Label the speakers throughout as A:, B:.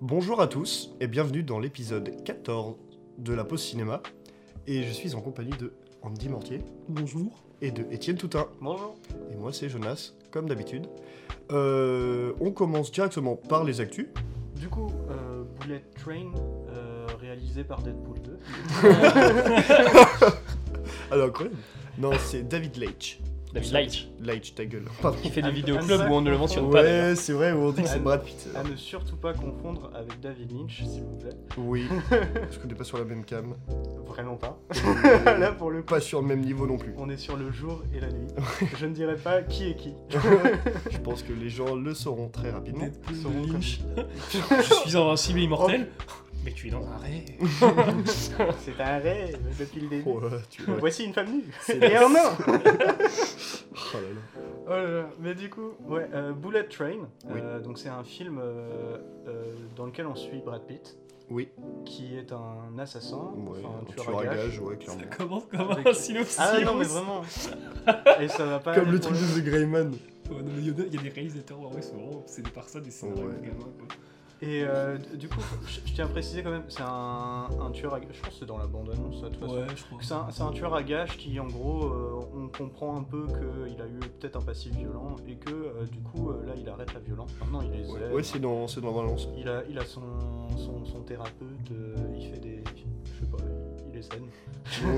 A: Bonjour à tous et bienvenue dans l'épisode 14 de la pause cinéma. Et je suis en compagnie de Andy Mortier
B: Bonjour.
A: et de Étienne Toutin.
B: Bonjour.
A: Et moi c'est Jonas, comme d'habitude. Euh, on commence directement par les actus.
B: Du coup, euh, Bullet Train, euh, réalisé par Deadpool 2. Ah,
A: Alors incroyable. Non, c'est David Leitch.
C: David Leitch,
A: Leitch, ta gueule. Pardon.
C: qui fait des
B: Un-
C: vidéos
B: un
C: club
B: sac
C: où on ne le
B: pour
C: mentionne pas. d'ailleurs.
A: Ouais, c'est vrai, on dit que c'est
B: Ah,
A: Brad Pitt.
B: à ne surtout pas confondre avec David Lynch, s'il vous plaît.
A: Oui, parce qu'on n'est pas sur la même cam.
B: Vraiment pas. Là, pour le coup,
A: Pas sur le même niveau non plus.
B: on est sur le jour et la nuit. Je ne dirai pas qui est qui.
A: Je pense que les gens le sauront très rapidement.
B: Ils sauront
C: Lynch. Je suis invincible et immortel.
B: Oh.
C: Mais tu es dans un rêve.
B: comme- C'est un rêve depuis le début.
A: Oh là, tu vois.
B: Voici une femme nue.
A: C'est
B: Et un nain.
A: Oh là là.
B: Oh là là, mais du coup, ouais, euh, Bullet Train,
A: Oui.
B: euh, donc c'est un film euh, euh, dans lequel on suit Brad Pitt,
A: Oui,
B: qui est un assassin,
A: ouais,
B: enfin
A: un
B: un
A: tueur,
B: tueur à
A: à
B: gages.
A: gages, ouais, clairement.
C: Ça commence comme
B: Avec-
C: un synopsis.
B: Ah non mais vraiment. Et ça va pas.
A: Comme
B: aller
A: le
B: pour
A: truc de The Greyman.
C: Oh, non, mais Il y en a- il y a des réalisateurs en vrai, souvent, c'est des par ça des scénarios.
A: Ouais.
C: de gamins, quoi.
B: Et euh, d- du coup, je je tiens à préciser quand même, c'est un, un tueur à gages. Je pense que c'est dans la bande annonce de toute façon.
C: Ouais, je crois.
B: Donc C'est un, c'est un tueur à gages qui, en gros, euh, on comprend un peu qu'il a eu peut-être un passif violent et que, euh, du coup, euh, là, il arrête la violence. Maintenant, il les
A: Ouais,
B: aime.
A: ouais, c'est dans, c'est dans Valence.
B: Il a, il a son, son, son thérapeute, euh, il fait des. Je sais pas, il est saine.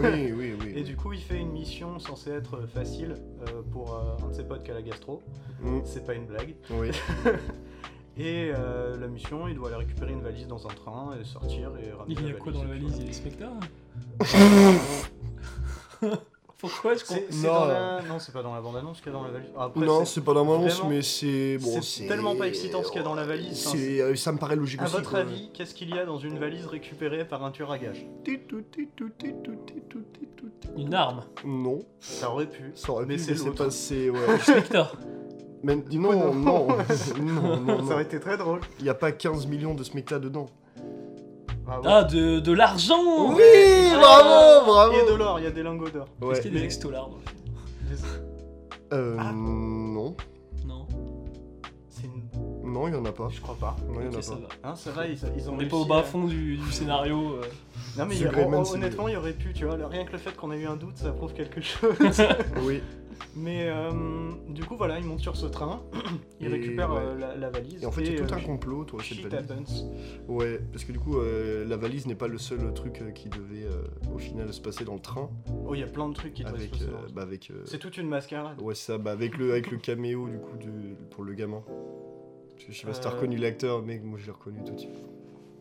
A: Oui, oui, oui.
B: Et du coup, il fait une mission censée être facile euh, pour euh, un de ses potes qui a la gastro.
A: Mm,
B: C'est pas une blague.
A: oui.
B: Et euh, la mission, il doit aller récupérer une valise dans un train et sortir et ramener.
C: Il y a
B: la
C: quoi dans la
B: et
C: valise Il
B: tout.
C: y a des spectacles Pourquoi je comprends
B: C'est c'est
A: Non.
B: dans la- Non, c'est pas dans la bande-annonce qu'il y a dans la valise. Ah, après,
A: non,
B: c'est-
A: c'est pas dans Valence,
B: vraiment-
A: mais c'est. Bon,
B: c'est tellement pas excitant ce qu'il y a dans la valise, hein,
A: C'est-
B: c'est-
A: euh, ça me paraît logique
B: À
A: aussi.
B: votre
A: quoi.
B: avis, qu'est-ce qu'il y a dans une valise récupérée par un tueur à gages
A: Titou, titou, titou, titou, titou, titou.
C: Une arme.
A: Non,
B: Ça aurait pu.
A: ça aurait
B: Mais
A: pu,
B: c'est
A: mais c'est
B: l'autre.
A: pas. C'est. Ouais.
C: Spectre.
A: Même- non,
B: non.
A: non, non, non,
B: Ça
A: non.
B: aurait été très drôle.
A: Il n'y a pas 15 millions de SMECTA dedans.
B: Ah, ouais.
C: Ah, de, de l'argent
A: Oui, bravo,
B: Oh, Et de
A: bravo.
B: l'or, il y a des lingots d'or.
A: Ouais.
C: Est-ce qu'il y a des extolars dans le film
A: Euh,
B: Ah.
A: non,
C: Non.
B: C'est une...
A: non, il y en a pas.
B: Je crois pas.
A: Non, il y en
C: Ok,
A: a
C: ça
A: pas.
C: va.
B: Hein, ça va, ils, ils ont
C: On n'est pas
B: réussi
C: au bas
B: à-
C: fond du, du scénario. euh.
B: Non mais
A: The
B: il y a-
A: Greyman,
B: hon-
A: c'est
B: honnêtement, il aurait pu, tu vois. Rien que le fait qu'on a eu un doute, ça prouve quelque chose.
A: Oui.
B: mais euh, du coup, voilà, ils montent sur ce train, ils
A: Et
B: récupèrent
A: ouais.
B: euh, la, la valise.
A: Et en fait, il y a tout
B: euh,
A: un complot, toi, cette
B: Shit
A: valise.
B: happens.
A: Ouais, parce que du coup, euh, la valise n'est pas le seul truc euh, qui devait euh, au final se passer dans le train.
B: Oh, il y a plein de trucs qui doivent se
A: avec,
B: passer.
A: euh,
B: dans le-
A: bah, avec, euh,
B: C'est toute une mascarade.
A: ouais, ça, bah, avec le, avec le caméo du coup de, pour le gamin. Parce que Je sais pas si t'as
B: Euh.
A: reconnu l'acteur, mec, moi je l'ai reconnu tout de suite.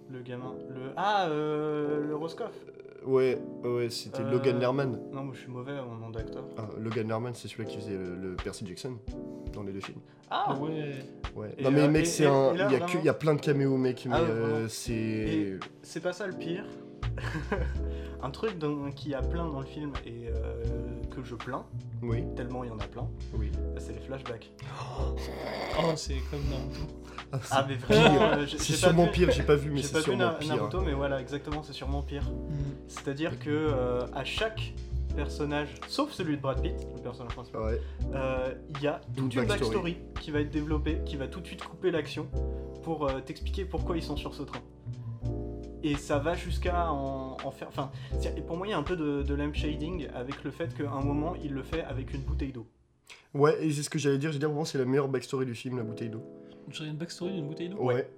B: Le gamin. Le... Ah, euh, le Roscoff.
A: Euh, Ouais, ouais, c'était
B: Euh.
A: Logan Lerman.
B: Non, moi je suis mauvais en nom d'acteur.
A: Ah, Logan Lerman, c'est celui qui faisait le, le Percy Jackson dans les deux films.
B: Ah,
C: ouais.
A: Ouais.
B: Et
A: non mais
B: là-
A: mec,
B: et-
A: c'est
B: et-
A: un,
B: et
A: il
B: là,
A: y a
B: vraiment
A: que, il y a plein de caméos, mec, mais
B: Ah ouais,
A: euh,
B: vraiment.
A: c'est.
B: Et- C'est pas ça le pire. un truc dont- qu'il y a plein dans le film et euh, que je plains,
A: Oui,
B: tellement il y en a plein,
A: oui.
B: c'est les flashbacks.
C: Oh, c'est comme Naruto.
A: Ah,
B: Ah mais vraiment, euh, j'ai-
A: c'est
B: j'ai pas
A: sûrement
B: vu-
A: pire, j'ai pas vu, mais
B: J'ai
A: c'est
B: pas vu
A: sûrement
B: Na-
A: pire.
B: Naruto, mais voilà, exactement, c'est sûrement pire. C'est-à-dire que euh, à chaque personnage, sauf celui de Brad Pitt, le personnage principal,
A: Ouais.
B: euh, il y a toute une
A: backstory.
B: backstory qui va être développée, qui va tout de suite couper l'action pour euh, t'expliquer pourquoi ils sont sur ce train. Et ça va jusqu'à en, en faire. Enfin, c'est- et pour moi, il y a un peu de, de lamp shading avec le fait qu'à un moment, il le fait avec une bouteille d'eau.
A: Ouais, et c'est ce que j'allais dire, j'allais dire vraiment c'est la meilleure backstory du film, la bouteille d'eau.
C: J'aurais une backstory d'une bouteille d'eau.
A: Ouais.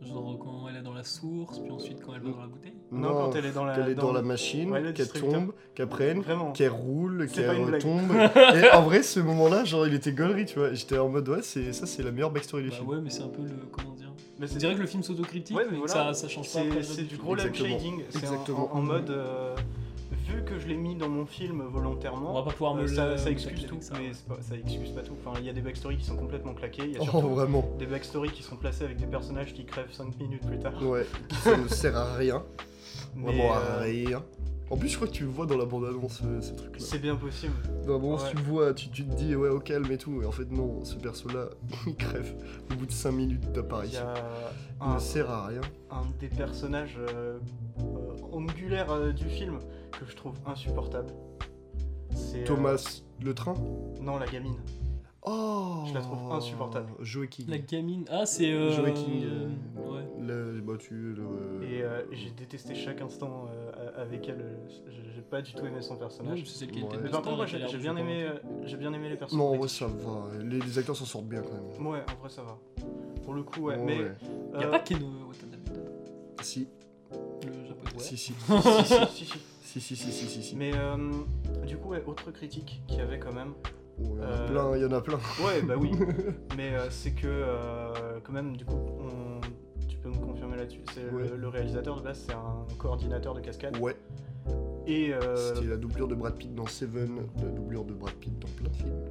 C: Genre quand elle est dans la source, puis ensuite quand elle va dans la bouteille.
B: Non, quand elle est dans la.
A: qu'elle est dans la machine,
B: Ouais, le
A: qu'elle
B: distributeur.
A: tombe, qu'elle prenne,
B: Vraiment.
A: qu'elle roule,
B: C'est
A: qu'elle
B: pas une blague.
A: retombe. et en vrai, ce moment-là, genre, il était gaulerie, tu vois. J'étais en mode, ouais, c'est, ça, c'est la meilleure backstory du
C: Bah
A: film.
C: ouais, mais c'est un peu le. Comment dire
B: Mais c'est-
C: On dirait que le film s'autocritique,
B: Ouais, mais
C: mais, que
B: voilà.
C: ça, ça change pas. après
B: C'est
C: le
B: c'est
C: reste
B: du gros lamp
A: Exactement.
B: shading. C'est en-
A: Exactement.
B: En, en mode. euh, vu que je l'ai mis dans mon film
C: On va
B: volontairement,
C: pas pouvoir me
B: euh, ça,
C: le-
B: ça
C: me
B: excuse
C: tacler
B: tout,
C: avec ça, hein.
B: mais
C: ouais.
B: c'est pas- ça excuse pas tout. Enfin, il y a des backstories qui sont complètement claquées. Il y a
A: Oh,
B: surtout
A: vraiment.
B: des backstories qui sont placées avec des personnages qui crèvent 5 minutes plus tard.
A: Ouais, ça ne sert à rien.
B: Mais,
A: Vraiment à
B: euh,
A: rien. En plus, je crois que tu le vois dans la bande-annonce, euh, ce truc-là.
B: c'est bien possible.
A: D'un moment,
B: ouais.
A: tu le vois, tu, tu te dis, ouais, au calme et tout. Et en fait, non, ce perso-là, il crève au bout de 5 minutes
B: Il y
A: d'apparition.
B: a
A: Il
B: un,
A: ne sert à rien.
B: un des personnages euh, euh, angulaires euh, du film que je trouve insupportable. C'est euh,
A: Thomas, le train
B: non, la gamine.
A: Oh
B: Je la trouve insupportable.
A: Joey King.
C: La gamine. Ah, c'est. Euh...
A: Joey King, euh,
C: Ouais.
A: Le l'as battu. le-
B: Et euh, j'ai détesté chaque instant euh, avec elle. euh, j'ai- J'ai pas du tout aimé son personnage.
C: Oui, c'est celle qui était
A: Ouais.
B: Mais
A: Mais par
B: par contre, Bah, moi, j'ai j'ai bien aimé, euh, j'ai bien aimé les personnages.
A: Non, ouais, ça va. Les, les acteurs s'en sortent bien quand même.
B: Ouais, en vrai, ça va. Pour le coup, ouais. mais
C: Il y a
B: euh,
C: pas Keno Watanabe,
A: Si,
C: le japonais.
B: Bah,
A: si, si.
B: si, si,
A: si, si, si, si, si,
B: si.
A: si.
B: Mais euh, du coup, ouais, autre critique qu'il y avait quand même.
A: Oh, il y en a
B: euh,
A: plein, il y en a plein.
B: Ouais, bah oui. mais euh, c'est que, euh, quand même, du coup, on- tu peux me confirmer là-dessus. C'est le- le,
A: Ouais.
B: réalisateur de base, c'est un coordinateur de cascade.
A: Ouais,
B: Et, euh,
A: c'était la doublure de Brad Pitt dans Seven, la doublure de Brad Pitt dans plein de films.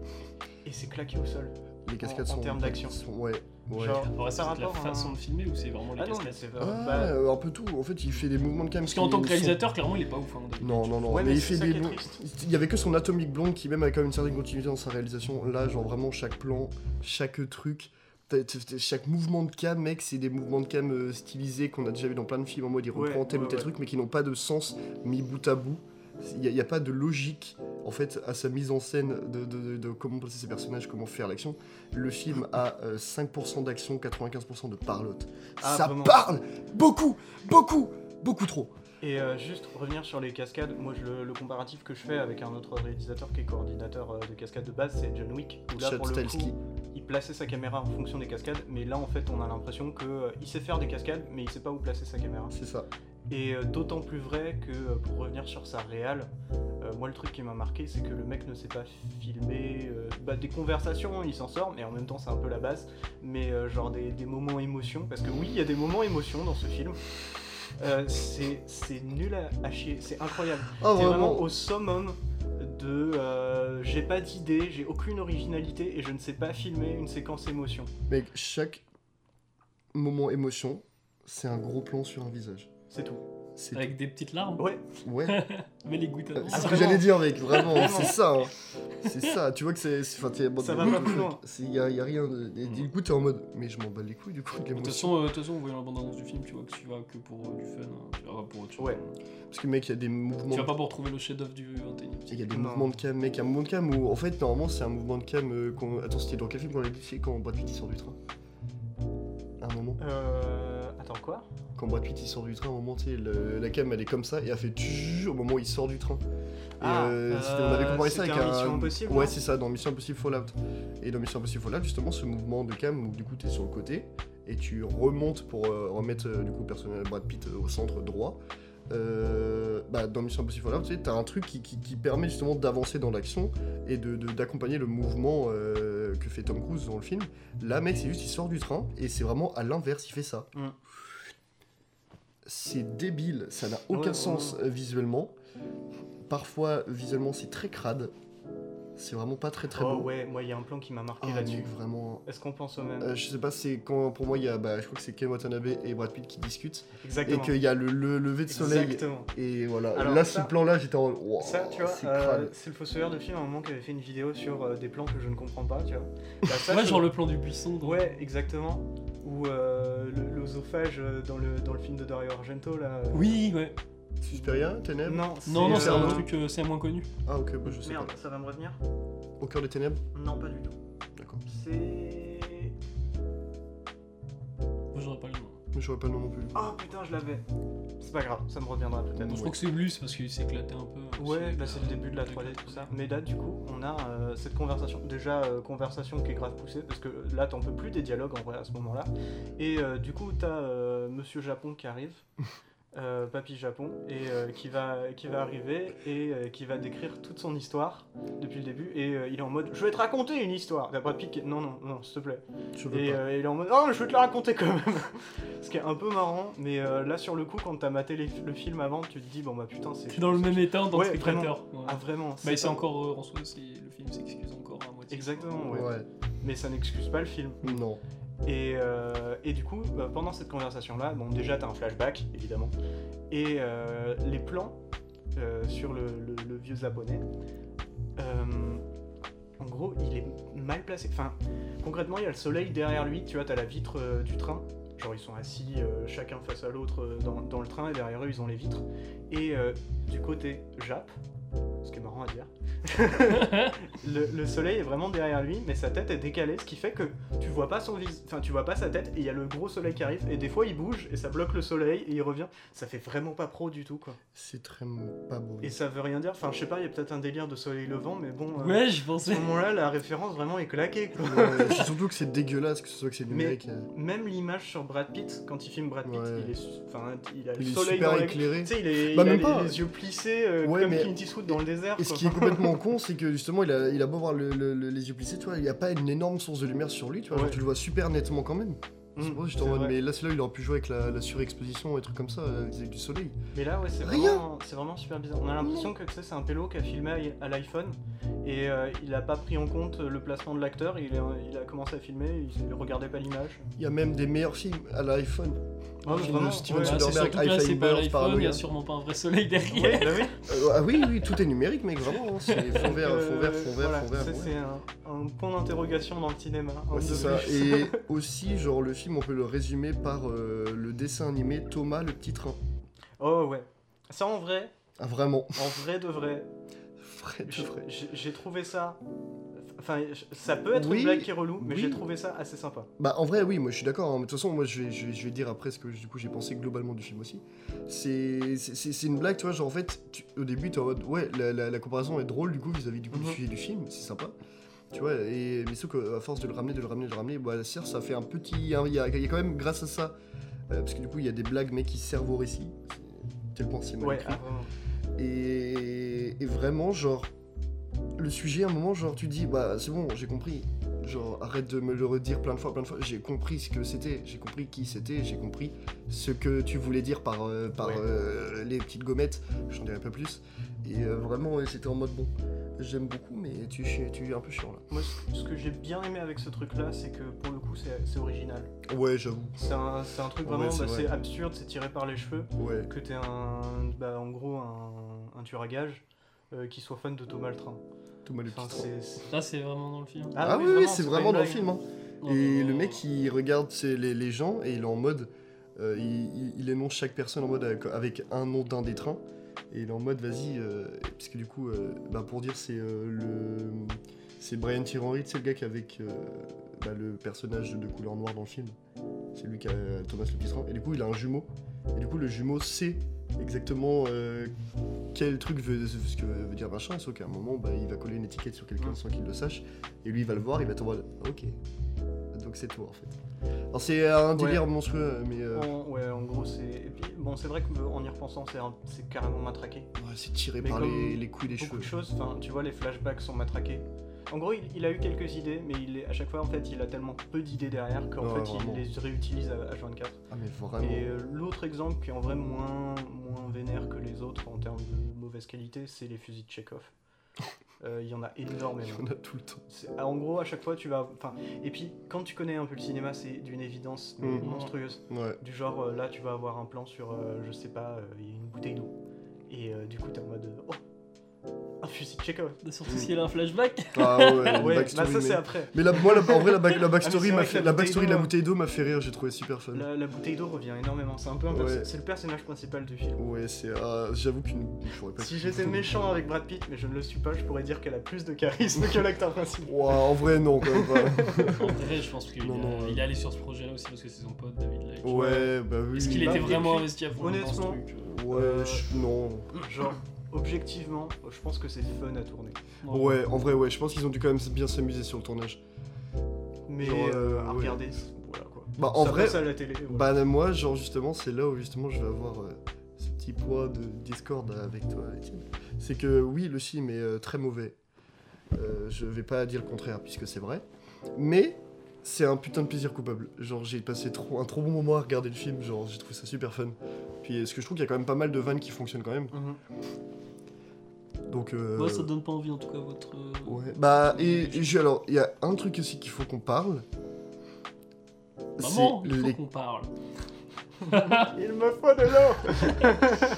B: et c'est claqué au sol.
A: Les cascades
B: en
A: sont.
B: termes d'action.
A: sont- Ouais, ouais.
B: Genre,
C: Alors, ça,
B: par
C: c'est de la
B: rapport à-
C: façon de filmer ou c'est vraiment les
B: Ah non, mais
C: cascades
B: c'est
A: Ah,
B: pas. bah,
A: euh, un peu tout. En fait, il fait des mouvements de cam.
C: Parce qu'en tant que réalisateur, clairement, il est pas ouf. hein, d'habitude.
A: Non, non, non.
B: Ouais,
A: mais,
B: mais
A: il
B: c'est
A: fait
B: ça
A: des.
B: qui est
A: bons-
B: triste.
A: Il y avait que son Atomic Blonde qui, même, avait quand même une certaine continuité dans sa réalisation. Là, genre vraiment, chaque plan, chaque truc, t'as- t'as- t'as- chaque mouvement de cam, mec, c'est des mouvements de cam euh, stylisés qu'on a déjà vu dans plein de films en mode il
B: Ouais,
A: reprend tel
B: ouais,
A: ou tel
B: ouais.
A: truc, mais qui n'ont pas de sens mis bout à bout. Il n'y a, pas de logique en fait à sa mise en scène de, de- de- de comment placer ses personnages, comment faire l'action. Le film a euh, 5% d'action, 95% de parlotte.
B: Ah,
A: Ça
B: vraiment.
A: parle beaucoup, beaucoup, beaucoup trop.
B: Et euh, juste pour revenir sur les cascades, moi je, le- le comparatif que je fais avec un autre réalisateur qui est coordinateur euh, de cascades de base, c'est John Wick. Où là
A: Chad
B: pour le
A: Stahelski.
B: coup, il plaçait sa caméra en fonction des cascades, mais là en fait on a l'impression que euh, il sait faire des cascades, mais il sait pas où placer sa caméra.
A: C'est ça.
B: Et euh, d'autant plus vrai que euh, pour revenir sur sa réal, euh, moi le truc qui m'a marqué, c'est que le mec ne sait pas filmer euh, bah, des conversations, il s'en sort, mais en même temps c'est un peu la base, mais euh, genre des, des moments émotion, parce que oui, il y a des moments émotion dans ce film. Euh, c'est c'est nul à, à chier, c'est incroyable.
A: Ah,
B: C'est vraiment
A: vraiment.
B: au summum de euh, j'ai pas d'idée, j'ai aucune originalité et je ne sais pas filmer une séquence émotion.
A: Mec, chaque moment émotion, c'est un gros plan sur un visage.
B: C'est tout.
A: C'est
C: Avec des petites larmes.
B: Ouais,
A: ouais.
C: Mais les gouttes. à
A: c'est ce
B: Ah,
A: que
B: vraiment
A: j'allais dire, mec. Vraiment, c'est ça. hein. C'est ça. Tu vois que c'est. c'est- Enfin, t'es.
B: Ça va pas plus loin.
A: Il y, a y a rien. De... et- et
C: Mm.
A: Du coup, t'es en mode. Mais je m'en bats les couilles du coup de
C: De toute
A: l'émotion.
C: façon, euh, de toute façon, en voyant la bande-annonce du film, tu vois que tu vas que pour euh, du fun. hein. Tu vas pas pour autre chose.
B: Ouais.
A: Parce que mec, il y a des mouvements.
C: Tu vas pas pour trouver le chef-d'œuvre du 21
A: Il y a des
B: Non.
A: mouvements de cam, mec. Il y a un mouvement de cam où, en fait, normalement, c'est un mouvement de cam. euh, qu'on- Attends, c'était dans quel film qu'on l'a dit c'est quand Brad Pitt il sort du train À un moment.
B: euh. Attends quoi
A: Quand Brad Pitt il sort du train, à un moment, tu sais, le- la cam elle est comme ça et elle fait tchou au moment où il sort du train. Et, euh, c'était- on avait comparé ça
B: Ah, c'était
A: avec
B: un
A: un.
B: Mission Impossible, hein.
A: ouais,
B: non
A: c'est ça, dans Mission Impossible Fallout. Et dans Mission Impossible Fallout, justement, ce mouvement de cam où du coup t'es sur le côté et tu remontes pour euh, remettre euh, du coup personnel Brad Pitt euh, au centre droit. Euh, bah, dans Mission Impossible Fallout, tu sais, t'as un truc qui, qui- qui permet justement d'avancer dans l'action et de- de- d'accompagner le mouvement euh, que fait Tom Cruise dans le film. Là, mec, c'est juste il sort du train et c'est vraiment à l'inverse, il fait ça.
B: Mm.
A: C'est débile, ça n'a aucun
B: Ouais,
A: sens euh, visuellement. Parfois, visuellement, c'est très crade. C'est vraiment pas très très
B: oh
A: beau.
B: ouais, moi il y a Oh, un plan qui m'a marqué
A: Ah,
B: là-dessus.
A: mec, vraiment.
B: Est-ce qu'on pense au même
A: Euh, je sais pas, c'est quand pour moi il y a, bah, je crois que c'est Ken Watanabe et Brad Pitt qui discutent
B: Exactement.
A: et qu'il y a le, le lever de soleil
B: Exactement.
A: et voilà.
B: Alors,
A: là,
B: ça-
A: ce plan-là, j'étais en mode, wow,
B: Ça, tu vois,
A: c'est
B: euh,
A: crade.
B: c'est le fossoyeur de film à un moment qui avait fait une vidéo sur euh, des plans que je ne comprends pas, tu vois. Bah, ça,
C: Ouais,
B: je-
C: genre le plan du buisson. dans-
B: Ouais, exactement. Ou euh, le- l'osophage euh, dans le, dans le film de Dario Argento, là. euh,
C: Oui, ouais.
A: Suspiria, Ténèbres.
B: Non,
C: Non, non, c'est
B: euh,
C: un truc, euh, c'est moins connu.
A: Ah ok, bah, je sais
B: Merde,
A: pas.
B: ça va me revenir
A: Au cœur des ténèbres.
B: Non, pas du tout.
A: D'accord.
B: C'est.
C: Moi, j'aurais pas le nom.
B: Ah,
A: Mais j'aurais pas le nom non plus.
B: Oh putain, je l'avais. C'est pas grave, ça me reviendra peut-être.
C: Bon, je crois que c'est Blus parce qu'il s'éclatait un peu.
B: Ouais,
C: aussi.
B: bah c'est le début de la 3D, tout ça. Mais là, du coup, on a euh, cette conversation. Déjà, euh, conversation qui est grave poussée, parce que là, t'en peux plus des dialogues en vrai à ce moment-là. Et euh, du coup, t'as euh, Monsieur Japon qui arrive, euh, Papy Japon, et euh, qui, va, qui va arriver et euh, qui va décrire toute son histoire depuis le début. Et euh, il est en mode Je vais te raconter une histoire. T'as pas piqué. Non, non, non, s'il te plaît.
A: Je veux
B: Et
A: pas.
B: euh, il est en mode Oh, je vais te la raconter quand même Ce qui est un peu marrant, mais euh, là, sur le coup, quand t'as maté les- le film avant, tu te dis Bon, bah putain, c'est.
C: Je suis dans le même état en tant que
B: Ouais,
C: spectateur. Ouais.
B: Ah vraiment
C: Bah, c'est
B: pas-
C: encore euh, en soi, c'est- le film s'excuse encore à moitié.
B: Exactement, euh, ouais.
A: Ouais.
B: Mais ça n'excuse pas le film.
A: Non.
B: Et, euh, et du coup, bah, pendant cette conversation-là, bon, déjà, t'as un flashback, évidemment. Et euh, les plans euh, sur le, le- le vieux japonais, euh, en gros, il est mal placé. Enfin, concrètement, il y a le soleil derrière lui, tu vois, t'as la vitre euh, du train. Genre, ils sont assis euh, chacun face à l'autre euh, dans, dans le train, et derrière eux, ils ont les vitres. Et euh, du côté Jap, ce qui est marrant à dire. le, le soleil est vraiment derrière lui, mais sa tête est décalée, ce qui fait que tu vois pas son vis, enfin tu vois pas sa tête et il y a le gros soleil qui arrive et des fois il bouge et ça bloque le soleil et il revient. Ça fait vraiment pas pro du tout quoi.
A: C'est très m- pas beau.
B: Et ça veut rien dire. Enfin je sais pas, il y a peut-être un délire de soleil levant, mais bon. euh,
C: Ouais, je
B: À
C: pensais.
B: ce moment-là, la référence vraiment est claquée quoi.
A: Ouais, c'est surtout que c'est dégueulasse, que ce soit que c'est numérique. euh,
B: Même l'image sur Brad Pitt quand il filme Brad Pitt,
A: Ouais.
B: il est, su- enfin il a le
A: Il est
B: soleil
A: super
B: dans la
A: éclairé.
B: Tu sais, il, est,
A: Bah,
B: il a
A: même
B: les,
A: pas.
B: les yeux plissés euh,
A: Ouais,
B: comme
A: mais-
B: Clint Eastwood dans le désert.
A: Et ce
B: quoi.
A: qui est complètement con, c'est que justement, il a, il a beau avoir le- le- le- les yeux plissés, tu vois, il n'y a pas une énorme source de lumière sur lui, tu vois, genre,
B: Ouais.
A: tu le vois super nettement quand même.
B: Mm,
A: C'est pour ça que j'étais
B: c'est
A: en mode,
B: vrai.
A: mais là, c'est là où il aurait pu jouer avec la, la surexposition et trucs comme ça, euh, avec du soleil.
B: Mais là, ouais, c'est
A: Rien.
B: vraiment, c'est vraiment super bizarre. On a l'impression que tu sais, c'est un pélo qui a filmé à- à l'iPhone et euh, il a pas pris en compte le placement de l'acteur. Il, a- il a commencé à filmer, il regardait pas l'image.
A: Il y a même des meilleurs films à l'iPhone.
B: Ouais,
A: Le film de
B: vraiment,
A: Steven
B: ouais.
C: Bah, c'est
A: Soderbergh,
C: surtout que là, c'est pas
A: Eiffel,
C: l'iPhone, il y
A: Paranoia.
C: a sûrement pas un vrai soleil
B: Ouais,
C: derrière.
B: bah oui.
A: Euh, ah oui, oui, tout est numérique, mec, vraiment. hein, C'est fond vert,
B: Donc,
A: fond
B: euh,
A: vert, fond vert,
B: voilà,
A: fond vert.
B: ça,
A: ouais.
B: C'est un, un point d'interrogation dans le cinéma. un
A: Ouais,
B: de
A: c'est ça.
B: plus.
A: Et aussi, genre, le film, on peut le résumer par euh, le dessin animé Thomas le petit train.
B: Oh ouais. Ça en vrai,
A: Ah, vraiment.
B: en vrai de vrai,
A: Fred,
B: j'ai-
A: Fred.
B: j'ai j'ai trouvé ça. Enfin, je- ça peut être
A: Oui,
B: une blague qui est relou, mais
A: oui.
B: j'ai trouvé ça assez sympa.
A: Bah, en vrai, oui, moi, je suis d'accord. hein, mais De toute façon, moi, je vais, je vais- je vais dire après ce que, du coup, j'ai pensé globalement du film aussi. C'est c'est- c'est- c'est une blague, tu vois, genre, en fait, tu- au début, t'es en mode, ouais, la, la- la comparaison est drôle, du coup, vis-à-vis du, coup, du
B: Mhm.
A: sujet du film, c'est sympa. Tu vois, et, mais sauf qu'à force de le ramener, de le ramener, de le ramener, bah, la serre, ça fait un petit... hein, Il y, a, il y a quand même, grâce à ça, euh, parce que du coup, il y a des blagues, mais qui servent au récit. C'est- Tellement c'est mal
B: Ouais,
A: écrit.
B: ah, vraiment.
A: Et, et vraiment, genre, le sujet, à un moment, genre, tu dis, bah, c'est bon, j'ai compris. Genre, arrête de me le redire plein de fois, plein de fois. J'ai compris ce que c'était, j'ai compris qui c'était, j'ai compris ce que tu voulais dire par, euh, par
B: Ouais.
A: euh, les petites gommettes. J'en dirai pas plus. Et euh, vraiment, ouais, c'était en mode, bon, j'aime beaucoup, mais tu, chi- tu es un peu chiant là.
B: Moi, ce- ce que j'ai bien aimé avec ce truc-là, c'est que pour le coup, c'est c'est original.
A: Ouais, j'avoue.
B: C'est un, c'est un truc
A: Ouais,
B: vraiment,
A: c'est
B: bah,
A: vrai.
B: c'est absurde, c'est tiré par les cheveux.
A: Ouais.
B: Que t'es un, bah, en gros, un, un tueur à gages euh, qui soit fan de Thomas le Train.
A: Thomas le
B: Enfin,
A: petit train.
B: c'est- c'est-
C: Là, c'est vraiment dans le film.
A: Ah, oui, oui, c'est
B: pas
A: vraiment
B: une
A: dans le
B: blague.
A: film. Hein.
C: Non,
A: Et
C: non,
D: Oh.
A: le
C: non.
A: mec, il regarde ses- les, les gens et il est en mode. euh, il, il- il énonce chaque personne en mode avec, avec un nom d'un des trains. Et il est en mode, vas-y. euh, parce que du coup, euh, bah, pour dire, c'est euh, le. C'est Brian Tyree, c'est le gars qui est avec euh, bah, le personnage de couleur noire dans le film. C'est lui qui a Thomas le Petit Train. Et du coup, il a un jumeau. Et du coup, le jumeau sait exactement euh, quel truc veut, ce que veut dire machin. Sauf qu'à un moment, bah, il va coller une étiquette sur quelqu'un
B: Mm.
A: sans qu'il le sache. Et lui, il va le voir, il va tomber. en mode, Ah, Ok. Donc c'est toi en fait. Alors c'est un délire monstrueux, mais euh,
B: En- ouais, en gros, c'est. Et puis, bon, c'est vrai qu'en y repensant, c'est un- c'est carrément matraqué.
A: ouais, c'est tiré
B: Mais
A: par
B: comme
A: les, les couilles des
B: Beaucoup
A: cheveux.
B: de choses, enfin, tu vois, les flashbacks sont matraqués. En gros, il, il a eu quelques idées, mais il est, à chaque fois, en fait, il a tellement peu d'idées derrière qu'en
A: Ouais,
B: fait,
A: vraiment.
B: il les réutilise à H24.
A: Ah mais vraiment.
B: Et euh, l'autre exemple qui est en vrai moins, moins vénère que les autres en termes de mauvaise qualité, c'est les fusils de Chekhov. Euh, Il y en a
A: Il y
B: énormément.
A: en a tout le temps.
B: C'est- ah, En gros, à chaque fois, tu vas. Enfin, et puis, quand tu connais un peu le cinéma, c'est d'une évidence mais
A: Mhm.
B: monstrueuse.
A: Ouais.
B: Du genre, euh, là, tu vas avoir un plan sur, euh, je sais pas, euh, il y a une bouteille d'eau. Et euh, du coup, t'es en mode, euh, oh, un fusil de Chekhov.
C: Surtout s'il a un flashback.
A: Ah ouais,
B: Ouais,
A: la
B: bah,
A: backstory,
B: ça, c'est
A: mais...
B: après.
A: mais la, moi, la- en vrai, la, back- la backstory,
B: Ah, mais c'est
A: m'a
B: vrai
A: fait,
B: que
A: la
B: la
A: backstory de la bouteille
B: bouteille hein.
A: d'eau m'a fait rire, j'ai trouvé super fun.
B: La, la bouteille d'eau revient énormément. C'est un peu un
A: Ouais.
B: perso- C'est le personnage principal du film.
A: Ouais, c'est. ah, J'avoue qu'une. j'aurais pas
B: Si
A: cru.
B: j'étais méchant avec Brad Pitt, mais je ne le suis pas, je pourrais dire qu'elle a plus de charisme que l'acteur principal.
A: Ouah, en vrai, non, quand même pas.
C: En vrai, je pense qu'il
A: Non, non,
C: a-
A: ouais.
C: il est allé sur ce projet-là aussi parce que c'est son pote David Lake.
A: ouais, bah oui.
C: Est-ce qu'il
B: Bah,
C: était
B: et
C: vraiment
B: puis,
C: investi à fond dans ce
B: honnêtement,
C: truc euh,
A: Ouais, je- non.
B: Genre, objectivement, je pense que c'est fun à tourner.
C: non.
A: Ouais, en vrai, ouais, je pense qu'ils ont dû quand même bien s'amuser sur le tournage.
B: Mais
A: Genre, euh,
B: euh, à
A: ouais.
B: regarder, c'est- voilà quoi.
A: Bah, en
B: ça
A: vrai,
B: passe à la télé. ouais.
A: Bah moi, genre justement, c'est là où justement je vais avoir euh, ce petit poids de discorde avec toi, Étienne. C'est que oui, le film est euh, très mauvais. Euh, je vais pas dire le contraire puisque c'est vrai. Mais c'est un putain de plaisir coupable. Genre j'ai passé trop, un trop bon moment à regarder le film. Genre j'ai trouvé ça super fun. Puis ce que je trouve qu'il y a quand même pas mal de vannes qui fonctionnent quand même.
B: Mhm.
A: Donc euh,
C: Moi, ça donne pas envie en tout cas votre. euh,
A: ouais. Bah et, et je- alors il y a un truc aussi qu'il faut qu'on parle.
C: Maman,
A: C'est
C: il faut
A: les-
C: qu'on parle.
B: Il me faut de l'eau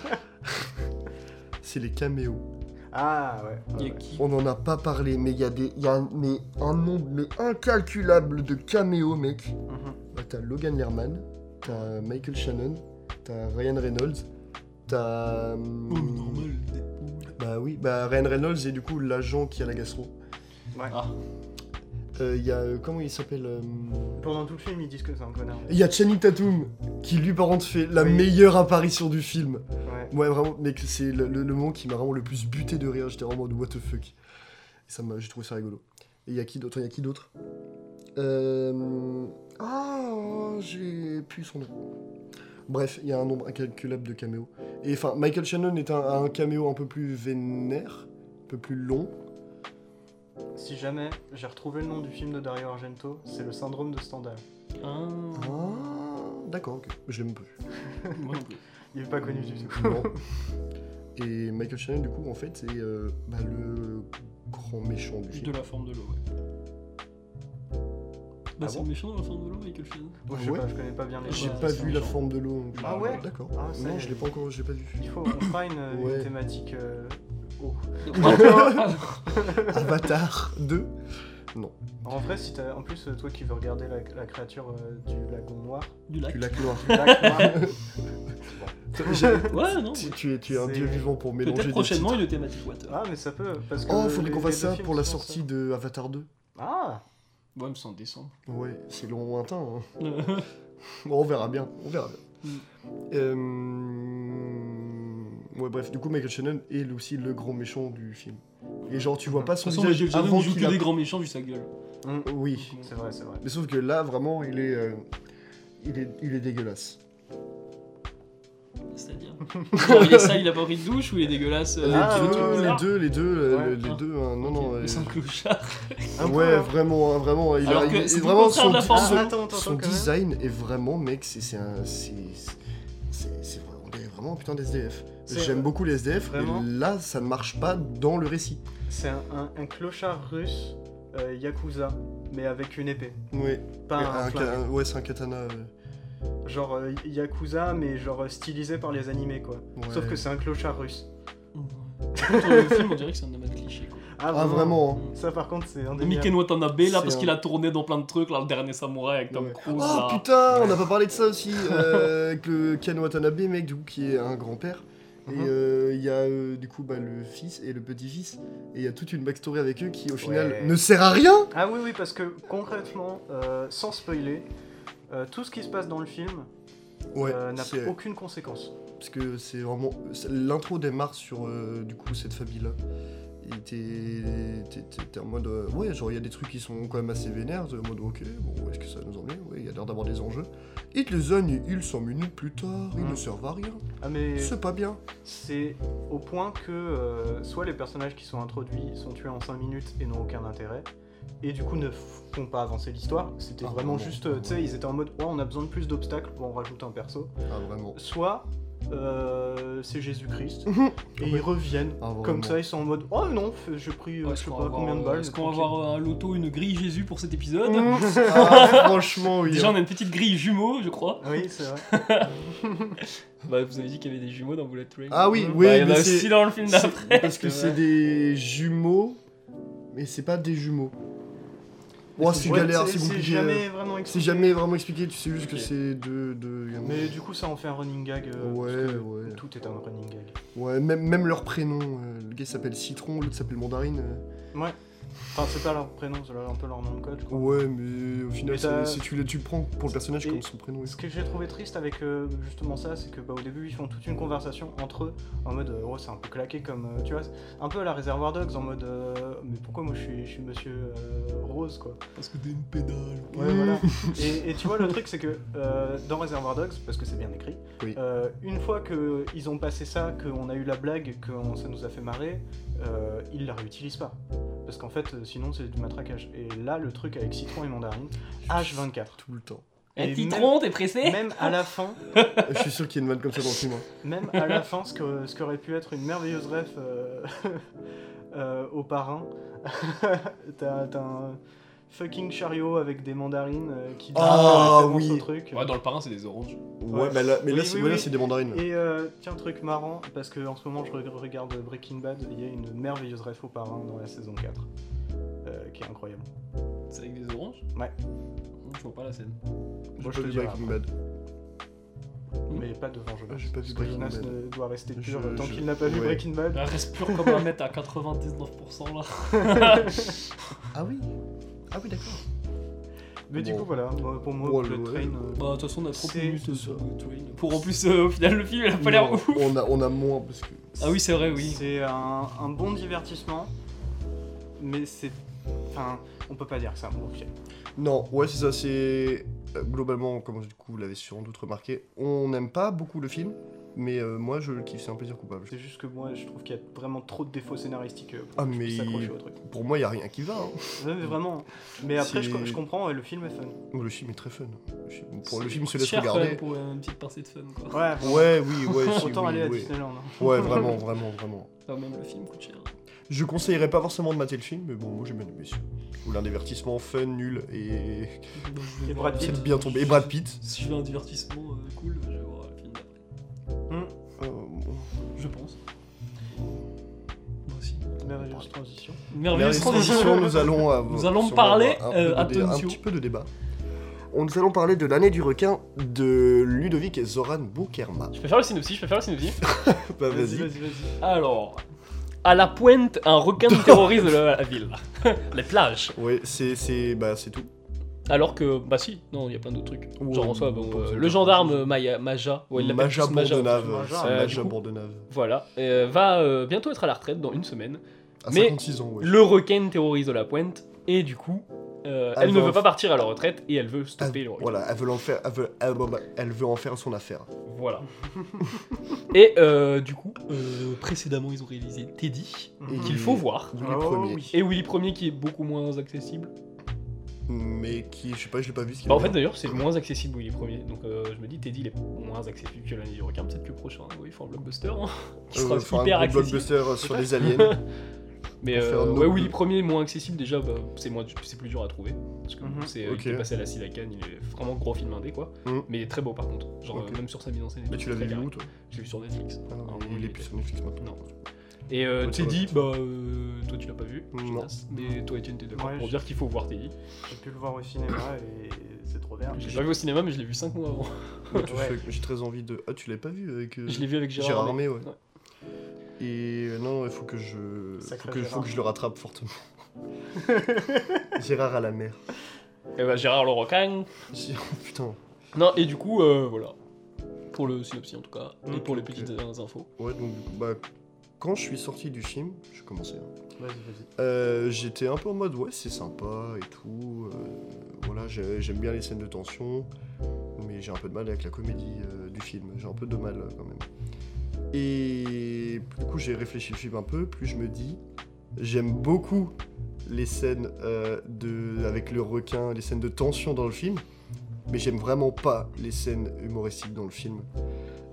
A: c'est les caméos.
B: Ah ouais.
C: Il y a
B: ouais,
C: qui
A: On n'en a pas parlé, mais il y a des. il Y a, mais un nombre mais incalculable de caméos, mec.
B: ouais. Mhm.
A: Bah, t'as Logan Lerman, t'as Michael Shannon, t'as Ryan Reynolds, t'as. hum,
C: Oh, normal, Deadpool.
A: Bah oui, bah Ryan Reynolds est du coup l'agent qui a la gastro.
B: Ouais.
D: Ah.
A: Euh, Il y a. euh, comment il s'appelle euh,
B: Pendant tout le film, ils disent que c'est un connard.
A: Il y a Channing Tatum qui lui par contre fait la
B: Oui.
A: meilleure apparition du film.
B: Ouais.
A: Ouais vraiment, mec, c'est le, le- le moment qui m'a vraiment le plus buté de rire. J'étais vraiment en mode what the fuck. Et ça m'a, j'ai trouvé ça rigolo. Et il y a qui d'autre Il y a qui d'autre Euh, Ah, j'ai plus son nom. Bref, il y a un nombre incalculable de caméos. Et enfin, Michael Shannon est un, un caméo un peu plus vénère, un peu plus long.
B: Si jamais j'ai retrouvé le nom du film de Dario Argento, c'est le syndrome de Stendhal.
A: Ah, d'accord, ok. Je l'ai même pas vu.
C: Moi non plus.
B: Il est pas connu du tout.
A: Non. Et Michael Shannon, du coup, en fait, c'est euh, bah, le grand méchant du film.
C: De la forme de l'eau, ouais. Bah,
A: Ah
C: c'est
A: bon
C: méchant dans la forme de l'eau, Michael Shannon.
B: Moi, je sais
A: Ouais.
B: pas, je connais pas bien les
A: J'ai
C: Ouais,
B: choses.
A: pas
C: c'est
A: vu la
C: méchant.
A: forme de l'eau. donc je-
B: Ah ouais
A: D'accord.
B: Ah, ça y
A: non,
B: est.
A: je l'ai pas encore, j'ai pas vu.
B: Il faut qu'on fera une, une
A: Ouais.
B: thématique. euh, oh.
A: Avatar 2.
B: En vrai, si t'as- en plus euh, toi qui veux regarder la, la créature euh, du lagon noir,
C: du lac.
A: Tu lac noir.
B: du lac noir,
A: J'ai-
C: Ouais, non.
A: tu, tu es, tu es un
B: C'est-
A: dieu vivant pour mélanger
C: Peut-être
A: des
C: prochainement
A: titres.
C: une thématique water.
B: ah mais ça peut parce que.
A: Oh, faudrait qu'on
B: les-
A: fasse
B: les deux
A: ça
B: films
A: pour la
B: sont
A: sortie
B: ça.
A: de Avatar 2.
B: Ah.
C: Ouais, mais c'est en décembre.
A: Ouais, c'est lointain. hein. Bon, on verra bien, on verra bien.
C: Mm.
A: Euh, Ouais, bref, du coup, Michael Shannon est aussi le grand méchant du film. Et genre, tu vois pas
C: De
A: son
C: toute façon, Michael
A: visage
C: Jordan
A: avant
C: joue
A: qu'il
C: que
A: a-
C: des grands méchants vu sa gueule.
B: Mm.
A: Oui.
B: C'est vrai, c'est vrai.
A: Mais sauf que là, vraiment, il est, euh, il est, il est dégueulasse.
C: C'est-à-dire. Genre, il est sale, il a pas pris de douche ou il est dégueulasse euh,
A: Les,
B: Ah,
C: qu'il est
A: deux,
C: tout
B: ouais,
A: les
C: bizarre
A: deux, les deux, euh,
B: Ouais,
A: le- les
C: ah.
A: deux, hein, non,
C: Ok,
A: non.
C: mais
A: euh,
C: c'est un clochard.
B: Un peu,
A: ouais,
B: hein.
A: vraiment, hein, vraiment. Il
C: Alors
A: a-
C: que
A: il-
C: c'est tout le
A: vraiment
C: contraire de la
A: son,
C: forme.
A: son-
B: Ah, attends, attends,
A: son
B: attends, quand même.
A: design est vraiment, mec, c'est c'est un, c'est, c'est, c'est vrai- on est vraiment un putain d'SDF.
B: C'est-
A: J'aime beaucoup les SDF,
B: Vraiment
A: et là, ça ne marche pas dans le récit.
B: C'est un, un- un clochard russe euh, yakuza, mais avec une épée.
A: Ouais,
B: Pas un,
A: un,
B: flingue.
A: ca- ouais, c'est un katana. euh,
B: Genre euh, yakuza, mais genre euh, stylisé par les animés quoi.
A: ouais.
B: Sauf que c'est un clochard russe.
C: Quand on voit le film, on dirait que c'est un nomade cliché. Quoi.
A: ah vraiment. hein.
B: Ça par contre c'est un des
C: Miken Watanabe
A: C'est
C: là parce
A: un-
C: qu'il a tourné dans plein de trucs là le dernier samouraï avec Tom
A: Ouais.
C: Cruise
A: Oh
C: là.
A: putain, on n'a pas parlé de ça aussi. euh, avec le Ken Watanabe, mec, du coup, qui est un grand-père. Et
B: Mhm.
A: euh, il y a euh, du coup bah, le fils et le petit-fils. Et il y a toute une backstory avec eux qui, au final,
B: Ouais.
A: ne sert à rien.
B: Ah oui, oui, parce que concrètement, euh, sans spoiler, euh, tout ce qui se passe dans le film
A: Ouais,
B: euh, n'a
A: c'est-
B: aucune conséquence.
A: parce que c'est vraiment. c'est- L'intro démarre sur euh, du coup cette famille-là. Et t'es- t'es t'es- t'es en mode. euh, ouais, genre il y a des trucs qui sont quand même assez vénères. t'es En mode, ok, bon, est-ce que ça va nous emmène Ouais, il y a l'air d'avoir des enjeux. Et te les annihilent 100 minutes plus tard, ils
B: Mhm.
A: ne servent à rien.
B: Ah mais
A: C'est pas bien.
B: c'est au point que euh, soit les personnages qui sont introduits sont tués en 5 minutes et n'ont aucun intérêt, et du coup ne font pas avancer l'histoire. C'était
A: Ah,
B: vraiment
A: vraiment,
B: juste, euh, tu sais,
A: ouais.
B: ils étaient en mode, ouais, on a besoin de plus d'obstacles, bon, on rajoute un perso.
A: Ah, vraiment.
B: Soit euh, c'est Jésus-Christ, et
A: Mhm.
B: ils reviennent.
A: Ah, vraiment.
B: Comme ça, ils sont en mode, oh non, f- j'ai pris euh,
C: Ouais,
B: je
C: est-ce
B: sais
C: qu'on
B: pas
C: va avoir,
B: combien de
C: euh,
B: balles.
C: Est-ce qu'on va
B: tranquille.
C: avoir un loto, une grille Jésus pour cet épisode
A: Ah, franchement, oui.
C: Déjà on a une petite grille jumeau je crois.
B: Oui, c'est vrai.
C: Bah vous avez dit qu'il y avait des jumeaux dans Bullet Train.
A: Ah oui,
B: Bah,
A: oui,
C: bah, il y en
A: mais
C: a
A: c'est-
C: aussi dans le film
A: c'est-
C: d'après.
A: parce que
B: C'est
A: c'est
B: vrai.
A: des jumeaux, mais c'est pas des jumeaux. Ouah, Oh, c'est
B: Ouais,
A: galère, c'est
B: C'est
A: compliqué. euh,
B: jamais vraiment
A: C'est
B: expliqué.
A: jamais vraiment expliqué, tu sais juste que
C: Ok.
A: c'est deux... deux gamins.
B: Mais du coup, ça en fait un running gag. euh,
A: Ouais,
B: parce que
A: ouais.
B: Tout est un running gag.
A: Ouais, même, même leur prénom. euh, le gars s'appelle Citron, l'autre s'appelle Mandarine. euh.
B: Ouais. Enfin, c'est pas leur prénom, c'est leur- un peu leur nom de code, je crois.
A: Ouais, mais au
B: Mais
A: final,
B: t'as-
A: c'est- c'est- tu, le, tu le prends pour le personnage
B: Et-
A: comme son prénom.
B: Ce que j'ai trouvé triste avec euh, justement ça, c'est que bah, au début ils font toute une conversation entre eux en mode euh, oh c'est un peu claqué comme euh, tu vois, un peu à la réservoir dogs en mode euh, mais pourquoi moi je suis, je suis monsieur euh, Rose quoi.
C: Parce que t'es une pédale.
B: Ouais, voilà. Et, et tu vois, le truc, c'est que euh, dans Reservoir Dogs, parce que c'est bien écrit,
A: Oui.
B: euh, une fois qu'ils ont passé ça, qu'on a eu la blague, que on- ça nous a fait marrer, euh, ils la réutilisent pas. Parce qu'en fait, euh, sinon, c'est du matraquage. Et là, le truc avec citron et mandarine, H24.
A: Tout le temps.
B: Et
C: Eh, Titron, t'es pressé
B: Même à la fin,
A: Je suis sûr qu'il y a une vanne comme ça dans le film. hein.
B: même à la fin, ce que ce qu'aurait pu être une merveilleuse ref euh, euh, au parrain, t'as t'as un fucking chariot avec des mandarines euh, qui
A: Ah,
B: référence
A: oui.
B: au truc.
C: Ouais dans le parrain c'est des oranges.
A: Ouais,
B: Ouais.
A: mais là, mais
B: Oui,
A: là, c'est
B: oui,
A: ouais, là,
B: oui.
A: c'est des mandarines.
B: Et euh, tiens, truc marrant, parce que en ce moment je re- regarde Breaking Bad, il y a une merveilleuse ref au parrain dans la saison 4, euh, qui est incroyable.
C: C'est avec des oranges
B: Ouais.
C: Je vois pas la scène.
A: J'ai pas
B: Moi, je te
A: vu
B: dirai
A: Breaking Bad.
B: mais pas devant Jonas.
A: Ah, j'ai pas vu
B: Parce que
A: Breaking
B: Jonas
A: Bad.
B: ne doit rester
A: Je-
B: pur tant
A: je-
B: qu'il n'a pas vu
A: ouais.
B: Breaking Bad.
C: Elle reste pure comme un mètre à 99% là.
A: Ah oui Ah oui, d'accord.
B: Mais du
A: Bon.
B: coup, voilà, moi, pour moi,
A: Bon,
B: le
A: le-
B: train. euh,
C: Bah, de toute façon, on a trop
B: C'est-
C: connu ce-
A: c'est ça.
C: ce Twain. Pour en plus, euh, au final, le film, il a pas l'air
A: Non,
C: ouf.
A: On a, on a moins parce que.
C: Ah oui, c'est vrai, oui.
B: C'est un, un bon divertissement, mais c'est. Enfin, on peut pas dire que c'est un bon film.
A: Non, ouais, c'est ça, c'est. euh, Globalement, comme du coup, vous l'avez sans doute remarqué, on n'aime pas beaucoup le film, mais euh, moi je le kiffe, c'est un plaisir coupable.
B: C'est juste que moi, je trouve qu'il y a vraiment trop de défauts scénaristiques euh, pour
A: Ah,
B: que je puisse
A: mais-
B: s'accrocher au truc.
A: Pour moi, il a rien qui va. hein.
B: Ouais, mais vraiment. Mais après, je,
A: C'est-
B: je comprends, ouais, le film est fun.
A: Le film est très fun. Le film- Pour le
C: C'est
A: film se laisse
C: cher, quand même,
A: regarder.
C: pour euh, une petite pincée de fun, quoi.
B: Ouais, bon,
A: Ouais, oui, ouais, si,
B: autant
A: oui,
B: aller à
A: ouais.
B: Disneyland. hein.
A: Ouais, vraiment, vraiment, vraiment.
C: Enfin, même le film coûte cher.
A: Je conseillerais pas forcément de mater le film, mais bon, moi j'ai bien aimé. Je voulais un divertissement fun, nul, et
C: Donc, je vais
B: Et
C: voir-
B: Brad Pitt.
A: c'est bien tombé. Et Brad Pitt
C: Si je veux un divertissement euh, cool, je vais voir le film d'après.
A: euh,
C: Je pense. Moi aussi.
B: Merveilleuse transition.
C: Merveilleuse
A: Merveilleuse transition, nous allons, avoir-
C: Nous allons
A: sûrement
C: parler,
A: avoir un, peu
C: euh,
A: de dé- un
C: attention.
A: petit peu de débat. On, nous allons parler de l'année du requin de Ludovic et Zoran Bokerma.
D: Je peux faire le synopsis, je peux faire le synopsis.
A: Bah
B: Vas-y,
A: vas-y.
B: vas-y, vas-y.
D: Alors, à la pointe, un requin terrorise la, la ville, les plages.
A: Ouais, c'est c'est bah c'est tout.
D: Alors que, bah si, non, il y a plein d'autres trucs.
A: Ouais,
D: Genre en soi,
A: on
D: bon,
A: peut
D: euh,
A: dire
D: le
A: plein
D: gendarme
A: de
D: euh, Maya- Maja, ouais, il l'appelle
A: Maja
D: tous Maja.
A: Bourdenave,
B: Maja.
A: c'est
D: Euh, du
A: Maja
D: coup-
A: Bourdenave.
D: Voilà, euh, va euh, bientôt être à la retraite dans une semaine.
A: À
D: Mais
A: 56 ans, ouais.
D: Le requin terrorise la pointe et du coup, euh,
A: Elle
D: elle, ne
A: veut
D: veut
A: enf-
D: pas partir à la retraite et elle veut
A: Elle-
D: stopper le requin.
A: voilà, elle veut en faire, elle veut, elle, bah, elle veut en faire son affaire.
D: Voilà. et euh, du coup, euh, précédemment, ils ont réalisé Teddy,
A: Et
D: qu'il faut voir.
A: Willy
B: Mhm. Oh,
A: premier,
B: oui.
D: Et Willy Premier qui est beaucoup moins accessible.
A: mais qui, je sais pas, je l'ai pas vu. ce qu'il
D: Bah en
A: a
D: fait
A: fait.
D: d'ailleurs c'est moins accessible Willy Premier, donc euh, je me dis Teddy il est moins accessible que l'année du requin, peut-être que le prochain, oui, il faut un blockbuster, hein, qui
A: Euh,
D: sera
A: faire un
D: hyper
A: gros
D: accessible.
A: blockbuster euh, sur les aliens.
D: Mais
A: pour faire un
D: euh,
A: autre
D: ouais,
A: bloc-
D: Willy Premier moins accessible déjà, bah, c'est moins, c'est plus dur à trouver, parce que
B: Mhm.
D: c'est euh,
A: Ok.
D: il est passé à la Sida Cannes, il est vraiment gros film indé quoi,
A: Mhm.
D: mais il est très beau par contre, genre
A: Ok.
D: euh, même sur sa mise en scène. et
A: mais
D: tout,
A: tu
D: c'est
A: l'avais
D: très
A: vu
D: carré.
A: où toi
D: Je l'ai vu sur Netflix.
A: Ah non,
D: Ah,
A: Il
D: oui,
A: est plus sur Netflix maintenant.
D: Et euh,
A: Toi, tu
D: Teddy,
A: l'as
D: bah euh, toi tu l'as pas vu,
A: Non.
D: Jonas, mais toi Etienne t'es d'accord
B: Ouais,
D: pour
B: je-
D: dire qu'il faut voir Teddy.
B: J'ai pu le voir au cinéma et c'est trop bien.
D: Je l'ai pas vu au cinéma mais je l'ai vu 5 mois avant.
A: Euh, Ouais, tu
B: Ouais.
A: fais- J'ai très envie de. Ah, tu l'avais pas vu avec. euh,
D: Je l'ai vu avec
A: Gérard
D: Gérard.
A: Armé, ouais. Et euh, non, il faut que je.
B: Sacré
A: Faut que, faut
B: Gérard.
A: que je le rattrape fortement. Gérard à la mer.
D: Et bah Gérard le requin.
A: J'ai- Putain.
D: Non, et du coup, euh, voilà. Pour le synopsis en tout cas, et
A: Ok,
D: pour les
A: ok.
D: petites euh, infos.
A: Ouais, donc du coup, bah, quand je suis sorti du film, je commençais. hein,
B: Vas-y, vas-y.
A: euh, J'étais un peu en mode ouais, c'est sympa et tout. euh, voilà, j'ai- j'aime bien les scènes de tension, mais j'ai un peu de mal avec la comédie euh, du film. J'ai un peu de mal euh, quand même. Et du coup, j'ai réfléchi le film un peu, plus je me dis, j'aime beaucoup les scènes euh, de, avec le requin, les scènes de tension dans le film, mais j'aime vraiment pas les scènes humoristiques dans le film.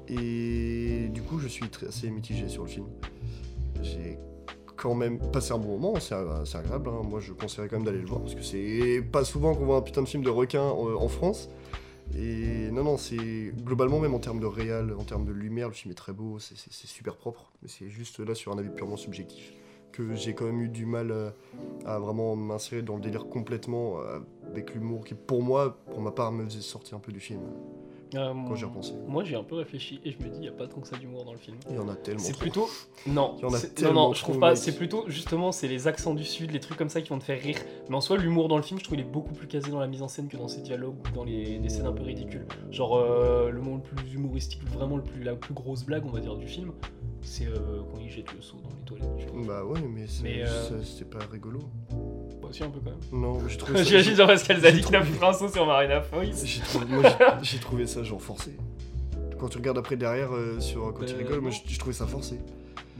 A: Et du coup, je suis très- assez mitigé sur le film. J'ai quand même passé un bon moment, c'est c'est agréable. hein. Moi, je conseillerais quand même d'aller le voir parce que c'est pas souvent qu'on voit un putain de film de requin en, en France. Et non, non, c'est globalement, même en termes de réal, en termes de lumière, le film est très beau, c'est c'est- c'est super propre. Mais c'est juste là sur un avis purement subjectif que j'ai quand même eu du mal euh, à vraiment m'insérer dans le délire complètement euh, avec l'humour qui, pour moi, pour ma part, me faisait sortir un peu du film
D: Euh,
A: quand j'y repensais.
D: moi j'ai un peu réfléchi et je me dis, il n'y a pas tant que ça d'humour dans le film.
A: Il y en a tellement
D: C'est
A: trop.
D: plutôt. Non,
A: Il y en a
D: c'est- non,
A: tellement
D: non, je trouve
A: trop,
D: pas.
A: mec.
D: C'est plutôt, justement, c'est les accents du sud, les trucs comme ça qui vont te faire rire. Mais en soi, l'humour dans le film, je trouve, il est beaucoup plus casé dans la mise en scène que dans ses dialogues ou dans les, des scènes un peu ridicules. Genre, euh, le moment le plus humoristique, vraiment le plus, la plus grosse blague, on va dire, du film, c'est euh, quand il jette le seau dans les toilettes. Je trouve.
A: Bah ouais, mais, c'est-
D: Mais, euh,
A: ça, c'était pas rigolo.
D: Bah, si, un peu quand même.
A: Non, j'ai trouvé ça.
D: J'imagine Jean-Pascal
A: j'ai
D: Zadig qui a
A: trouvé-
D: fait un saut sur Marina Foïs.
A: J'ai trouvé, moi, j'ai- j'ai trouvé ça genre forcé. Quand tu regardes après derrière euh, sur quand il
D: Euh,
A: rigole, moi
D: non.
A: j'ai j'ai trouvé ça forcé.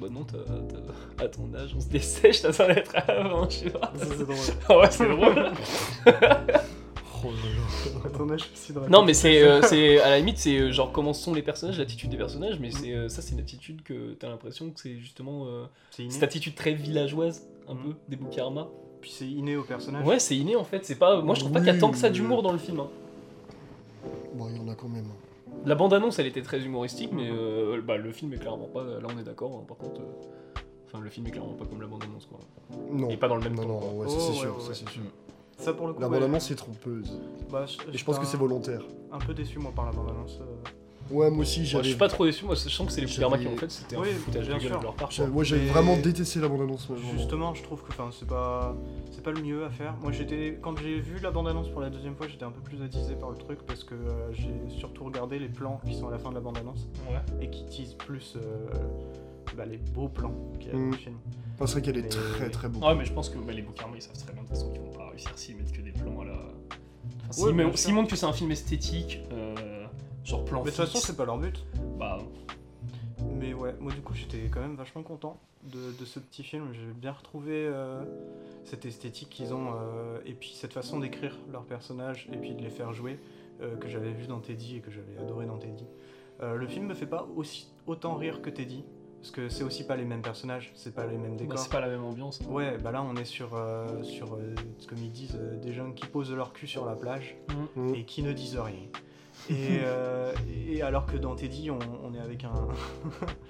D: Bah non, t'as, t'as- à ton âge, on se dessèche, t'as ça d'être avant, je sais pas.
B: Ça, c'est drôle.
D: Ah ouais, c'est drôle.
B: À ton âge, c'est drôle.
D: non, mais c'est, euh, c'est, à la limite, c'est euh, genre comment sont les personnages, l'attitude des personnages, mais c'est, euh, ça, c'est une attitude que t'as l'impression que c'est justement euh,
B: C'est
D: cette
B: inné.
D: attitude très villageoise, un
B: Mm.
D: peu, des Boukarma.
B: Puis c'est inné au personnage.
D: Ouais, c'est inné en fait, c'est pas, moi je trouve pas qu'il y a tant que ça d'humour dans le film. hein.
A: Bon, il y en a quand même. hein.
D: La bande-annonce, elle était très humoristique, mais euh, bah, le film est clairement pas, là on est d'accord, hein, par contre, euh, enfin, le film est clairement pas comme la bande-annonce quoi.
A: Non.
D: Et pas dans le même
A: non,
D: temps,
A: non,
D: quoi.
A: ouais, ça
B: Oh,
A: c'est
B: ouais,
A: sûr,
B: ouais,
A: ça,
B: ouais.
A: c'est sûr.
B: Ça, pour le coup.
A: La
B: ouais.
A: bande annonce est trompeuse.
B: Bah, je,
A: Et je pense que c'est
B: bon.
A: volontaire.
B: un peu déçu moi par la bande annonce. euh.
A: Ouais, moi aussi,
D: Moi, je
A: j'avais.
D: suis pas trop déçu, moi je sens que c'est les
A: J'avais-
D: Pucarma qui en fait c'était
B: Oui,
D: un foutage de
B: bien
D: gueule
B: sûr.
D: de leur part. quoi.
A: j'avais- Moi, j'avais
B: Mais-
A: vraiment détesté la bande-annonce. mais vraiment.
B: Justement, je trouve que enfin, c'est pas c'est pas le mieux à faire. Moi, j'étais quand j'ai vu la bande-annonce pour la deuxième fois, j'étais un peu plus attisé par le truc parce que euh, j'ai surtout regardé les plans qui sont à la fin de la bande-annonce
D: Ouais.
B: et qui teasent plus euh, bah, les beaux plans qu'il y a
A: Mm.
B: dans le film.
A: Enfin, c'est vrai qu'elle est
B: Mais-
A: très très beau.
D: Ouais, mais je pense que bah, les Bucarma ils savent très bien de toute façon qu'ils vont pas réussir s'ils mettent que des plans à la. Enfin, s'ils
B: Ouais,
D: me-
B: bien sûr.
D: s'ils montrent que c'est un film esthétique, euh, genre plan.
B: Mais de toute façon,
D: fixe,
B: c'est pas leur but.
D: Bah,
B: Mais ouais, moi du coup j'étais quand même vachement content de, de ce petit film. J'ai bien retrouvé euh, cette esthétique qu'ils ont euh, et puis cette façon d'écrire leurs personnages et puis de les faire jouer euh, que j'avais vu dans Teddy et que j'avais adoré dans Teddy. Euh, le film me fait pas aussi autant rire que Teddy parce que c'est aussi pas les mêmes personnages, c'est pas les mêmes
D: bah,
B: décors.
D: c'est pas la même ambiance. hein.
B: Ouais, bah là on est sur, euh, sur euh, comme ils disent, euh, des gens qui posent leur cul sur la plage
A: Mm.
B: et qui ne disent rien. Et, euh, et alors que dans Teddy, on, on est avec un,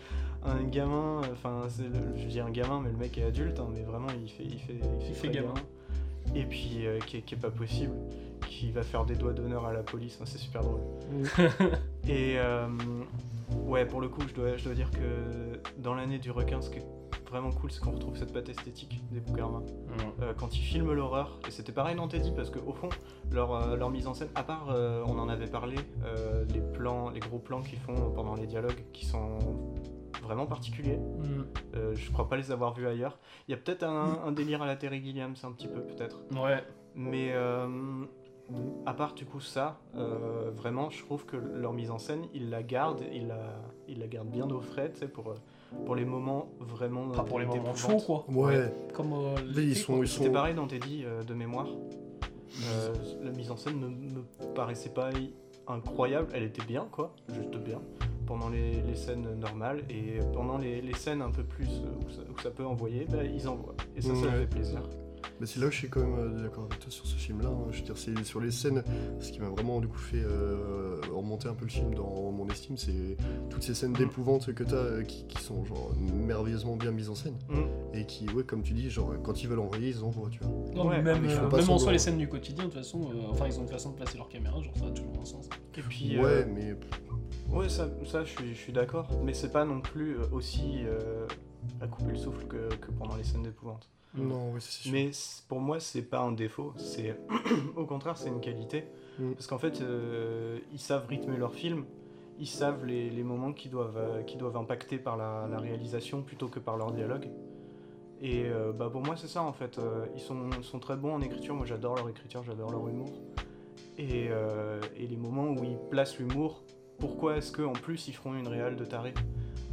B: un gamin, enfin, c'est le- je dis un gamin, mais le mec est adulte, hein, mais vraiment, il fait, il fait,
D: Il fait
B: très
D: gamin.
B: Et puis, euh, qui, est, qui est pas possible, qui va faire des doigts d'honneur à la police, hein, c'est super drôle.
D: Mm.
B: et euh, ouais, pour le coup, je dois, je dois dire que dans l'année du requin, ce qui est vraiment cool, c'est qu'on retrouve cette patte esthétique des Boukarma euh, quand ils filment l'horreur, et c'était pareil dans Teddy, parce que au fond, leur, euh, leur mise en scène, à part, euh, on en avait parlé, euh, les plans, les gros plans qu'ils font pendant les dialogues, qui sont vraiment particuliers, euh, je crois pas les avoir vus ailleurs. Il y a peut-être un, un délire à la Terry Gilliam, c'est un petit peu peut-être,
D: Ouais.
B: mais euh, à part du coup ça, euh, vraiment, je trouve que leur mise en scène, ils la gardent, ils la, ils la gardent bien au frais, tu sais, pour, euh, pour les moments vraiment... euh,
D: Pas pour les moments chauds
B: d'épouvante.
D: quoi.
A: Ouais,
D: Comme. euh,
A: Mais ils
D: l'été,
A: sont.
D: quoi.
A: Ils
B: C'était
A: sont...
B: pareil dans Teddy euh, de mémoire. Euh, la mise en scène ne me paraissait pas i- incroyable. Elle était bien, quoi, juste bien, pendant les, les scènes normales. Et pendant les, les scènes un peu plus euh, où ça, où ça peut envoyer, bah, ils envoient. Et ça, ça me
A: Ouais.
B: fait plaisir.
A: Mais c'est là où je suis quand même euh, d'accord avec toi sur ce film-là. hein. Je veux dire, c'est sur les scènes, ce qui m'a vraiment du coup fait euh, remonter un peu le film dans mon estime, c'est toutes ces scènes
B: Mm.
A: d'épouvante que t'as, euh, qui, qui sont genre merveilleusement bien mises en scène
B: Mm.
A: et qui, ouais, comme tu dis, genre quand ils veulent envoyer, ils envoient, tu vois.
D: Non, mais
B: Ouais,
D: même,
A: mais ils font
D: euh,
A: pas
D: même en
A: semblant.
D: soi, les scènes du quotidien, de toute façon, euh, enfin, ils ont une façon de placer leur caméra, genre ça a toujours un sens.
B: Et puis,
A: ouais,
B: euh,
A: mais
B: ouais, ça, ça, je suis, je suis d'accord. Mais c'est pas non plus euh, aussi euh, à couper le souffle que, que pendant les scènes d'épouvante.
D: mm.
A: non, ouais, c'est sûr.
B: Mais c- pour moi, c'est pas un défaut. C'est au contraire, c'est une qualité.
A: Mm.
B: Parce qu'en fait, euh, ils savent rythmer leurs films. Ils savent les, les moments qui doivent, euh, qui doivent impacter par la, la réalisation plutôt que par leur dialogue. Et euh, bah pour moi, c'est ça en fait. Euh, ils sont, sont très bons en écriture. Moi, j'adore leur écriture, j'adore leur humour. Et, euh, et les moments où ils placent l'humour, pourquoi est-ce qu'en plus ils feront une réale de taré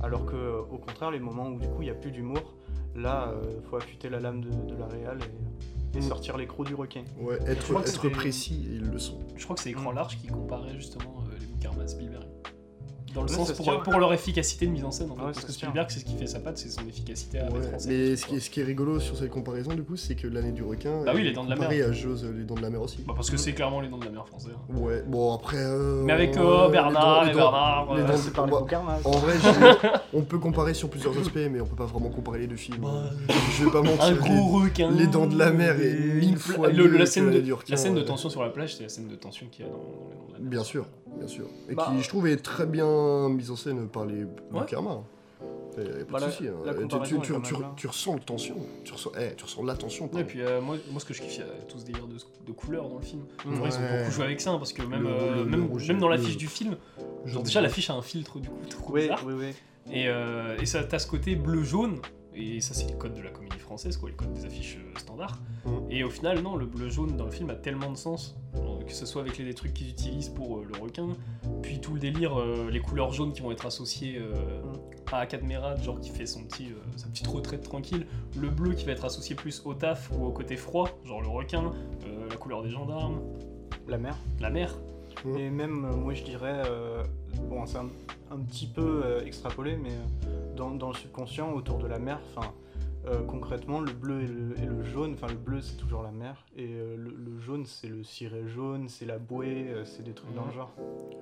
B: Alors que, euh, au contraire, les moments où du coup il n'y a plus d'humour, là, euh, faut affûter la lame de, de la réale et,
A: Mm.
B: et sortir les crocs du requin.
A: Ouais,
D: Je crois
A: être,
D: que
A: être
D: c'était-
A: précis, ils le sont.
D: Je crois que c'est écran
B: Mm.
D: large qui comparait justement euh, les Bucarma à Spielberg. Dans le
B: Ouais,
D: sens
B: ça se
D: pour,
B: tient.
D: pour leur efficacité de mise en scène, en fait,
B: Ouais,
D: parce
B: ça
D: que
B: se tient.
D: Spielberg, c'est ce qui fait sa patte, c'est son efficacité à
A: Ouais,
D: mettre en scène.
A: Mais
D: tout,
A: ce
D: quoi.
A: qui, ce qui est rigolo sur cette comparaison, du coup, c'est que l'année du requin.
D: Bah oui,
A: est
D: Les Dents de la
A: comparée à Jaws, euh, les dents de la mer aussi.
D: Bah, parce que c'est clairement les noms de la mer française. hein.
A: Ouais, bon après. euh,
D: Mais avec
A: on-
D: euh,
A: les
D: Bernard,
A: dents-
D: les,
A: les dents-
D: Bernard.
A: les
D: euh,
A: dents-
B: Là, Ah, c'est par les
A: bah,
B: Boucarmas.
A: En vrai, j'ai- on peut comparer sur plusieurs aspects, mais on peut pas vraiment comparer les deux films. Je vais pas mentir.
D: un
A: les-
D: Bah, gros requin.
A: les dents de la mer est mille fois
D: Le-
A: mieux
D: la
A: que
D: scène de,
A: du
D: la
A: requin,
D: scène de
A: ouais.
D: tension sur la plage, c'est la scène de tension qu'il y a dans, dans les noms de la mer.
A: Bien sûr, bien sûr. Et
B: Bah,
A: qui, je trouve, est très bien mise en scène par les le karma. Y a- y a pas
B: Bah,
A: de
B: la-
A: souci. hein.
B: la
A: Tu-
B: comparaison
A: tu, tu-
B: est quand
A: tu-
B: même là.
A: tu ressens le tension. Tu ressens, eh, tu ressens la tension.
D: Et
A: pardon.
D: puis euh, moi, moi ce que je kiffe, il y a tout ce délire de, de couleurs dans le film. En vrai, ils ont
A: Ouais.
D: beaucoup joué avec ça, hein, parce que même,
A: Le-
D: euh,
A: le-
D: même,
A: le rouge-
D: même dans
A: le-
D: l'affiche du film, genre déjà l'affiche a un filtre du coup trop
B: Oui,
D: bizarre.
B: oui, oui.
D: Et, euh, et ça, t'as ce côté bleu-jaune, et ça c'est le code de la comédie française, quoi, le code des affiches euh, standards.
A: Mhm.
D: Et au final, non, le bleu-jaune dans le film a tellement de sens, euh, que ce soit avec les, les trucs qu'ils utilisent pour euh, le requin, puis tout le délire, euh, les couleurs jaunes qui vont être associées euh,
B: Mhm.
D: à Acadmérade, genre qui fait son petit, euh, sa petite retraite tranquille, le bleu qui va être associé plus au taf ou au côté froid, genre le requin, euh, la couleur des gendarmes,
B: La mer.
D: la mer.
A: Mm.
B: Et même, euh, moi je dirais, euh, bon, c'est un, un petit peu euh, extrapolé, mais euh, dans, dans le subconscient, autour de la mer, enfin, euh, concrètement, le bleu et le, et le jaune, enfin, le bleu c'est toujours la mer, et euh, le, le jaune c'est le ciré jaune, c'est la bouée, euh, c'est des trucs dans le
D: Mhm.
B: genre.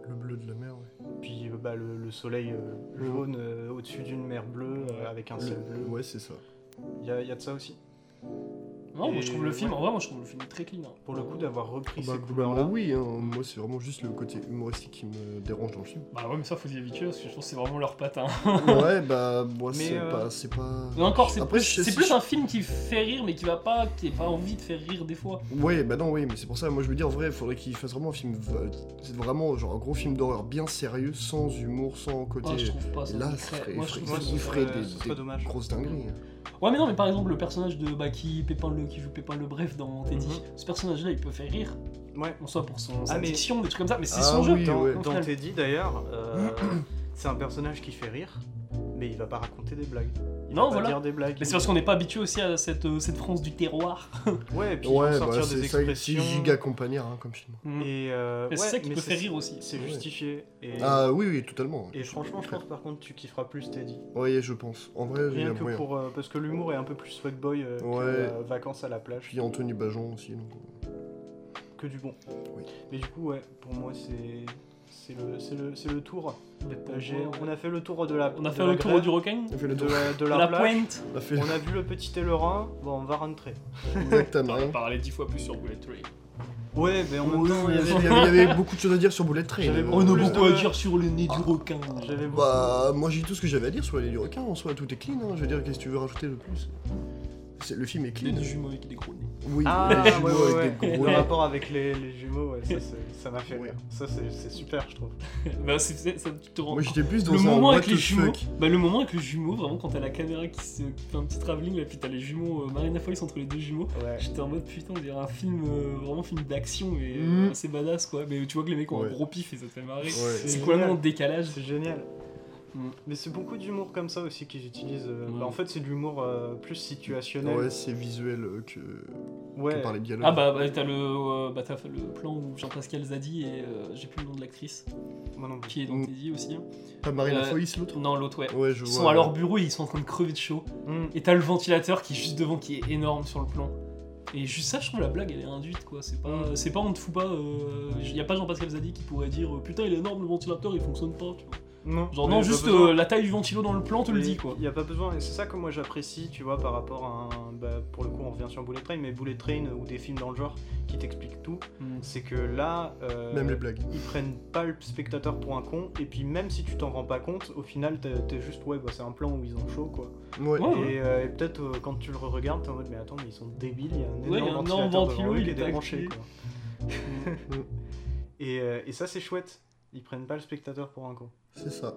A: Le bleu de la mer, ouais.
B: Puis euh, bah, le, le soleil euh,
A: Mhm.
B: jaune euh, au-dessus d'une mer bleue euh, avec un ciel
A: Le-
B: bleu.
A: ouais, c'est ça.
B: Il y, a- il y a de ça aussi.
D: Ouais, Non, moi
B: Et
D: je trouve le film,
B: ouais.
D: en vrai, moi je trouve le film très clean. hein.
B: Pour le coup, d'avoir repris
A: Bah,
B: ces
A: globalement,
B: couleurs-là.
A: oui, hein. moi c'est vraiment juste le côté humoristique qui me dérange dans le film.
D: Bah ouais, mais ça faut s'y habituer parce que je pense que c'est vraiment leur patin.
A: ouais, bah, moi
B: Mais,
A: c'est
B: euh,
A: pas. C'est pas...
D: Mais encore, c'est
A: Après,
D: plus,
A: je-
D: c'est
A: je-
D: plus un film qui fait rire mais qui va pas, qui a pas envie de faire rire des fois. Ah,
A: Ouais, bah non, oui, mais c'est pour ça, moi je me dis en vrai, il faudrait qu'il fasse vraiment un film. v- C'est vraiment genre un gros film d'horreur bien sérieux, sans humour, sans côté.
D: Ah, je trouve pas ça.
A: là,
D: me
A: ce
D: crée-
A: serait-
D: moi, je
A: serait-
D: trouve
B: Moi,
D: ça
A: ce
D: me-
A: serait
B: serait-
A: des-
B: ce serait
A: des
B: dommage.
A: grosse dinguerie. hein.
D: Ouais, mais non, mais par exemple, le personnage de bah, qui Pépin le qui joue Pépin le Bref dans Teddy,
B: Mhm.
D: ce personnage-là, il peut faire rire,
B: Ouais.
D: en soit pour son
B: Ah,
D: sa
B: mais-
D: diction, des trucs comme ça, mais c'est
A: Ah
D: son
A: oui,
D: jeu.
B: Dans,
A: ouais.
B: dans
D: Final.
B: Teddy, d'ailleurs, euh, c'est un personnage qui fait rire, mais il va pas raconter des blagues. Il
D: Non,
B: va
D: voilà.
B: pas dire des blagues.
D: Mais c'est parce qu'on n'est pas habitué aussi à cette, euh, cette France du terroir.
B: Ouais, et puis il
A: Ouais,
B: va
A: bah
B: sortir des
A: c'est ça, c'est
B: expressions.
A: giga compagnard hein, comme film.
D: Et
B: Et euh,
D: Mm. c'est
B: ouais,
D: ça qui
B: mais
D: peut
B: c'est-
D: faire rire aussi.
B: C'est
A: Ouais.
B: justifié. Et,
A: Ah oui, oui, totalement.
B: et franchement, je pense par contre, tu kifferas plus Teddy.
A: Ouais, je pense. En vrai, il y
B: Rien
A: a
B: que
A: moyen.
B: pour. euh, parce que l'humour est un peu plus swag boy euh, que
A: Ouais.
B: euh, vacances à la plage.
A: Puis Anthony Bajon aussi. donc, euh,
B: Que du bon.
A: Oui.
B: Mais du coup, ouais, pour moi, c'est. C'est le, c'est le, c'est le tour.
D: Mais pour
B: Euh, j'ai-
D: moi,
B: on a fait le tour de la.
D: on a
B: de
D: fait
B: la
D: le tour
B: grève,
D: du requin,
A: On a fait le
B: de
A: tour.
B: la, de
D: de
B: la
D: la
B: plage.
D: pointe.
A: On a fait
B: On a vu le petit aileron, bon on va rentrer.
A: exactement.
D: On a parlé dix fois plus sur Bullet Train.
B: Ouais, mais en même
A: Oui,
B: temps,
A: Oh il y
B: il y
A: avait-
B: avait-
A: il y avait- il y avait beaucoup de choses à dire sur Bullet Train.
B: J'avais
A: euh,
D: On a
B: Plus
D: beaucoup
B: de-
D: à dire sur le nez du requin.
B: j'avais beaucoup-
A: Bah, moi j'ai dit tout ce que j'avais à dire sur les du requin. En soi, tout est clean. hein. Je veux dire, qu'est-ce que tu veux rajouter de plus C'est- Le film est
D: Les
A: clean.
D: deux jumeaux avec des gros nez.
A: Oui,
B: Ah,
A: les
B: ouais,
A: jumeaux
B: ouais,
A: avec
B: ouais.
A: des gros
B: Le
A: nez.
B: rapport avec les, les jumeaux, ouais, ça, c'est- ça m'a fait
A: Ouais.
B: rire. Ça, c'est c'est super, je trouve.
D: bah, c'est- c'est- ça te rend
A: Moi j'étais plus dans
D: le
A: un
D: moment
A: what
D: avec les
A: the
D: jumeaux,
A: fuck.
D: bah le moment avec les jumeaux, vraiment quand t'as la caméra qui, se, qui fait un petit travelling là, puis t'as les jumeaux, euh, Marina Foïs entre les deux jumeaux,
B: Ouais.
D: j'étais en mode putain, on dirait un film, euh, vraiment film d'action, mais euh,
A: Mhm.
D: assez badass quoi. Mais tu vois que les mecs ont
A: Ouais.
D: un gros pif et ça te fait marrer.
A: Ouais.
D: C'est
B: génial.
D: complètement en décalage.
B: C'est génial.
D: Mm.
B: Mais c'est beaucoup d'humour comme ça aussi qu'ils utilisent. euh,
D: Ouais.
B: bah, en fait, c'est de l'humour euh, plus situationnel.
A: Mm. Ouais, c'est visuel euh, que, que
B: Ouais.
A: par les dialogues.
D: Ah bah, bah, t'as le, euh, bah, t'as fait le plan où Jean-Pascal Zadi et euh, j'ai plus le nom de l'actrice
B: Moi non plus.
D: qui est dans
A: Mm.
D: Teddy aussi. hein.
A: Pas Marina
D: euh,
A: Foïs l'autre
D: Non l'autre ouais.
A: Ouais, je
D: Ils
A: vois.
D: sont à leur bureau et ils sont en train de crever de chaud.
B: Mm.
D: Et t'as le ventilateur qui est juste devant, qui est énorme sur le plan. Et juste ça, je trouve la blague, elle est induite, quoi. C'est
A: Mm.
D: pas, c'est pas, on te fout pas. Il y a pas Jean-Pascal Zadi qui pourrait dire euh, putain, il est énorme le ventilateur, il fonctionne pas, tu vois.
B: Non,
D: Genre,
B: mais
D: non,
B: y a
D: juste
B: pas besoin.
D: euh, la taille du ventilo dans le plan te le
B: Mais
D: dit, quoi.
B: Y a pas besoin, et c'est ça que moi j'apprécie, tu vois, par rapport à un. bah, pour le coup, on revient sur Bullet Train, mais Bullet Train euh, ou des films dans le genre qui t'expliquent tout,
A: Mm.
B: c'est que là. euh,
A: Même les blagues.
B: ils prennent pas le spectateur pour un con, et puis même si tu t'en rends pas compte, au final t'es t'es juste ouais, bah, c'est un plan où ils ont chaud quoi.
A: Ouais.
D: Oh, Ouais.
B: Et, euh, et peut-être euh, quand tu le regardes, t'es en mode mais attends, mais ils sont débiles, il y a un énorme
D: Ouais, il y a un
B: ventilateur
D: énorme
B: devant
D: ventilo,
B: eux
D: il
B: qui est
D: est
B: débranché
D: activé.
B: quoi.
A: Mm.
B: Et, euh, et ça c'est chouette, ils prennent pas le spectateur pour un con.
A: C'est ça.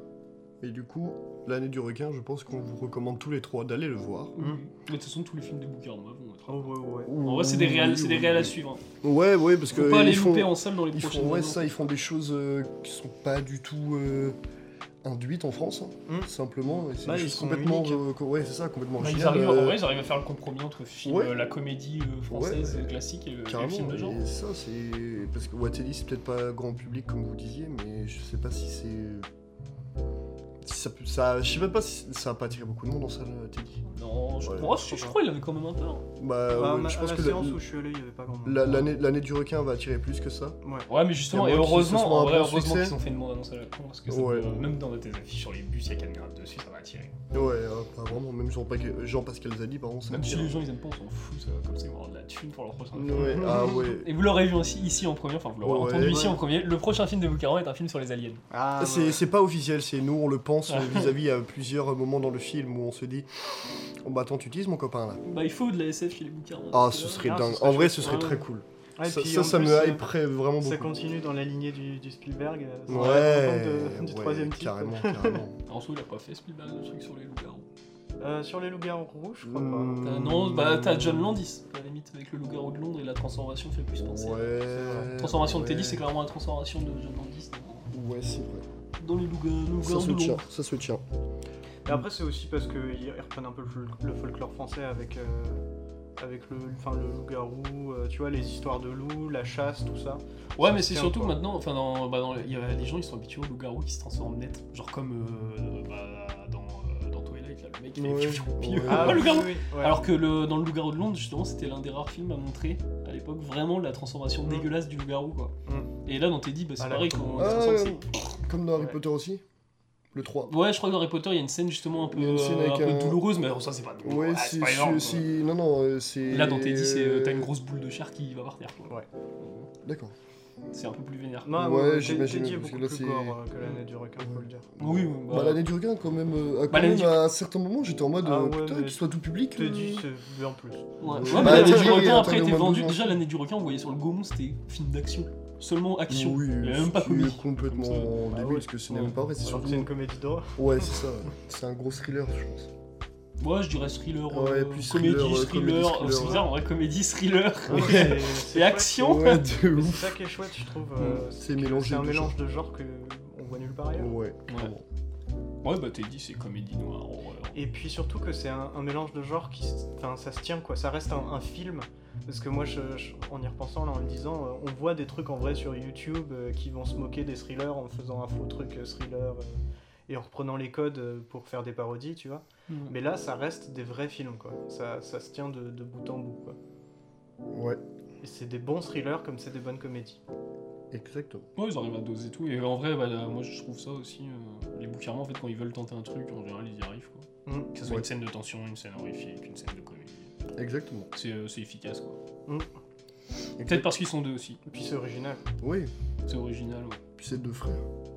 A: Et du coup, l'année du requin, je pense qu'on vous recommande tous les trois d'aller le voir.
D: Mm. Mais de toute façon, tous les films de Booker, moi, vont être.
B: Oh ouais ouais.
D: En vrai, c'est des réels,
A: Oui,
D: c'est des
A: oui,
D: réels à
A: oui.
D: suivre. hein.
A: Ouais, ouais, Mm. parce que
D: Faut pas les
A: ils font,
D: louper en salle dans les
A: ils
D: prochaines
A: font, ouais,
D: années. hein.
A: ça, ils font des choses euh, qui sont pas du tout euh, induites en France, hein,
B: Mm.
A: simplement. et C'est
B: Bah,
A: des
B: ils
A: choses
B: sont
A: complètement,
B: uniques.
A: euh, co- ouais, c'est ça, complètement
D: Hmm. Bah, ils
A: original.
D: arrivent, en
A: euh,
D: vrai, ils arrivent à faire le compromis entre le film,
A: Ouais.
D: euh, la comédie euh, française
A: Ouais,
D: euh, classique et le, et le film
A: Carrément,
D: de genre.
A: et ça c'est. Parce que Watelli c'est peut-être pas grand public comme vous disiez, mais je sais pas si c'est. si ça peut- ça- je sais même pas si ça a pas attiré beaucoup de monde en salle, Teddy.
D: Non, je,
A: Ouais,
D: oh,
A: je sais
D: je- je
A: pas.
D: crois qu'il avait quand même un peu. hein.
A: Bah,
B: Bah,
A: ouais,
B: ma-
A: je
B: à
A: pense
B: la
A: que la-
B: séance où je suis allé, il y avait pas grand monde.
A: la- l'année l'année du requin va attirer plus que ça.
B: Ouais.
D: Ouais, mais justement,
A: Y a
D: et
A: moins de choses,
D: heureusement,
A: ce sera un
D: en vrai,
A: bon
D: heureusement
A: succès.
D: qu'ils ont fait une bande-annonce à la con, parce que ça
A: Ouais.
D: peut- euh, même dans tes affiches sur les bus, il y a caméra dessus, ça va attirer.
A: Ouais, euh, bah, vraiment, même Jean- Jean-Pascal Zadi, par contre, ça
D: Même si
A: attire.
D: les gens ils aiment pas, on s'en fout, ça, comme ça ils vont avoir de la thune pour leur prochain film.
A: Ouais, ah ouais.
D: Et vous l'aurez vu aussi ici en premier, enfin vous l'aurez
A: Ouais,
D: entendu
A: ouais.
D: ici en premier, le prochain film de Boucaron est un film sur les aliens.
B: Ah,
A: C'est
B: ouais.
A: c'est pas officiel, c'est nous, on le pense euh,
D: Ah.
A: vis-à-vis à plusieurs moments dans le film où on se dit Oh bah attends, tu utilises mon copain là
D: Bah il faut de la SF chez les Boucaron.
A: Ah, ce serait
B: Ah, ce
A: dingue.
B: serait
A: En vrai,
B: chouette.
A: ce serait
B: Ouais.
A: très cool.
B: Ouais, et
A: ça,
B: puis,
A: ça,
B: en
A: ça
B: plus,
A: me
B: euh,
A: hyperait vraiment
B: Ça
A: beaucoup.
B: continue dans la lignée du, du Spielberg. euh, sans
A: Ouais,
B: la rencontre de- du
A: ouais,
B: troisième type.
A: carrément, carrément.
D: En soi, il a pas fait Spielberg le truc sur les loups-garous.
B: Euh, sur les loups-garous rouges, je crois pas.
A: Hmm.
D: Euh, non, bah t'as John Landis, à la limite, avec le loup-garou de Londres et la transformation fait plus penser.
A: Ouais.
D: La transformation
A: ouais.
D: de Teddy, c'est clairement la transformation de John Landis dans,
A: Ouais, c'est vrai.
D: dans les loups-garous
A: Ça se
D: de
A: tient,
D: Londres.
A: ça se tient.
B: Et après, c'est aussi parce qu'ils reprennent un peu le, fol- le folklore français avec, euh, avec le, enfin, le loup-garou, euh, tu vois, les histoires de loups, la chasse, tout ça.
D: Ouais,
B: Ça
D: mais
B: se
D: c'est
B: tient,
D: surtout que
B: quoi.
D: maintenant, enfin, dans, bah, dans- il y a les gens, ils sont habitués aux loups-garous qui se transforment net. Genre comme euh, bah, dans, euh, dans Twilight, là, le mec, il
A: Ouais,
D: fait piou, piou, piou.
A: ouais.
D: Ah,
A: oui,
D: le loup-garou
B: ouais.
D: Alors que le, dans le loup-garou de Londres, justement, c'était l'un des rares films à montrer à l'époque vraiment la transformation
B: Mm.
D: dégueulasse du loup-garou, quoi.
B: Mm.
D: Et là, dans Teddy, bah, c'est
B: Ah, là,
D: pareil,
B: comme-
D: quand on
A: Ah,
D: se ressent que c'est-
A: Comme dans Harry
B: Ouais.
A: Potter aussi Le 3.
D: Ouais, je crois que dans Harry Potter, il y a une scène justement un peu,
A: Il y a une scène
D: euh, un
A: avec
D: peu
A: un-
D: douloureuse, mais alors ça, c'est pas douloureux.
A: Ouais,
D: Ah, c'est
A: si,
D: pas
A: si-
D: énorme,
A: si- Non,
D: quoi.
A: non, euh, c'est.
D: Là, dans Teddy, c'est, euh, t'as une grosse boule de chair qui va par terre. quoi.
A: D'accord.
D: C'est un peu plus vénère.
B: Non,
A: Ouais,
B: ouais,
A: j'imagine,
B: Teddy est
A: parce que
B: beaucoup
A: là,
B: plus
A: c'est-
B: gore euh, que l'année du requin, faut le dire.
D: Oui, oui,
A: Bah, l'année du requin, quand même. euh, quand
D: Bah, l'année
A: même,
D: du-
A: à un certain moment, j'étais en mode.
B: Ah
A: euh,
B: ouais,
A: putain,
B: mais-
A: qu'il soit tout public. euh,
B: Teddy, c'est bien plus.
D: Ouais,
A: Ouais,
D: ouais,
A: bah,
D: mais l'année
A: oui,
D: du requin
A: attendez,
D: après
A: on
D: était
A: m'a
D: vendue.
A: besoin.
D: Déjà, l'année du requin, on voyait sur le Gaumont, c'était film d'action. Seulement action.
A: Oui,
D: Il y avait même pas
A: c'est
D: comique.
A: complètement
D: Comme ça.
A: en
B: Bah
A: début,
B: ouais.
A: parce que ce n'est
D: Ouais.
A: même pas vrai, c'est
B: Alors
A: surtout.
B: que c'est une comédie d'horreur.
A: Ouais, c'est ça. C'est un gros thriller, je pense.
D: Moi, je dirais thriller.
A: Ouais,
D: euh,
A: plus
D: comédie,
A: thriller, ouais,
D: thriller.
A: comédie,
D: Oh,
A: thriller,
D: c'est
A: ouais.
D: bizarre, en vrai, comédie, thriller.
B: Ouais,
A: Ouais.
B: c'est- c'est
D: Et
B: chouette.
D: action.
A: Ouais, de
B: Mais C'est
A: ouf.
B: ça qui est chouette, je trouve. euh,
A: Mm. C'est
B: que
A: mélangé
B: C'est un
A: de
B: mélange de genres que on voit nulle part ailleurs.
A: Ouais.
D: Ouais. Ouais, bah, t'es dit, c'est comédie noire. horreur.
B: Et puis surtout que c'est un, un mélange de genres qui, s- enfin, ça se tient quoi. Ça reste un, un film. Parce que moi, je, je- en y repensant là, en me disant, euh, on voit des trucs en vrai sur YouTube euh, qui vont se moquer des thrillers en faisant un faux truc euh, thriller euh, et en reprenant les codes euh, pour faire des parodies, tu vois.
D: Mais
B: Mais là, ça reste des vrais films quoi. Ça, ça se tient de, de bout en bout quoi.
A: Ouais,
B: Et c'est des bons thrillers comme c'est des bonnes comédies.
A: exactement.
D: ouais, ils arrivent à doser tout. Et en vrai, bah, là, moi, je trouve ça aussi. euh, les bouquins, en fait, quand ils veulent tenter un truc, en général, ils y arrivent. Quoi.
B: Mm.
D: Que ce soit
A: Ouais.
D: une scène de tension, une scène horrifique, une scène de comédie.
A: Exactement.
D: C'est euh, c'est efficace, quoi. Peut-être
A: Exact-
D: parce qu'ils sont deux aussi.
B: Et puis c'est original.
A: Oui,
D: C'est original, ouais.
A: puis c'est deux frères.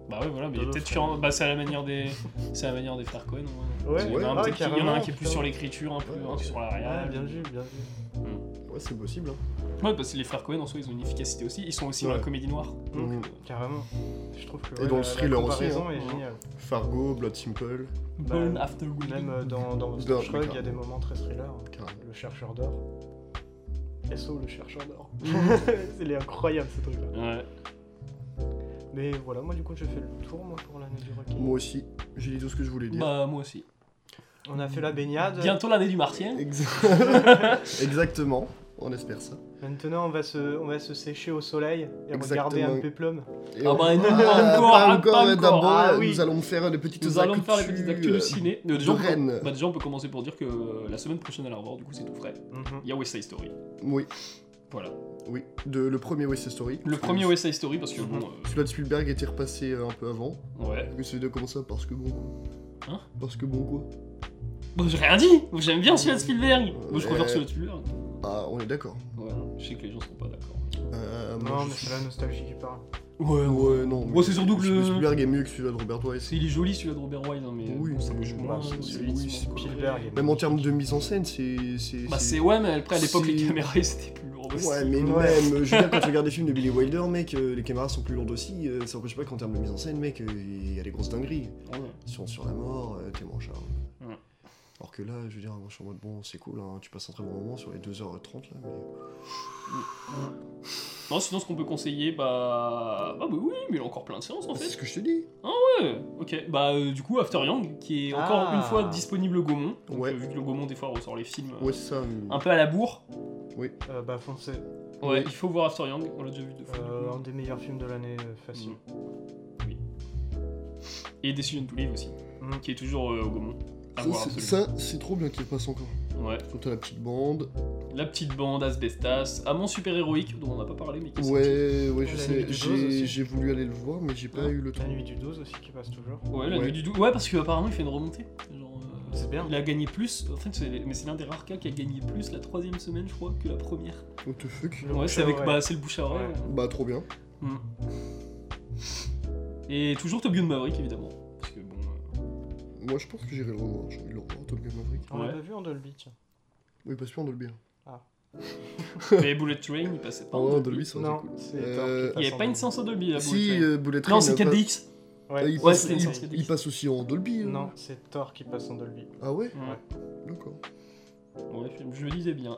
D: Bah ouais, voilà, mais
B: Deux frères.
D: peut-être qu'il y en- bah, c'est à la manière des, c'est à la manière des frères Cohen. Ouais.
B: Ouais,
D: il y en a un,
B: ouais,
D: peut-être qu'il- il y en a un qui est plus
B: carrément,
D: sur l'écriture, un peu
A: Ouais,
D: un
A: ouais.
D: sur la
B: Ah,
D: réal.
B: bien vu, bien vu.
A: Ouais, c'est possible. Hein.
D: Ouais, parce que les frères Cohen en soi, ils ont une efficacité aussi. Ils sont aussi dans
A: Ouais.
D: la comédie noire.
B: Mm.
D: Donc,
B: Carrément. Je trouve que
A: Et dans le thriller aussi,
B: La comparaison
A: hein.
B: est
D: Mhm.
B: géniale.
A: Fargo, Blood Simple,
D: euh, Burn
B: Bah,
D: After Reading.
B: Même euh, dans, dans
A: Dans- hein.
B: Star Shrug, il y a
A: d'accord.
B: des moments très thriller.
A: carrément.
B: Le chercheur d'or. Mmh. SO, le chercheur d'or. Il est incroyable ce truc-là.
D: Ouais.
B: Mais voilà, moi du coup, j'ai fait le tour moi, pour l'année du requin.
A: Moi aussi, j'ai dit tout ce que je voulais dire.
D: Bah moi aussi.
B: On a fait la baignade.
D: Bientôt l'année du martien.
A: Ex- Exactement, on espère ça.
B: Maintenant, on va, se, on va se sécher au soleil et regarder
A: Exactement.
B: un péplum.
A: Et
D: Ah
A: on-
D: bah, non, pas encore, ah, pas
A: mais
D: encore.
A: d'abord,
B: Ah
A: euh,
B: oui.
A: nous allons faire des petites
D: Nous allons faire les petites actus du
A: euh,
D: ciné. Euh,
A: de
D: déjà, on peut-
A: Rennes.
D: bah, déjà, on peut commencer pour dire que euh, la semaine prochaine à la revoir, du coup, c'est tout frais.
B: Mhm.
D: Il y a West Side Story.
A: Oui,
D: Voilà.
A: oui, de, le premier West Side Story.
D: Le premier West Side Story, parce que
A: Mhm.
D: bon.
A: Celui de Spielberg était repassé euh, un peu avant.
D: euh, ouais.
A: Mais celui de comme ça parce que bon quoi.
D: Hein
A: Parce que bon quoi.
D: Bon, j'ai rien dit. J'aime bien celui de Spielberg. Moi, je préfère
A: Ouais.
D: celui de Spielberg.
A: Ah, on est d'accord.
D: Ouais. Je sais que les gens sont pas d'accord.
A: Euh, moi,
B: Non,
A: je
B: mais
A: suis-
B: c'est la nostalgie qui parle.
D: Ouais,
A: Ouais, non.
D: Bon,
A: mais
D: c'est surtout que
A: celui de
D: le-
A: Spielberg est mieux que celui-là de Robert Wise.
D: C'est, il est joli celui-là de Robert Wise, hein, mais
A: Oui,
D: bon, ça
A: mais
D: bouge
A: bon,
D: moins.
A: c'est-
D: c'est
A: c'est- oui,
D: moins coloré.
B: Bah, Spielberg. est
A: Même en termes de mise en scène, c'est. c'est-
D: Bah
A: c'est-
D: c'est ouais, mais après à l'époque les
A: C'est-
D: caméras c'était plus lourd aussi.
A: Ouais, mais
B: Ouais.
A: même, euh, je veux dire, quand tu regardes des films de Billy Wilder, mec, euh, les caméras sont plus lourdes aussi. euh, ça empêche pas qu'en termes de mise en scène, mec, euh, il y a des grosses dingueries.
D: Ouais.
A: Sur, sur la mort, euh, t'es mon charme.
D: Ouais.
A: Alors que là, je veux dire, moi je suis en mode bon, c'est cool, hein, tu passes un très bon moment sur les 2h30 là, mais.
D: Non, sinon ce qu'on peut conseiller, bah. Bah oui, oui, mais il y a encore plein de séances en
A: Ah, C'est
D: fait.
A: ce que je te dis.
D: Ouais, ok. Bah euh, du coup After Yang qui est encore
B: Ah.
D: une fois disponible au Gaumont. Donc,
A: Ouais.
D: euh, vu que le Gaumont des fois ressort les films euh,
A: Ouais, c'est ça. mais-
D: un peu à la bourre.
B: Euh, bah, foncez.
D: Ouais,
A: Ouais.
D: il faut voir After Yang, on l'a déjà vu deux fois. du
B: Euh, un
D: coup. Mm.
B: des meilleurs films de l'année, euh, facile.
A: Mmh.
D: Oui. Et Decision to Live aussi,
B: Mhm.
D: qui est toujours euh, au Gaumont. À voir
A: Mm. Ça, c'est-
D: absolument.
A: ça, c'est trop bien qu'il passe encore.
D: Ouais.
A: Quand t'as la petite bande.
D: La petite bande Asbestas, Amant super héroïque dont on n'a pas parlé mais qui est sorti.
A: Ouais, ouais, je
B: Elle a
A: sais.
B: mis des choses
A: J'ai
B: aussi.
A: j'ai voulu aller le voir, mais j'ai pas
D: Ouais.
A: eu le temps.
B: La nuit du 12 aussi qui passe toujours.
D: Ouais, la
A: Ouais.
D: nuit du dou- Ouais, parce qu'apparemment il fait une remontée. Genre, euh,
B: C'est bien.
D: Il a gagné plus, en fait, c'est- mais c'est l'un des rares cas qui a gagné plus la troisième semaine, je crois, que la première.
A: What the fuck
B: Le
D: ouais,
B: bouche
D: c'est
B: à
D: avec
B: oreille.
D: bah, c'est le bouche à oreille.
B: Ouais.
A: Bah, trop bien.
D: Hmm. Et toujours Top Gun Maverick, évidemment. Parce que bon. euh,
A: Moi, je pense que j'irai le revoir. J'ai envie de le revoir, Top Gun Maverick.
B: On
D: Ouais.
B: l'a pas vu en Dolby, tiens.
A: Oui, parce hein. qu'on doit le bien.
D: Mais Bullet Train, il passait pas. en
A: Oh,
D: Dolby.
A: Dolby, ça,
B: Non,
A: c'est cool.
B: c'est
A: Euh,
B: Thor qui
D: Il n'y
B: passe
D: avait
B: en
D: pas une
B: Dolby.
D: séance en Dolby à
A: Si,
D: Bullet Train.
A: euh, Bullet Train.
D: Non, c'est
A: euh, pas-
D: 4DX.
A: Ah,
B: Ouais,
A: il,
D: Ouais,
A: passe,
D: c'était une
A: il-
D: sorte de-
A: il passe aussi en Dolby. euh.
B: Non, c'est Thor qui passe en Dolby.
A: Ah ouais
D: Ouais.
A: D'accord.
D: Ouais, je me disais bien.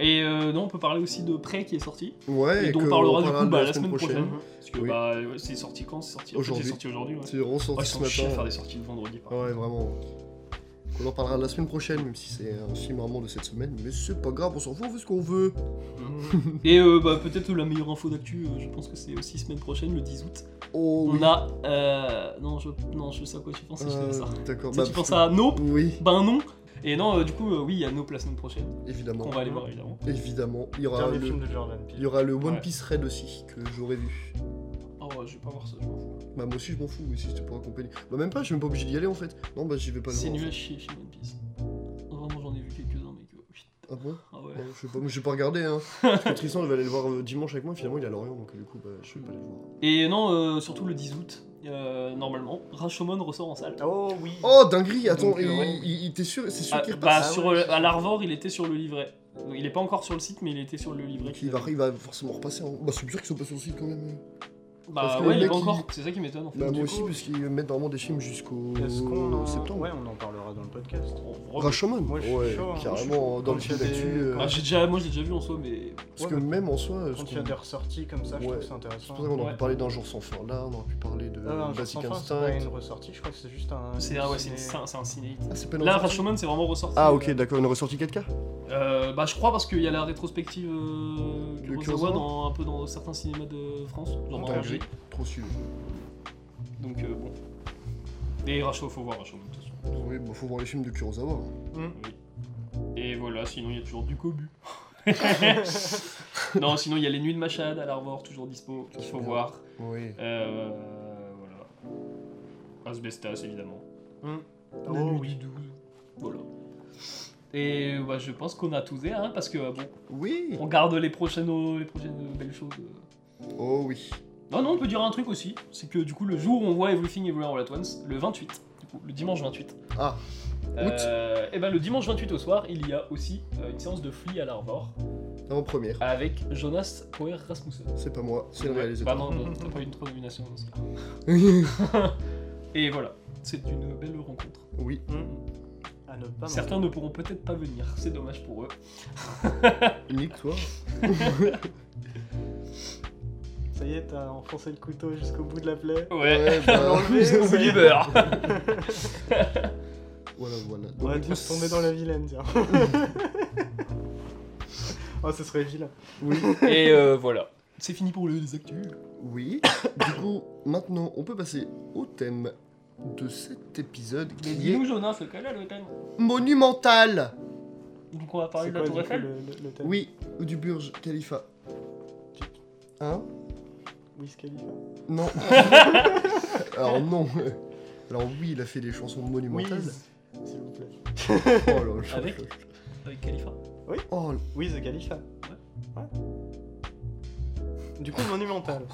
D: Et euh, non, on peut parler aussi de Prey qui est sorti.
A: Ouais,
D: et dont
A: que-
D: on parlera du
A: de
D: coup bah, la semaine prochaine.
B: prochaine.
D: Parce que
A: Oui.
D: bah, ouais, c'est sorti quand C'est sorti en fait,
A: Aujourd'hui.
D: C'est sorti aujourd'hui. Ouais.
A: C'est ressorti
D: Oh, ils
A: ce
D: sont chiés à faire
A: matin. Ah
D: des sorties le vendredi. par
A: Ouais, vraiment. On en parlera la semaine prochaine, même si c'est un film vraiment de cette semaine. Mais c'est pas grave, on s'en fout, on fait ce qu'on veut.
D: Et euh, bah, peut-être la meilleure info d'actu, euh, je pense que c'est aussi semaine prochaine, le 10 août.
A: Oh,
D: On
A: oui.
D: a. euh, non, je, non, je sais à quoi tu penses si je te dis ça.
A: Euh, D'accord.
D: Tu
A: bah,
D: sais, tu penses à Nope
A: Oui,
D: Ben non Et non, euh, du coup, euh, oui, il y a Nope la semaine prochaine.
A: évidemment.
D: On va aller voir évidemment.
A: Évidemment. Il y aura
B: Dernier
A: le,
B: film de Jordan
A: il
B: Peele.
A: y aura le One
D: Ouais.
A: Piece Red aussi que j'aurais vu.
D: Oh,
C: euh, je vais pas voir ça, je m'en fous.
A: Bah, moi aussi, je m'en fous, oui, si c'était pour accompagner. Bah, même pas, je suis même pas obligé d'y aller en fait. Non, bah, j'y vais pas le
D: C'est
A: voir.
D: nul à chier chez One Piece. Vraiment, j'en ai vu quelques-uns, mec. Oh, putain,
A: Ah bon
D: ah ouais.
A: Ouais, je sais pas, mais je vais pas regarder hein. Parce que Tristan devait aller le voir euh, dimanche avec moi, finalement il est à Lorient donc du coup bah, je vais pas aller le voir.
D: Et non, euh, surtout le 10 août, euh, normalement, Rashomon ressort en salle.
B: Oh oui.
A: Oh dinguerie, attends,
D: Donc, euh,
A: il,
D: ouais.
A: il- il- t'es sûr, c'est sûr
D: Ah,
A: qu'il
D: bah,
A: repasse hein.
B: Ah
D: sur,
B: ouais,
D: euh,
B: je sais.
D: à l'Arvor, il était sur le livret. Donc, il est pas encore sur le site, mais il était sur le livret.
A: Donc, il, va, il va forcément repasser. hein. Bah c'est bizarre qu'ils soient pas sur le site quand même. parce
D: Bah
A: que
D: ouais,
A: le
D: il est
A: mec,
D: pas
A: il-
D: encore. C'est ça qui m'étonne en fait.
A: Bah
B: du
A: moi
B: coup-
A: aussi parce qu'ils mettent normalement des films jusqu'au
B: Est-ce qu'on en...
A: euh, septembre. Euh,
B: Ouais, on en parlera dans le podcast.
D: En vrai,
A: Rashomon
B: Moi, je suis
A: Ouais,
B: chaud, hein. Moi, je suis
A: carrément
B: chaud.
A: dans
B: Quand
A: le film
B: il y a des-
A: d'actu. euh,
D: Ah, j'ai déjà, moi j'ai déjà vu en soi, mais
A: parce que
B: Ouais,
A: même en soi, euh, ce
B: Quand il y
A: qu'on-
B: a des ressorties comme ça,
A: Ouais.
B: je trouve que c'est
A: c'est
B: intéressant.
A: pour ça qu'on aurait
D: Ouais.
A: pu parler d'un jour sans fin là, on aurait pu parler de
B: Ah, un jour sans
A: Basic
B: fin, c'est pas
A: Instinct.
B: une ressortie, je crois que c'est juste un.
D: c'est ah ouais, c'est une-
B: ciné-
D: c'est un, c'est un ciné
A: Ah c'est pas une
D: Là,
A: ressortie
D: Rashomon, c'est vraiment ressorti.
A: Ah ok d'accord, une ressortie 4K
D: Euh, bah, je crois parce qu'il y a la rétrospective euh,
A: De
D: Kurosawa
A: Kurosawa Ah,
D: dans, un peu dans certains cinémas de France, genre
A: Dinguerie.
D: Angers.
A: Trop sûr.
D: Donc euh, bon. Et Rashomon, faut voir Rashomon de toute façon.
A: Oui, bah faut voir les films de Kurosawa.
D: Et voilà, sinon il y a toujours du cobu. non, sinon il y a les nuits de Machad à l'Arvor, toujours dispo, qu'il faut
A: Bien.
D: voir.
A: Oui.
D: Euh, voilà. Asbestas évidemment.
B: Oh oui.
D: 12. Voilà. Et bah, je pense qu'on a tout dit, hein, parce que euh, bon,
A: Oui
D: on garde les prochaines, euh, les prochaines euh, belles choses. euh.
A: Oh oui.
D: Non, non, on peut dire un truc aussi, c'est que du coup, le jour où on voit Everything Everywhere All At Once, le 28, du coup, le dimanche 28.
A: Ah.
D: Euh, et ben le dimanche 28 au soir, il y a aussi euh, une séance de Flea à l'Arvor
A: En première.
D: avec Jonas Poer Rasmussen.
A: C'est pas moi, c'est le
D: Ouais, Bah
A: réalisateur.
D: non, non, t'as pas eu une trop nomination dans ce cas. Et voilà, c'est une belle rencontre.
A: oui.
B: Hmm. À ne pas
D: Certains ne pourront peut-être pas venir, c'est dommage pour eux.
A: Nick, toi
B: manquer. Ça y est, t'as enfoncé le couteau jusqu'au bout de la plaie.
D: Ouais.
A: bah,
B: Enlevé, ça y est.
A: Voilà, voilà. Donc,
B: On va tous tomber dans la vilaine, tiens. oh, ce serait vilain.
A: Oui.
D: Et euh, voilà. C'est fini pour le, les actus.
A: oui. Du coup, maintenant, on peut passer au thème de cet épisode
D: Mais
A: qui est
D: dis-nous, Jonas, c'est quel est le thème
A: monumental.
D: Donc on va parler
B: C'est
D: de la
B: quoi,
D: Tour
B: du coup,
D: Eiffel
B: le, le- le thème
A: Oui, du Burj Khalifa. Hein
B: Wiz Khalifa.
A: Non. Alors non. Alors oui, il a fait des chansons monumentales.
B: Wiz, s'il vous plaît.
A: Oh là là.
D: Avec Avec Khalifa.
A: Oh,
B: Wiz Khalifa. Ouais. Du coup, monumental.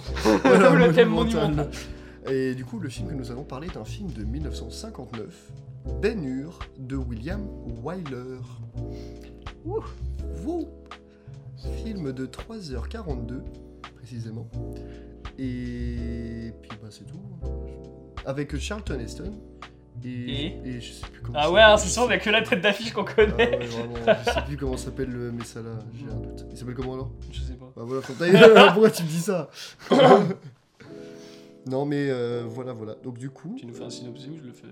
A: Voilà,
D: Le thème
A: monumental. Et du coup, le film que nous allons parler est un film de 1959, Ben Hur, de William Wyler.
B: Ouh.
A: Wow. Film de 3h42, précisément. Et puis, bah, c'est tout. Avec Charlton Heston. Et,
D: Et
A: je sais plus comment
D: Ah
A: ça
D: ouais, hein,
A: s'appelle.
D: c'est sûr, il y a que la tête d'affiche qu'on
A: Ah
D: connaît.
A: ouais, vraiment, je sais plus comment s'appelle le mais ça là, j'ai un doute. Il s'appelle comment alors
D: Je sais pas.
A: bah voilà, faut- D'ailleurs, pourquoi tu me dis ça Non mais euh, voilà, voilà. Donc du coup,
D: Tu nous fais un synopsis ou je le fais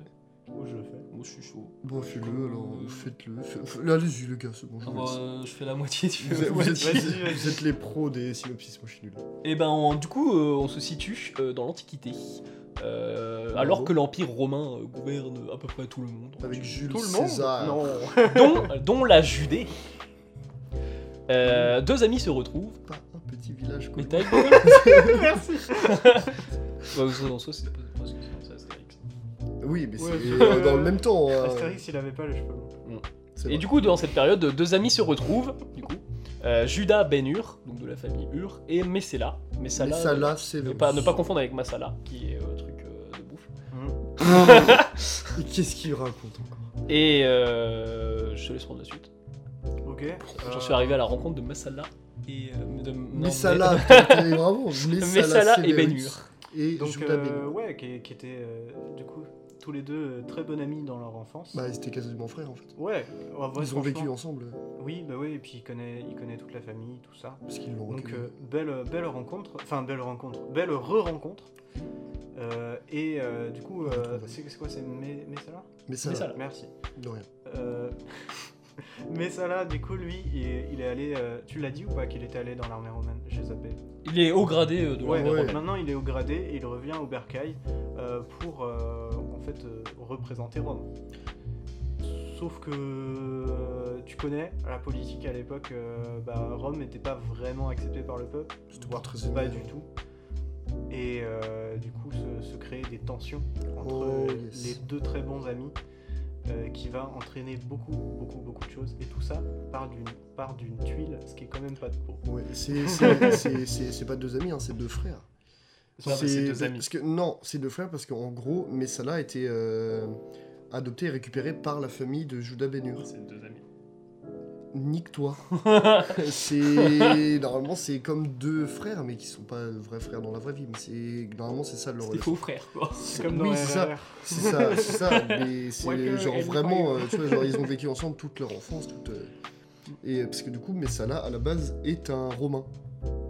B: Où je le fais
D: Moi, je suis chaud.
A: bon, bah, fais-le alors, faites-le. Fais- fais- Allez-y les gars, c'est bon, je
D: Ah
A: vous
D: bah,
A: laisse.
D: euh, je fais la moitié du
A: Vous êtes- vous êtes-
B: Vas-y, vas-y.
A: Vous êtes les pros des synopsis, moi je suis nul.
D: Et ben, on- du coup, euh, on se situe euh, dans l'Antiquité. Euh, alors que l'Empire romain euh, gouverne à peu près tout le monde.
A: Avec Jules
B: Tout le monde
A: César.
B: Non.
D: dont, dont la Judée. Euh, deux amis se retrouvent.
A: Pas un petit village quoi.
D: Mais t'as
B: Merci.
D: en soi, c'est pas, pas ce que c'est, c'est Astérix.
A: Oui, mais c'est
B: Ouais,
A: euh,
B: c'est-
A: dans le même temps. hein.
B: Astérix, il avait pas les cheveux. longs.
A: C'est
D: Et
A: vrai.
D: du coup, dans cette période, deux amis se retrouvent. Du coup, euh, Judas Ben Hur, donc de la famille Hur, et Messala.
A: Mais
D: Messala.
A: ça
D: euh,
A: là, c'est
D: ne pas, ne pas confondre avec Masala, qui est euh, truc euh, de bouffe.
A: Et Qu'est-ce qu'il raconte hein encore
D: Et euh, je te laisse prendre la suite.
B: Ok.
D: J'en
B: euh,
D: suis arrivé à la rencontre de Masala et euh, de non,
A: Mais ça là, putain, t'es bravo. Mais ça là,
D: Messala et Ben
A: Severus.
D: Hur.
A: Et
B: Donc,
A: Judas Ben
B: euh,
A: Hur.
B: ouais, qui, qui étaient euh, du coup tous les deux euh, très bons amis dans leur enfance.
A: Bah, ils étaient quasiment frères en fait.
B: ouais, en vrai,
A: Ils ont vécu
B: franchement,
A: ensemble euh,
B: Oui, bah ouais, et puis il connaît, il connaît toute la famille, tout ça.
A: parce qu'ils l'ont
B: Donc,
A: recueilli.
B: euh, belle, belle rencontre, enfin, belle rencontre, belle re-rencontre. Euh, et euh, du coup, euh,
A: retrouve.
B: c'est c'est quoi, c'est Mé- Messala
A: Mais ça,
D: Messala.
A: là,
B: Euh,
D: Voilà.
B: Merci.
A: de rien.
B: Euh, Messala, du coup, lui, il, il est allé. euh, tu l'as dit ou pas qu'il était allé dans l'armée romaine J'ai zappé.
D: Il est haut gradé euh, de
B: Ouais,
D: l'armée
A: ouais.
D: romaine.
B: Maintenant, il est au gradé et il revient au Bercail euh, pour euh, en fait euh, représenter Rome. Sauf que euh, tu connais la politique à l'époque, euh, bah, Rome n'était pas vraiment acceptée par le peuple.
A: C'était pas très aimé.
B: Pas du tout. et euh, du coup se, se créer des tensions entre
A: Oh,
B: euh,
A: yes.
B: les deux très bons amis euh, qui va entraîner beaucoup, beaucoup, beaucoup de choses. Et tout ça part d'une part d'une tuile, ce qui est quand même pas de peau.
A: Ouais, c'est- c'est c'est- c'est- c'est pas deux amis, hein, c'est deux frères.
D: Non, mais c'est deux amis.
A: Parce que, non, c'est deux frères parce qu'en gros, Messala a été euh, adopté et récupéré par la famille de Judas Benur.
C: C'est deux amis.
A: Nique-toi. c'est normalement c'est comme deux frères mais qui sont pas vrais frères dans la vraie vie. Mais c'est normalement c'est ça leur
D: C'était faux frère, quoi.
B: C'est comme dans
A: Oui,
B: RRR.
A: c'est ça. C'est ça, c'est ça. Mais
D: Walker
A: c'est genre
D: and
A: vraiment,
D: Fire.
A: euh, tu vois, genre ils ont vécu ensemble toute leur enfance, toute. euh, Et parce que du coup, Messala à la base est un Romain.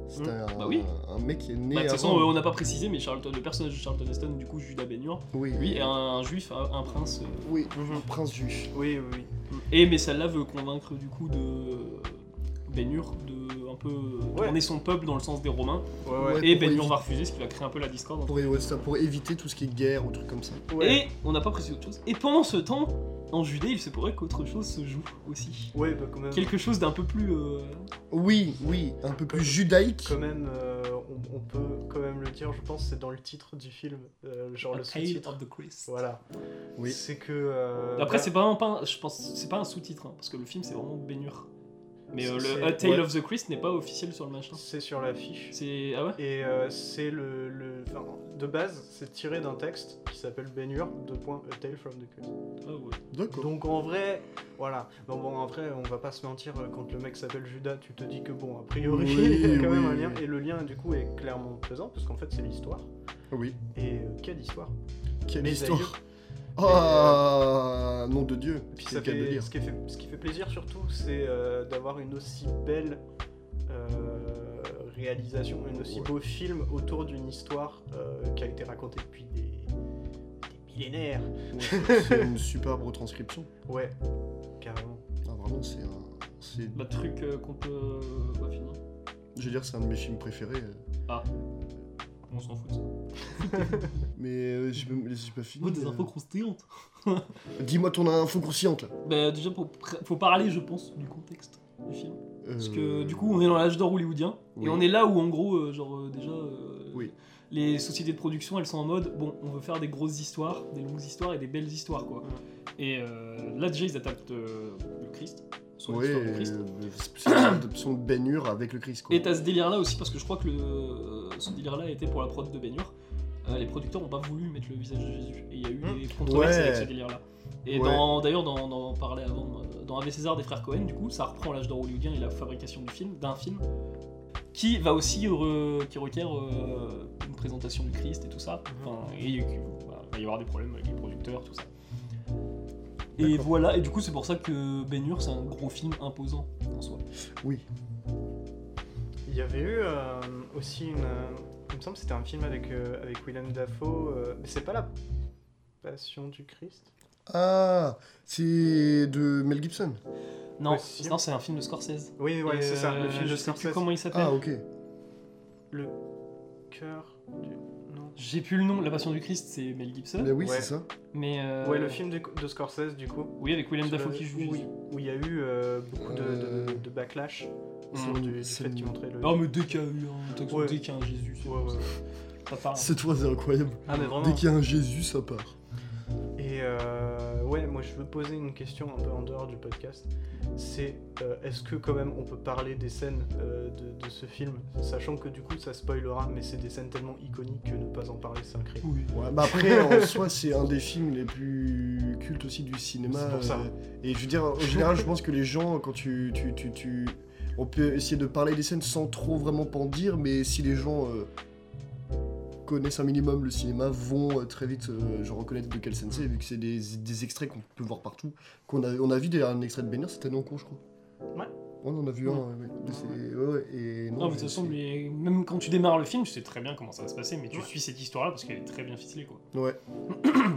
A: C'est
B: Mm.
A: un,
D: Bah oui.
A: un mec qui est né
D: Bah, de
A: à
D: toute façon,
A: Rome.
D: euh, on n'a pas précisé, mais Charlton, le personnage de Charlton Heston, du coup, Judas Benur,
A: Oui,
D: lui est un, un juif, un, un prince. euh,
A: oui,
B: Mhm.
A: prince juif.
B: Oui, oui, oui.
D: Et mais celle-là veut convaincre du coup de Benur de un peu
B: Ouais.
D: tourner son peuple dans le sens des Romains.
B: Ouais, ouais.
A: Ouais,
D: et
A: pour
D: Benur
A: éviter-
D: va refuser, ce qui va créer un peu la discorde. entre-
A: Pour, ouais, ça, pour éviter tout ce qui est guerre ou trucs comme ça.
B: Ouais.
D: Et on n'a pas précisé autre chose. Et pendant ce temps, en Judée, il se pourrait qu'autre chose se joue aussi.
B: Ouais, bah quand même.
D: Quelque chose d'un peu plus. euh,
A: Oui, oui, un peu plus judaïque.
B: Quand même, euh, on, on peut quand même le dire, je pense, c'est dans le titre du film, euh, genre
D: A
B: le
D: Tale
B: sous-titre.
D: of the Christ.
B: Voilà.
A: Oui.
B: C'est que. euh,
D: Après,
B: bah,
D: c'est vraiment pas. un- Je pense c'est pas un sous-titre, hein, parce que le film c'est vraiment Benur. Mais euh,
B: C'est-
D: le A Tale
A: ouais.
D: of the Christ n'est pas officiel sur le machin.
B: c'est sur l'affiche.
D: C'est ah ouais.
B: Et euh, c'est le. le- enfin, de base, c'est tiré d'un texte qui s'appelle Ben Hur, deux points, A Tale from the Curse.
D: Ah ouais.
A: D'accord.
B: Donc en vrai, voilà. Non, bon, après, on va pas se mentir, euh, quand le mec s'appelle Judas, tu te dis que bon, a priori,
A: Oui,
B: il y a quand
A: oui,
B: même un lien.
A: oui.
B: Et le lien, du coup, est clairement pesant, parce qu'en fait, c'est l'histoire.
A: Oui.
B: Et euh, quelle histoire
A: Quelle
B: Mes aïeux.
A: histoire.
D: euh,
A: Ah, nom de Dieu.
B: Puis
A: C'est
B: ça
A: le cas de le
B: fait-
A: dire.
B: ce, qui fait, ce qui fait plaisir surtout, c'est euh, d'avoir une aussi belle euh, réalisation, un aussi
A: Ouais.
B: beau film autour d'une histoire euh, qui a été racontée depuis des, des millénaires.
A: Ouais, c'est une superbe retranscription.
B: Ouais, carrément.
A: Ah, vraiment, c'est un. c'est-
D: Bah, truc euh, qu'on peut. euh, pas finir.
A: Je veux dire, c'est un de mes films préférés. euh.
D: On s'en fout de ça.
A: Mais euh, j'ai pas, j'ai pas fini.
D: Oh, des
A: euh.
D: infos croustillantes.
A: Dis-moi ton info consciente là.
D: Bah, déjà, pour pr- faut parler, je pense, du contexte du film. Parce que
A: Euh,
D: du coup, on est dans l'âge d'or hollywoodien.
A: oui.
D: Et on est là où, en gros, euh, genre, euh, déjà. euh,
A: Oui.
D: Les sociétés de production, elles sont en mode, bon, on veut faire des grosses histoires, des longues histoires et des belles histoires,
A: Hmm.
D: quoi. Et euh, là, déjà, ils attaquent euh, le Christ. Son
A: Ouais,
D: histoire du Christ.
A: euh, c'est l'adoption de Ben Hur avec le Christ quoi.
D: Et t'as ce délire là aussi parce que je crois que le, euh, ce délire là était pour la prod de Baignure. les producteurs ont pas voulu mettre le visage de Jésus et il y a eu
B: Hmm.
D: des controverses
A: Ouais.
D: avec ce délire là. Et
A: Ouais.
D: dans- d'ailleurs, dans- on en parlait avant, euh, dans Ave César des frères Cohen, du coup, ça reprend l'âge d'or hollywoodien et la fabrication du film, d'un film qui va aussi re- qui requiert euh, une présentation du Christ et tout ça.
B: Mhm.
D: Enfin, et il bah, il va y avoir des problèmes avec les producteurs, tout ça. Et voilà, et du coup, c'est pour ça que Baignure, c'est un gros film imposant en soi.
A: Oui.
B: Il y avait eu euh, aussi une. euh, il me semble que c'était un film avec, euh, avec Willem Dafoe. euh, mais c'est pas la Passion du Christ
A: Ah, c'est de Mel Gibson.
D: Non,
B: Ouais, si.
D: non, c'est un film de Scorsese.
B: Oui, ouais,
D: Et,
B: c'est ça,
D: euh,
B: le film
D: je
B: de
D: sais plus
B: Scorsese.
D: comment il s'appelle.
A: Ah ok.
B: Le cœur du. Non.
D: J'ai plus le nom. La Passion du Christ, c'est Mel Gibson.
A: Mais Ben oui
B: Ouais.
A: c'est ça.
D: Mais euh,
B: Ouais, le film de, de Scorsese, du coup.
D: Oui, avec Willem
B: Sur
D: Dafoe
B: le-
D: qui joue.
B: oui,
D: Jésus.
B: où il y a eu euh, beaucoup de, de-
A: Euh,
B: de backlash
D: Mm.
B: autour du, du
A: c'est
B: fait
A: le-
B: qu'ils montraient le.
D: Non, Ah, mais dès qu'il y a eu un texte,
B: Ouais.
D: dès qu'il y a un Jésus, c'est
B: Ouais, ouais.
D: ça part.
A: C'est toi c'est incroyable.
B: Ah, mais vraiment.
A: Dès qu'il y a un Jésus ça part.
B: Et euh, ouais, moi je veux poser une question un peu en dehors du podcast. C'est euh, est-ce que quand même on peut parler des scènes euh, de, de ce film, sachant que du coup ça spoilera, mais c'est des scènes tellement iconiques que ne pas en parler c'est un crime.
D: Oui.
A: Ouais, bah après en soi c'est un des films les plus cultes aussi du cinéma.
B: C'est pour ça.
A: euh, Et je veux dire en général je pense que les gens quand tu tu, tu, tu- on peut essayer de parler des scènes sans trop vraiment pas en dire mais si les gens euh, connaissent un minimum le cinéma vont euh, très vite euh, genre reconnaître de quelle scène c'est vu que c'est des, des extraits qu'on peut voir partout qu'on a on a vu d'ailleurs un extrait de Bénir c'était non con je crois.
B: Ouais. Ah,
A: On en a vu un, ouais, ouais. Mais c'est- ouais, ouais, et non,
D: Non, mais de toute
A: mais
D: façon,
A: c'est-
D: les- même quand tu démarres le film, tu sais très bien comment ça va se passer, mais tu
B: Ouais.
D: suis cette histoire-là parce qu'elle est très bien ficelée, quoi.
A: Ouais.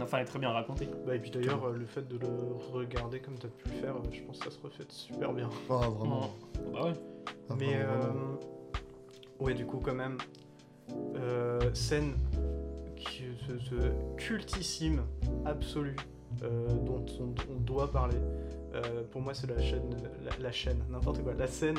D: enfin, elle est très bien racontée.
B: Bah, et puis d'ailleurs, euh, le fait de le regarder comme t'as pu le faire, euh, je pense que ça se refait super bien.
A: Ah, vraiment.
D: Mm. Bah ouais.
A: Ah,
B: Mais
A: vraiment,
B: euh,
A: vraiment.
B: ouais, du coup, quand même, euh, scène qui, ce, ce cultissime absolu euh, dont on, on doit parler. Euh, pour moi, c'est la chaîne, la, la chaîne, n'importe quoi, la scène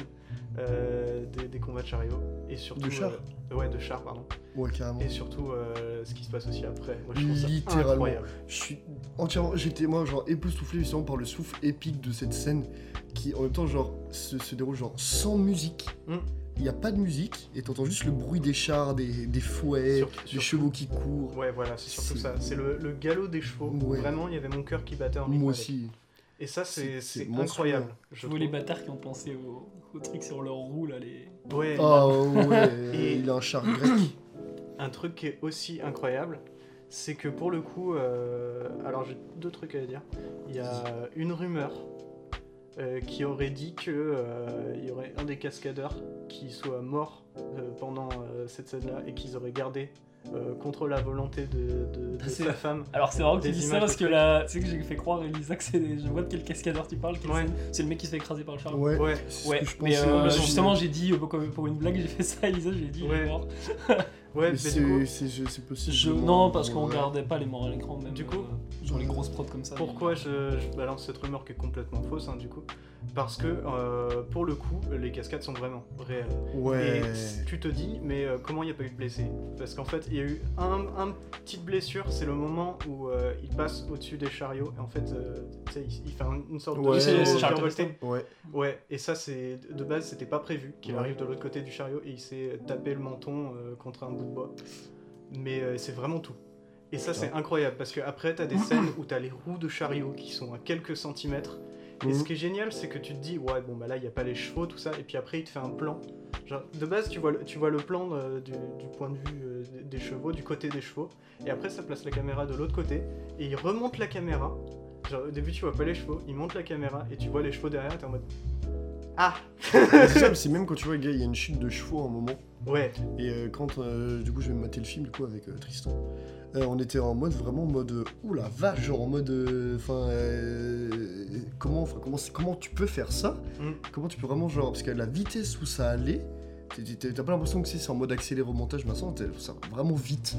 B: euh, des, des combats de chariots et surtout
A: De chars
B: euh, ouais, de chars, pardon.
A: Ouais, carrément.
B: Et surtout euh, ce qui se passe aussi après. Moi, je trouve ça
A: Littéralement.
B: incroyable.
A: Je suis entièrement, j'étais moi genre époustouflé justement par le souffle épique de cette scène qui en même temps genre se, se déroule genre sans musique.
B: Mm.
A: Il n'y a pas de musique et t'entends juste le bruit des chars, des, des fouets,
B: Sur-
A: des
B: surtout-
A: chevaux qui courent.
B: Ouais, voilà, c'est surtout
A: C'est-
B: ça. C'est le, le galop des chevaux.
A: Ouais.
B: Vraiment, il y avait mon cœur qui battait en rythme
A: Moi
B: avec.
A: aussi.
B: Et ça, c'est
A: C'est- c'est
B: c'est
A: monstrueux.
B: incroyable.
D: Je
B: Je
D: vois les
B: trouve.
D: bâtards qui ont pensé au, au truc sur leur roue là, les.
B: Ouais,
A: Ah ouais,
B: Et-
A: il a un char grec.
B: un truc qui est aussi incroyable, c'est que pour le coup, euh, alors j'ai deux trucs à dire. Il y a une rumeur euh, qui aurait dit que euh, il y aurait un des cascadeurs qui soit mort euh, pendant euh, cette scène-là et qu'ils auraient gardé euh, contre la volonté de, de- de
D: C'est-
B: sa femme.
D: Alors c'est marrant que tu
B: Des
D: dis ça
B: images
D: parce
B: de
D: que là, tu sais que j'ai fait croire Elisa que c'est. Je vois de quel cascadeur tu parles. quelle
B: Ouais.
D: scène. C'est le mec qui se fait écraser par le char.
A: Ouais.
B: Ouais.
A: c'est ce
D: Ouais,
A: que je
D: mais
A: pensais
D: euh,
A: aussi.
D: justement j'ai dit euh, comme pour une blague j'ai fait ça, Elisa, je l'ai dit. il est
B: Ouais.
D: mort.
B: Ouais,
A: Mais
B: mais
A: c'est
B: du coup,
A: c'est- je- c'est possible.
D: Je- Non parce qu'on regardait pas les morts à l'écran même.
B: Du coup,
D: euh, genre les grosses prods comme ça.
B: Pourquoi je, je balance cette rumeur qui est complètement fausse, hein, du coup Parce que, euh, pour le coup, les cascades sont vraiment réelles.
A: Ouais.
B: Et tu te dis, mais euh, comment il n'y a pas eu de blessés Parce qu'en fait, il y a eu un, un petite blessure, c'est le moment où euh, il passe au-dessus des chariots, et en fait, euh, tu sais, il, il fait un- une sorte
A: Ouais,
B: de
A: c'est-
B: saut
A: c'est
D: Charlton
B: virevolté.
D: Heston.
A: Ouais.
B: Ouais, et ça, c'est de base, c'était pas prévu qu'il
A: Ouais.
B: arrive de l'autre côté du chariot et il s'est tapé le menton euh, contre un bout de bois. Mais euh, c'est vraiment tout. Et ça, c'est incroyable parce que après, t'as des scènes où t'as les roues de chariot qui sont à quelques centimètres. Et ce
A: Mhm.
B: qui est génial, c'est que tu te dis, ouais, bon, bah là, il n'y a pas les chevaux, tout ça. Et puis après, il te fait un plan. Genre, de base, tu vois le, tu vois le plan euh, du, du point de vue euh, des- des chevaux, du côté des chevaux. Et après, ça place la caméra de l'autre côté. Et il remonte la caméra. Genre, au début, tu vois pas les chevaux. Il monte la caméra et tu vois les chevaux derrière. T'es en mode. Ah
A: Mais c'est ça, mais c'est même quand tu vois, gars, il y a une chute de chevaux à un moment.
B: Ouais,
A: Et euh, quand euh, du coup je vais me mater le film du coup avec euh, Tristan, euh, on était en mode vraiment mode euh, ouh la vache genre en mode euh, enfin euh, comment enfin comment c'est- comment tu peux faire ça
B: Mm.
A: Comment tu peux vraiment genre parce que la vitesse où ça allait t'es- t'es- T'as pas l'impression que c'est c'est en mode accéléré au montage, mais ça, t'es- ça va vraiment vite.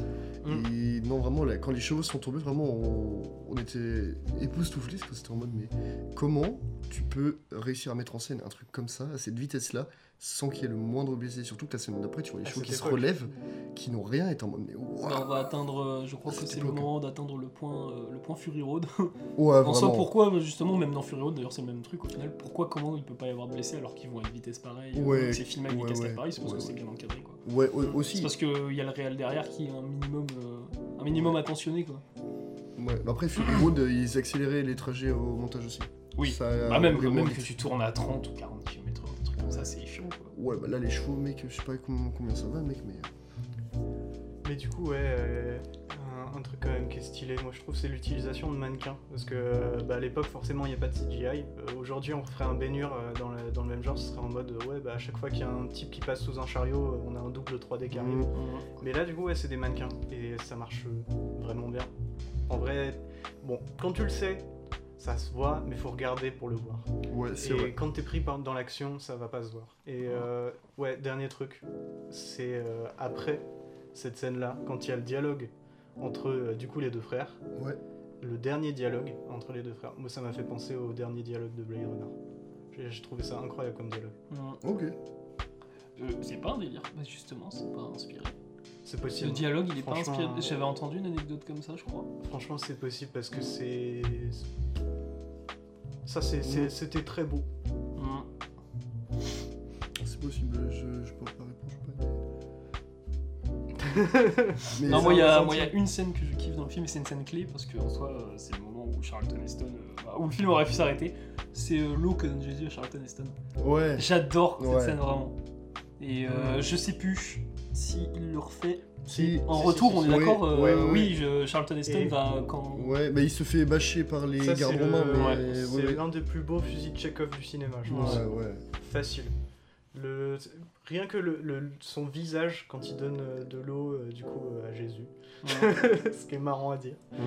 B: Mm.
A: Et non, vraiment, là, quand les chevaux sont tombés, vraiment, on, on était époustouflés parce que c'était en mode, mais comment tu peux réussir à mettre en scène un truc comme ça, à cette vitesse-là, sans qu'il y ait le moindre blessé Surtout que la semaine d'après, tu vois les
B: À
A: chevaux
B: cette
A: qui se
B: époque.
A: relèvent, qui n'ont rien, et t'es en mode, mais
D: Bah,
A: waouh
D: on va atteindre, euh, je crois
A: Ah,
D: que
A: c'était
D: c'est le
A: bloqué.
D: moment d'atteindre le point, euh, le point Fury Road.
A: Ouais,
D: en soi,
A: vraiment.
D: pourquoi euh, justement, même dans Fury Road, d'ailleurs c'est le même truc au final, pourquoi comment il peut pas y avoir de blessés alors qu'ils vont à une vitesse pareille, euh,
A: Ouais,
D: que c'est filmé à une
A: ouais,
D: vitesse
A: ouais,
D: pareille, c'est parce
A: ouais,
D: que c'est
A: ouais.
D: bien encadré quoi.
A: Ouais, au-
D: C'est
A: aussi.
D: parce qu'il y a le réel derrière qui est un minimum, euh, un minimum attentionné quoi.
A: Ouais. mais Après, Fury Road, euh, ils accéléraient les trajets au montage aussi.
D: Oui.
A: Ça a
D: Bah, même,
A: vraiment
D: même
A: été-
D: que tu tournes à 30 ou 40 km, un truc comme ça, c'est chiant quoi.
A: Ouais, bah là, les chevaux, mec, je sais pas combien, combien ça va, mec, mais. euh,
B: mais du coup, ouais, euh, un, un truc quand même qui est stylé, moi je trouve, c'est l'utilisation de mannequins. Parce que euh, bah, à l'époque, forcément, il n'y a pas de CGI. Euh, Aujourd'hui, on ferait un bénur euh, dans, le, dans le même genre, ce serait en mode, euh, ouais, bah à chaque fois qu'il y a un type qui passe sous un chariot, euh, on a un double 3D qui arrive.
A: Mm.
B: Mais là, du coup, ouais, c'est des mannequins et ça marche euh, vraiment bien. En vrai, bon, quand tu le sais, ça se voit, mais faut regarder pour le voir.
A: Ouais, c'est
B: Et
A: vrai.
B: quand t'es pris par- dans l'action, ça va pas se voir. Et euh, ouais, dernier truc, c'est euh, après cette scène-là, quand il y a le dialogue entre euh, du coup les deux frères,
A: Ouais.
B: le dernier dialogue entre les deux frères, moi ça m'a fait penser au dernier dialogue de Blade Runner. J'ai- J'ai trouvé ça incroyable comme dialogue.
D: Hum.
A: Ok.
D: Euh, c'est pas un délire, bah, justement, c'est pas inspiré.
B: C'est
D: Le
B: possible.
D: dialogue, il est pas
B: Franchement,
D: inspiré.
B: euh,
D: J'avais entendu une anecdote comme ça, je crois.
B: Franchement, c'est possible parce que c'est. Ça, c'est- c'est- c'était très beau.
A: Mm.
D: Hum.
A: C'est possible, je, je peux pas répondre, je peux pas. Mais
D: Non,
A: ça,
D: moi, il y, a-
A: ça,
D: moi, il y a une scène que je kiffe dans le film, et c'est une scène clé, parce que en soi, euh, c'est le moment où Charlton Heston. euh, bah, où le film aurait pu s'arrêter. C'est euh, l'eau que donne Jésus à Charlton Heston.
A: Ouais.
D: J'adore cette
A: Ouais.
D: scène, vraiment. Et euh, je sais plus si il le refait.
A: Si.
D: En
B: si,
D: retour,
B: si,
D: on
A: si.
D: est d'accord
A: Ouais,
D: euh,
A: ouais, ouais.
D: Oui, je- Charlton Heston
B: Et-
D: va quand.
A: Ouais, bah il se fait bâcher par les
B: Ça,
A: gardes
B: c'est le-
A: romains, mais.
B: ouais,
A: ouais,
B: c'est l'un des plus beaux fusils de Chekhov du cinéma, je pense.
A: ouais, ouais.
B: facile. Le... Rien que le, le- son visage quand il donne euh, de l'eau euh, du coup euh, à Jésus,
D: Ouais.
B: ce qui est marrant à dire,
A: Mhm.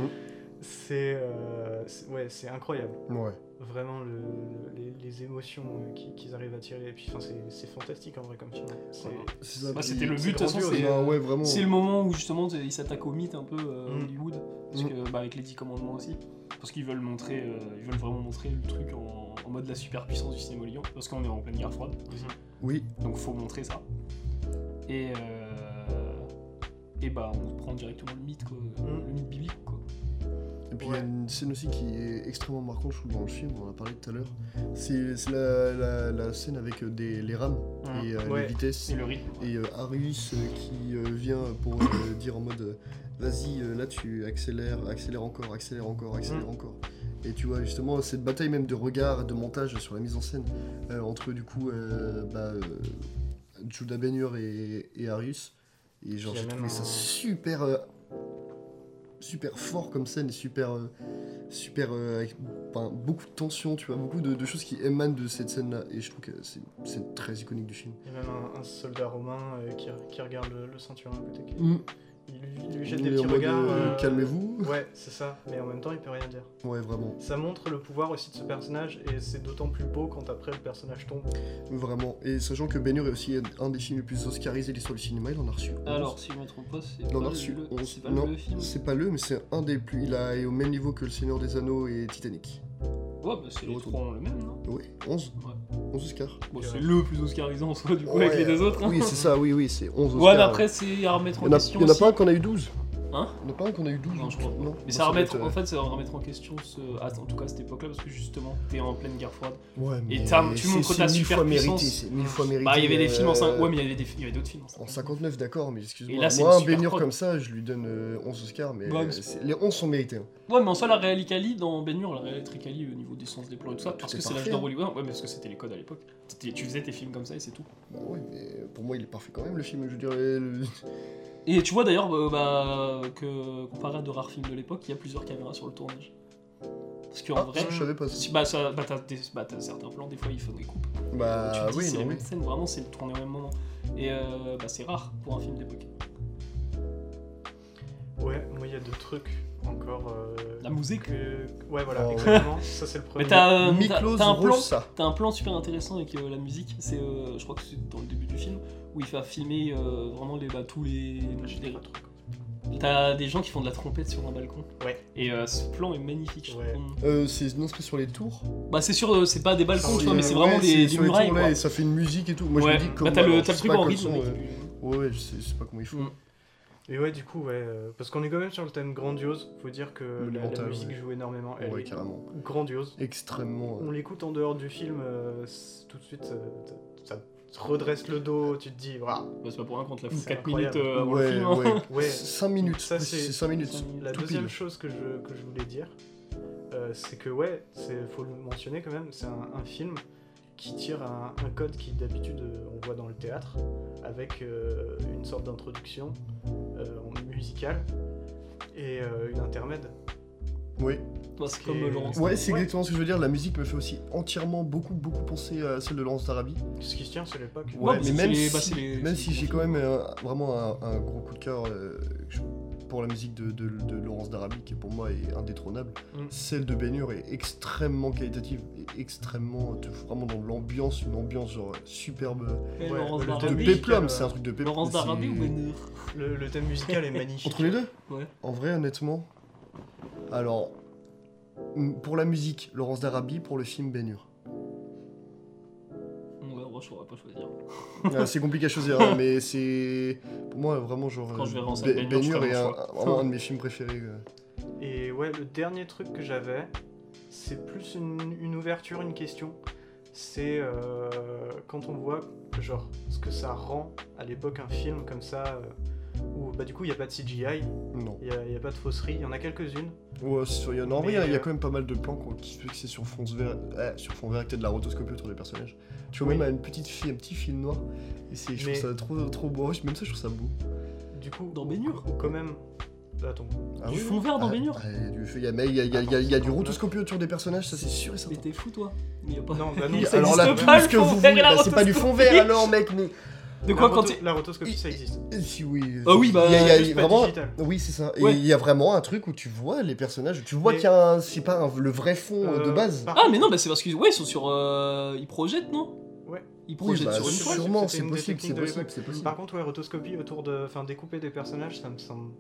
B: c'est euh, c'est- ouais c'est incroyable.
A: Ouais.
B: Vraiment le- le- les, les émotions euh, qui- qu'ils arrivent à tirer et puis enfin c'est c'est fantastique en vrai comme film. C'est-
D: Ouais.
A: C'est ça,
D: Bah,
A: puis-
D: c'était le but, de toute façon,
B: grandiose,
D: c'est.
A: Non, ouais, vraiment.
D: C'est le moment où justement il s'attaque au mythe un peu euh,
B: Mm.
D: Hollywood, parce
A: Mm.
D: que bah, avec les 10 commandements aussi. parce qu'ils veulent montrer, euh, ils veulent vraiment montrer le truc en, en mode la superpuissance du cinéma hollywoodien, parce qu'on est en pleine guerre froide,
A: Oui,
D: donc faut montrer ça. Et euh, et bah on prend directement le mythe quoi,
B: Mhm.
D: le mythe biblique quoi.
A: Mm. Et puis il y a une scène aussi qui est extrêmement marquante, je trouve, dans le film, on en a parlé tout à l'heure. C'est c'est la, la- la scène avec euh, des, les rames
D: Hein,
A: et euh,
B: Ouais.
A: les vitesses.
D: C'est le rythme.
A: Et euh, Arius euh, qui euh, vient pour euh, dire en mode euh, vas-y, euh, là tu accélères, accélère encore, accélère encore, accélère encore. Et tu vois, justement, cette bataille même de regard et de montage sur la mise en scène euh, entre du coup euh, bah, euh, Judah Benhur et, et Arius. Et genre,
D: Puis il y a
A: j'ai
D: même
A: trouvé ça
D: un-
A: super. euh, super fort comme scène, super. euh, super. euh, avec ben, beaucoup de tension, tu vois, beaucoup de, de choses qui émanent de cette scène-là. Et je trouve que c'est- c'est très iconique du film.
B: Il y a même un, un soldat romain euh, qui, qui regarde le, le ceinturon à côté. qui- Il lui, il lui jette des
A: Mais en
B: petits
A: mode,
B: regards.
A: euh,
B: euh,
A: Calmez-vous.
B: Ouais, c'est ça. Mais en même temps, il peut rien dire.
A: Ouais, vraiment.
B: Ça montre le pouvoir aussi de ce personnage et c'est d'autant plus beau quand après le personnage tombe.
A: Vraiment. Et sachant que Ben Hur est aussi un des films les plus oscarisés de l'histoire du cinéma, il en a reçu. 11.
E: Alors, si je me trompe pas, c'est
A: il en a
E: pas,
A: reçu
E: le,
A: 11.
E: c'est pas
A: non,
E: le film.
A: c'est pas le, mais c'est un des plus. Il a, est au même niveau que Le Seigneur des Anneaux et Titanic.
D: Ouais bah c'est
A: Le
D: les
A: retour.
D: trois ont le même non
A: Oui, 11.
D: Ouais.
A: 11 Oscars.
D: Bon,
B: Ouais.
D: c'est le plus oscarisé en soi du coup avec
A: Ouais,
D: les deux autres. hein.
A: Oui, c'est ça, oui, oui, c'est 11 Oscars.
D: Ouais, mais après, c'est à remettre en
A: Il y en a,
D: question.
A: il y en a
D: aussi.
A: pas un qu'on a eu 12.
D: Hein
A: Il y en a pas un qu'on a eu 12.
D: Non, je crois pas.
A: Non.
D: Mais
A: ça
D: ça euh, remettre,
A: doit être,
D: en fait, ça va remettre en question, ce... à- en tout cas à cette époque-là, parce que justement, t'es en pleine guerre froide.
A: Ouais, mais.
D: t'as-
A: c'est-
D: tu montres
A: euh, c'est
D: ta
A: mille fois mérité,
D: superpuissance.
A: C'est mille fois mérité.
D: Bah, il y avait des films en 5.
A: euh,
D: Ouais, mais il y avait, des... il y avait d'autres films en 5.
A: En 59, d'accord, mais
D: Et
A: excuse-moi.
D: là, c'est
A: Moi,
D: une
A: un
D: super
A: baigneur
D: prod.
A: comme ça, je lui donne euh, 11 Oscars, mais,
D: Ouais, mais
A: euh,
D: c'est-
A: c'est- les 11 sont mérités. hein.
D: Ouais, mais en soi, la réalicali dans Ben Hur, la réalicali au niveau des sens des plans et tout ça,
A: Tout
D: parce
A: est
D: que c'est l'âge
A: parfait,
D: d'or
A: hein.
D: hollywoodien. Ouais, mais parce que c'était les codes à l'époque. C'était- Tu faisais tes films comme ça et c'est tout.
A: Bah ouais, mais pour moi, il est parfait quand même, le film, je dirais. le-
D: Et tu vois d'ailleurs bah, bah, que comparé à de rares films de l'époque, il y a plusieurs caméras sur le tournage. Parce qu'en
A: Ah,
D: vrai,
A: ça, je savais pas. ça.
D: si- bah, ça- bah, t'as des- bah, t'as certains plans, des fois, ils font des coupes.
A: Bah
D: tu te dis,
A: oui,
D: c'est Euh,
A: non,
D: les
A: mais.
D: mêmes scènes, vraiment, c'est tourné au même moment. Et euh, bah, c'est rare pour un film d'époque.
B: Ouais, moi il y a deux trucs encore. euh,
D: La musique.
B: que... Ouais, voilà,
A: Oh, ouais.
B: exactement. ça c'est le premier.
D: Mais t'as euh,
A: Miklos
D: t'as- t'as un plan,
A: ça.
D: t'as un plan super intéressant avec euh, la musique. C'est, euh, je crois que c'est dans le début du film où il va filmer euh, vraiment les, bah, tous les.
B: Je
D: les-
B: dirais pas trop.
D: T'as des gens qui font de la trompette sur un balcon.
B: Ouais.
D: Et euh, ce plan est magnifique. je
B: Ouais.
D: trouve.
A: Euh, c'est non, c'est sur les tours.
D: Bah c'est sûr, euh, c'est pas des balcons,
B: Sur
D: tu vois,
B: les-
D: mais c'est
A: Ouais,
D: vraiment des, des
A: sur les
D: murailles.
A: tours, là,
D: quoi.
A: et ça fait une musique et tout. Moi,
D: ouais.
A: je me dis
D: bah,
A: comment.
D: t'as le,
A: alors, je
D: t'as le
A: sais
D: truc
A: pas
D: en
A: comme
D: rythme.
A: son,
D: mais
A: euh, Ouais, ouais, je sais, je sais pas comment ils font.
D: Mm.
B: Mais ouais, du coup, ouais, euh, parce qu'on est quand même sur le thème grandiose. Faut dire que la- la,
A: Monumental,
B: musique
A: ouais.
B: joue énormément. Elle
A: Ouais,
B: est
A: carrément.
B: grandiose.
A: Extrêmement.
B: On
A: euh,
B: l'écoute en dehors du film, euh, c'est- tout de suite, euh, t- ça te redresse le dos. Tu te dis, voilà.
D: Bah, c'est pas pour rien qu'on te la fout
B: C'est
D: 4 minutes
B: incroyable.
D: euh, avant le
A: Ouais,
D: film. hein.
A: ouais.
B: Ouais.
A: 5 minutes.
B: Ça,
A: oui,
B: c'est-
A: c'est 5 minutes.
B: La
A: Tout
B: deuxième
A: pile.
B: chose que je, que je voulais dire, euh, c'est que ouais, c'est faut le mentionner quand même, c'est un, un film qui tire un, un code qui d'habitude euh, on voit dans le théâtre, avec euh, une sorte d'introduction euh, en musicale et euh, une intermède.
A: Ouais.
D: Bah, c'est
B: Et-
D: comme euh, Laurence.
A: Ouais, c'est
B: Ouais.
A: exactement ce que je veux dire. La musique me fait aussi entièrement beaucoup, beaucoup penser à celle de Laurence d'Arabie.
B: Ce qui se tient, c'est l'époque.
A: Ouais,
D: Ouais,
A: mais
D: mais
A: même
D: c'est les-
A: si,
D: bah, c'est les-
A: même
D: c'est
A: si
D: les
A: j'ai
D: bons
A: quand même euh, vraiment un, un gros coup de cœur euh, je- pour la musique de, de- de Laurence d'Arabie, qui pour moi est indétrônable,
B: Mm.
A: celle de Bénur est extrêmement qualitative et extrêmement, te fout vraiment dans l'ambiance, une ambiance genre superbe.
D: Eh,
B: Ouais,
D: Laurence
B: le
A: De
D: d'Arabie.
B: musique,
A: péplum,
B: euh,
A: c'est un truc de péplum.
D: Laurence
A: c'est-
D: d'Arabie ou Ben Hur
B: Le, le thème musical est magnifique.
A: Entre les deux
D: Ouais.
A: En vrai, honnêtement. Alors, m- pour la musique, Laurence d'Arabie, pour le film Bénur.
D: Ouais, bah, moi je saurais pas choisir.
A: c'est compliqué à choisir, hein, mais c'est. Pour moi, vraiment, genre.
D: Quand je verrai en salle
A: Bé-
D: Ben Hur, je
A: Bénur
D: ferai
A: est
D: mon
A: un-
D: choix.
A: vraiment un de mes films préférés. euh.
B: Et ouais, le dernier truc que j'avais, c'est plus une, une ouverture, une question. C'est euh, quand on voit genre ce que ça rend à l'époque un film comme ça, euh, où bah du coup il n'y a pas de CGI,
A: Non.
B: il n'y a, y a pas de fausserie, il y en a quelques-unes.
A: Ouais, c'est sûr, il y en a. En vrai, il y a- il y
B: Mais,
A: a
B: euh,
A: quand même pas mal de plans quoi, qui fait que c'est sur fond vert, eh, sur fond vert avec peut-être de la rotoscopie autour des personnages. Tu vois
B: Oui.
A: même à une petite fille, un petit film noir. Et c'est, je
B: Mais-
A: trouve ça trop, trop beau. Ouais, Même ça, je trouve ça beau.
B: Du coup,
D: Dans Ben Hur
B: quand même. bah, Attends,
A: Ah
D: Du
A: oui,
D: fond
A: oui.
D: vert dans
A: Ah,
D: Ben Hur
A: ah, Il y a du feu, il y a, mais il y a, il y a- il y a- il y a du
B: 159.
A: rotoscopie autour des personnages, ça c'est sûr et certain.
D: Mais t'es fou toi. Mais y a pas.
B: non, bah non,
A: Oui,
D: ça
A: alors là,
D: existe
A: tout
D: pas,
A: ce
D: le
A: que
D: fond
A: vous
D: vert et
A: voulez,
D: la
A: là, c'est pas du fond vert alors, mec, mais.
D: De quoi
B: la,
D: quand
B: roto-
D: t'es-
B: la rotoscopie ça existe.
A: Eh, Si oui.
D: Ah oui, bah,
A: Il y a- il y a
B: juste pas
A: vraiment.
B: digital.
A: Oui, c'est ça.
D: Ouais.
A: Et il y a vraiment un truc où tu vois les personnages, tu vois
B: Mais-
A: qu'il y a un. C'est pas un- le vrai fond euh, de
B: Euh,
A: base.
B: par
D: Ah mais non, bah c'est parce qu'ils ouais, ils sont sur euh, ils projettent, non
B: Ouais.
D: Ils
A: Oui,
D: projettent
A: bah,
D: sur une
B: sûr.
D: toile.
A: sûrement,
B: c'était
A: c'est
B: une des
A: possible, c'est
B: techniques de
A: possible,
B: l'époque.
A: c'est possible.
B: Par contre, ouais, rotoscopie autour de. Enfin, découper des personnages, ça me semble.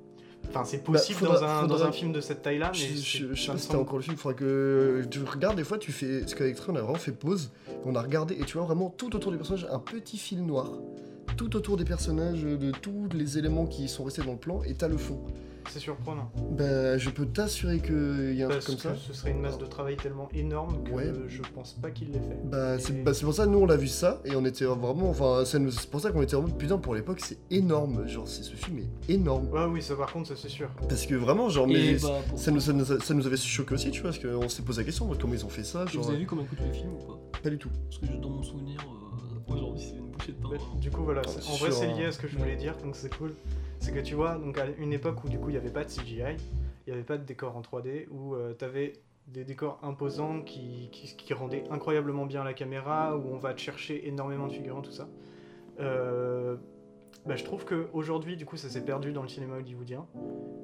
B: Enfin, c'est possible
A: Bah, faudra-
B: dans, un,
A: faudra-
B: dans un film de cette taille-là, mais.
A: Je,
B: c'est-
A: je- je sais
B: ça
A: pas
B: me
A: si t'as
B: semble-
A: encore le film, faudrait que tu regardes des fois, tu fais. Parce qu'avec Trey, on a vraiment fait pause, on a regardé, et tu vois vraiment tout autour du personnage un petit fil noir, tout autour des personnages, de tous les éléments qui sont restés dans le plan, et t'as le fond.
B: C'est surprenant.
A: Bah, je peux t'assurer qu'il y a un
B: Parce
A: truc
B: que
A: comme ça.
B: ce serait une masse de travail tellement énorme que
A: Ouais.
B: je pense pas qu'il l'ait fait.
A: Bah, c'est
B: Et-
A: bah, c'est pour ça, nous on l'a vu ça, et on était vraiment. Enfin, ça nous- c'est pour ça qu'on était en mode putain, pour l'époque, c'est énorme. Genre, c'est ce film est énorme.
B: Ouais, oui, ça par contre, ça c'est sûr.
A: Parce que vraiment, genre, mais.
D: Et bah, pour-
A: Ça nous, ça, nous a- ça nous avait choqué aussi, tu vois, parce qu'on s'est posé la question, comment ils ont fait ça,
D: Et
A: genre,
D: Vous avez vu comment coûte le film ou pas
A: pas du tout.
D: Parce que je- dans mon souvenir, euh, aujourd'hui c'est une bouchée de pain. hein.
B: Bah,
D: vraiment.
B: du coup, voilà,
A: Ah,
B: c'est- en
A: sur
B: vrai, c'est
A: un-
B: lié à ce que je voulais dire, donc c'est cool. C'est que tu vois, donc à une époque où du coup il n'y avait pas de CGI, il n'y avait pas de décor en 3D, où tu avais des décors imposants qui, qui, qui rendaient incroyablement bien la caméra, où on va te chercher énormément de figurants, tout ça. Euh, bah, je trouve que aujourd'hui, du coup, ça s'est perdu dans le cinéma hollywoodien,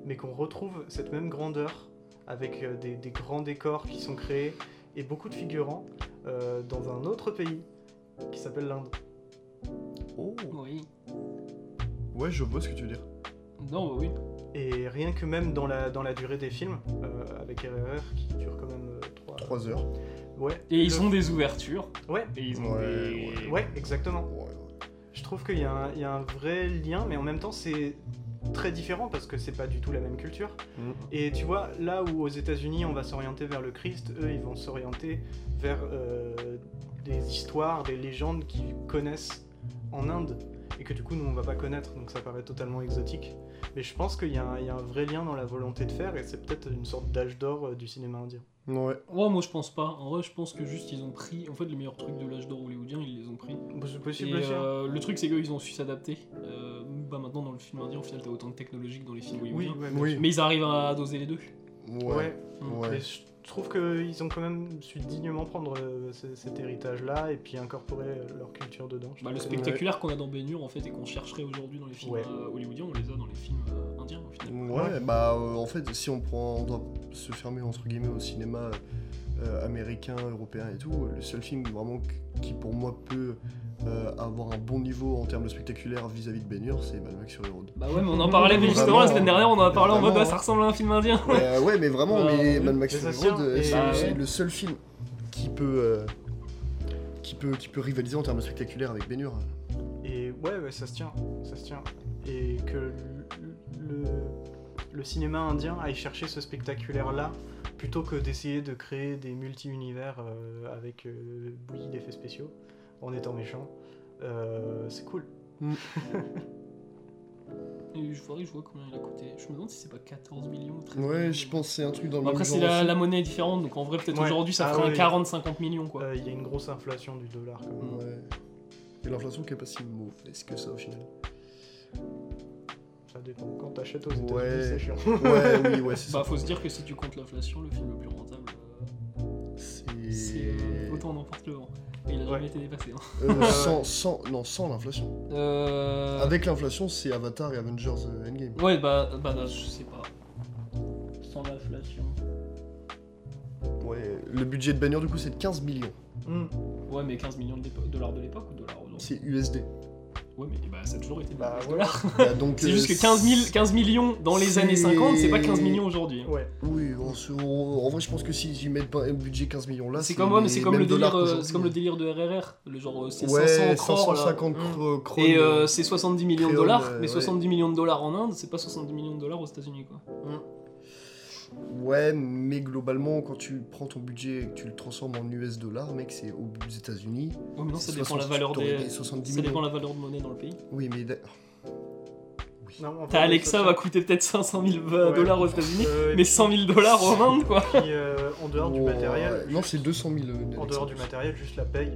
B: mais qu'on retrouve cette même grandeur avec euh, des, des grands décors qui sont créés et beaucoup de figurants euh, dans un autre pays qui s'appelle l'Inde.
A: Oh,
D: Oui.
A: ouais, je vois ce que tu veux dire.
D: Non, bah oui.
B: Et rien que même dans la, dans la durée des films, euh, avec RRR qui dure quand même 3
A: 3 heures.
B: Ouais.
D: Et ils
B: Le-
D: ont des ouvertures.
B: Ouais,
D: Et ils ont
A: Ouais,
D: des.
B: ouais, exactement.
A: Ouais, ouais.
B: Je trouve qu'il y, a un- il y a un vrai lien, mais en même temps, c'est très différent parce que c'est pas du tout la même culture.
A: Mhm.
B: Et tu vois, là où aux États-Unis on va s'orienter vers le Christ, eux ils vont s'orienter vers euh, des histoires, des légendes qu'ils connaissent en Inde et que du coup nous on va pas connaître, donc ça paraît totalement exotique. Mais je pense qu'il y, a un- il y a un vrai lien dans la volonté de faire et c'est peut-être une sorte d'âge d'or euh, du cinéma indien.
A: Ouais,
D: Ouais, moi je pense pas. En vrai, je pense que juste ils ont pris. En fait, les meilleurs trucs de l'âge d'or hollywoodien, ils les ont pris.
B: C'est
D: Et,
B: possible aussi. hein.
D: euh, le truc, c'est qu'ils ont su s'adapter. Euh, bah maintenant, dans le film indien, au final, t'as autant de technologie que dans les films
B: Oui,
D: hollywoodiens.
B: ouais, bien
A: oui.
D: Mais ils arrivent à doser les deux.
B: sûr.
A: Ouais.
B: Ouais.
A: Ouais.
B: Mais je trouve qu'ils ont quand même su dignement prendre euh, ce- cet héritage-là et puis incorporer euh, leur culture dedans. je
D: Bah, le
B: trouve que-
D: spectaculaire qu'on a dans Bénur, en fait, et qu'on chercherait aujourd'hui dans les films
B: Ouais.
D: euh, hollywoodiens, on les a dans les films euh, indiens, au final.
A: Ouais,
B: Ouais.
A: bah euh, en fait, si on prend, on doit se fermer entre guillemets au cinéma euh, américain, européen et tout, le seul film vraiment qu- qui pour moi peut euh, avoir un bon niveau en termes de spectaculaire vis-à-vis de Ben Hur, c'est Mad Max Fury Road.
D: Bah ouais, mais on en parlait, mais justement, la semaine dernière, on en a parlé en mode,
A: Vraiment,
D: bah, ça ressemble à un film indien.
A: Ouais, euh, ouais, mais vraiment,
D: Bah,
A: mais
D: oui.
A: Mad Max
B: Mais ça
A: Fury
B: se tient,
A: Road, euh,
B: et-
A: c'est
D: Bah,
A: c'est
D: ouais.
A: le seul film qui peut, euh, qui peut, qui peut rivaliser en termes de spectaculaire avec Ben Hur.
B: Et ouais, ouais, ça se tient, ça se tient. Et que le, le, le cinéma indien aille chercher ce spectaculaire-là plutôt que d'essayer de créer des multi-univers euh, avec euh, bouillie d'effets spéciaux en étant méchant. Euh, c'est cool.
D: Et je voudrais, je vois combien il a coûté. Je me demande si c'est pas 14 millions ou 13 millions.
A: Ouais, je pense que c'est un truc dans le
D: Bon,
A: même
D: après,
A: genre
D: c'est la,
A: aussi.
D: la monnaie est différente, donc en vrai, peut-être
B: Ouais.
D: aujourd'hui, ça
B: Ah
D: ferait
B: ouais.
D: un 40-50 millions,
B: Euh, Il
D: quoi.
B: y a une grosse inflation du dollar. quand même.
A: Ouais. Et l'inflation qui est pas si mauvaise que ça au final.
B: Ça dépend. Quand t'achètes aux États-Unis,
A: Ouais.
B: c'est chiant.
A: Ouais, oui, ouais, c'est
D: Bah,
A: ça.
D: faut se dire que si tu comptes l'inflation, le film le plus rentable, euh, c'est euh, autant n'emporte le vent. Et il a
B: Ouais.
D: jamais été dépassé. hein.
A: Euh, sans, sans, non, sans l'inflation.
D: Euh...
A: Avec l'inflation, c'est Avatar et Avengers euh, Endgame.
D: Ouais, bah, bah non, je sais pas. Sans l'inflation.
A: Ouais, le budget de Banner, du coup, c'est de 15 millions.
B: Hmm.
D: Ouais, mais 15 millions de l'épo- dollars de l'époque ou dollars aujourd'hui
A: C'est USD.
D: Ouais, mais bah, ça a toujours été
B: Bah,
D: des
B: voilà.
D: dollars.
A: Bah, donc,
D: C'est
A: euh,
D: juste que 15, 000 15 millions dans les
A: c'est-
D: années 50, c'est pas 15 millions aujourd'hui. hein.
B: Ouais.
A: Oui, on se- on- en vrai, je pense que si j'y mets pas un budget 15 millions là,
D: C'est comme, ouais, mais c'est comme, le
A: mêmes dollars
D: délire, euh,
A: qu'aujourd'hui. hein.
D: c'est comme le délire de RRR. Le genre, euh, c'est
A: Ouais,
D: 500 crores, là.
A: 550
B: là.
A: cro- crônes.
D: Et euh, c'est 70 millions de
A: créole,
D: dollars,
A: euh,
D: mais
A: ouais.
D: 70 millions de dollars en Inde, c'est pas 70 millions de dollars aux États-Unis quoi.
A: Ouais, mais globalement, quand tu prends ton budget et que tu le transformes en US dollars, mec, c'est aux États-Unis.
D: Ouais, mais non, ça
A: c'est
D: dépend
A: 60
D: la valeur
A: t'aurais
D: des.
A: 70
D: Ça
A: millions.
D: dépend la valeur de monnaie dans le pays.
A: Oui, mais. d'a-
B: Non, mais enfin,
D: T'as Alexa
B: ça-
D: va coûter peut-être 500 000 euh,
B: Ouais.
D: dollars aux États-Unis,
B: Euh, et
D: mais
B: puis-
D: 100 000 dollars en Inde quoi.
B: puis, euh, en dehors du
A: Oh,
B: matériel,
A: ouais. Non, c'est 200 000. euh,
B: En dehors du
A: Alexandre.
B: matériel, juste la paye.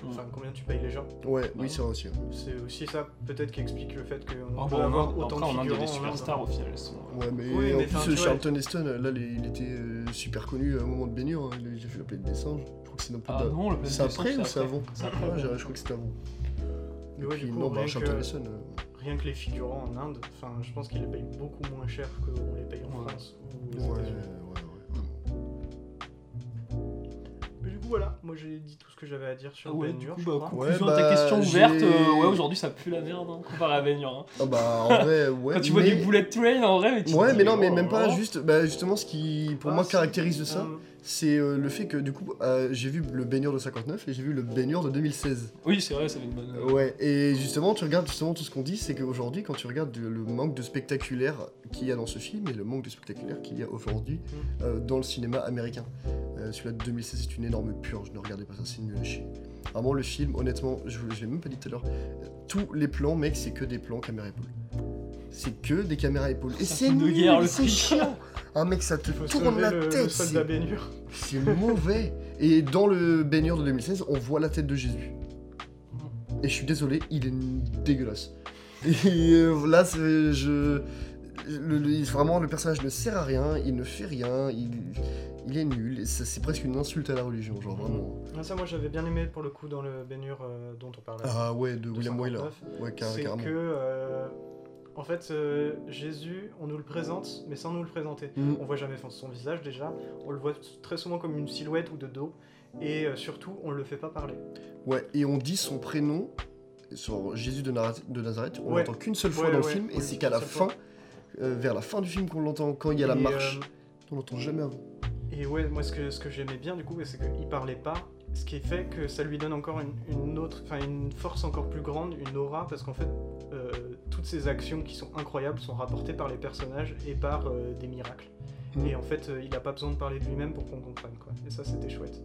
D: Mm.
B: Enfin, combien tu payes les gens.
A: Ouais, oui, c'est vrai aussi. ouais.
B: C'est aussi ça, peut-être, qui explique le fait qu'on
D: Ah
B: peut
D: bon,
B: avoir
D: en Inde,
B: autant
D: après, en
B: de
D: Inde, il y a
B: figurants. en
D: des
B: Inde.
D: superstars au final. Elles sont, euh,
A: Ouais, mais
B: Oui,
A: en
B: mais enfin,
A: plus,
B: tu vois,
A: Charlton Heston, là, les- il était euh, super connu à un moment de baignure. Il il a fait la planète des singes. Je crois que c'est dans
D: Ah
A: de...
D: non, le
A: C'est après ou c'est
D: ça
A: avant
D: C'est
A: Ouais,
D: après.
A: j'ai- Je crois que c'est avant.
B: Mais
A: Et
B: ouais,
A: puis,
B: du coup,
A: non, bah,
B: rien,
A: Charlton
B: que,
A: Heston. euh,
B: rien que les figurants en Inde, enfin, je pense qu'ils les payent beaucoup moins cher qu'on les paye en
D: Ouais.
B: France ou aux
A: Ouais, ouais,
B: États-Unis.
A: ouais.
B: Mais du coup, voilà, moi j'ai dit tout ce que j'avais à dire sur
D: Ah ouais,
B: Ben
D: du
B: Hur,
D: coup,
B: je
D: bah,
B: crois.
D: conclusion
A: Ouais,
D: à ta
A: bah,
D: question ouverte,
A: j'ai-
D: euh, ouais, aujourd'hui ça pue la merde hein, comparé à Veignor. hein.
A: Ah bah, en vrai, ouais.
D: Quand tu vois
A: mais-
D: des bullet train en vrai, mais tu te
A: Ouais,
D: dis,
A: mais non, mais
D: oh,
A: même pas
D: oh.
A: juste. Bah, justement, ce qui pour
B: Ah,
A: moi
B: si.
A: caractérise ça,
B: Euh,
A: c'est euh, le fait que du coup, euh, j'ai vu le baigneur de 59 et j'ai vu le baigneur de 2016.
D: Oui, c'est vrai, ça avait une bonne.
A: Euh, Ouais, et justement, tu regardes justement tout ce qu'on dit, c'est qu'aujourd'hui, quand tu regardes de- le manque de spectaculaire qu'il y a dans ce film et le manque de spectaculaire qu'il y a aujourd'hui euh, dans le cinéma américain. Euh, Celui-là de 2016 est une énorme purge, ne regardez pas ça, c'est nul à chier. Vraiment, le film, honnêtement, je vous je l'ai même pas dit tout à l'heure, euh, tous les plans, mec, c'est que des plans caméra épaule. C'est que des caméras épaules. Et
D: C'est un
A: c'est
D: film de
A: nul,
D: guerre, le
A: c'est
D: fric.
A: chiant. Un mec, ça te
B: faut
A: tourne
B: sauver
A: la
B: le- le
A: tête.
B: soldat
A: c'est-
B: Ben Hur.
A: c'est mauvais. Et dans le baigneur de 2016, on voit la tête de Jésus. Et je suis désolé, il est dégueulasse. Et euh, là, c'est- je. le- le- vraiment, le personnage ne sert à rien, il ne fait rien, il, il est nul. Et ça, C'est presque une insulte à la religion, genre vraiment.
B: Ah, ça, moi j'avais bien aimé pour le coup dans le Ben Hur euh, dont on parlait.
A: Ah ouais, de William Wyler.
B: 59.
A: Ouais, car-
B: c'est
A: carrément.
B: que euh, en fait euh, Jésus on nous le présente mais sans nous le présenter
A: Mm.
B: on voit jamais enfin, son visage déjà on le voit très souvent comme une silhouette ou de dos et euh, surtout on le fait pas parler
A: Ouais, et on dit son prénom sur Jésus de, Nara- de Nazareth, on
B: Ouais.
A: l'entend qu'une seule fois
B: Ouais,
A: dans le
B: ouais,
A: film,
B: on
A: et c'est qu'à la
B: l'entend
A: fin,
B: qu'une
A: euh, vers la fin du film qu'on l'entend, quand il y a la
B: Et,
A: marche,
B: euh,
A: on l'entend jamais avant.
B: et ouais moi ce que, ce que j'aimais bien du coup c'est qu'il parlait pas ce qui fait que ça lui donne encore une, une autre enfin une force encore plus grande une aura parce qu'en fait euh, toutes ces actions qui sont incroyables sont rapportées par les personnages et par euh, des miracles
A: Mm.
B: et en fait euh, il a pas besoin de parler de lui-même pour qu'on comprenne quoi et ça c'était chouette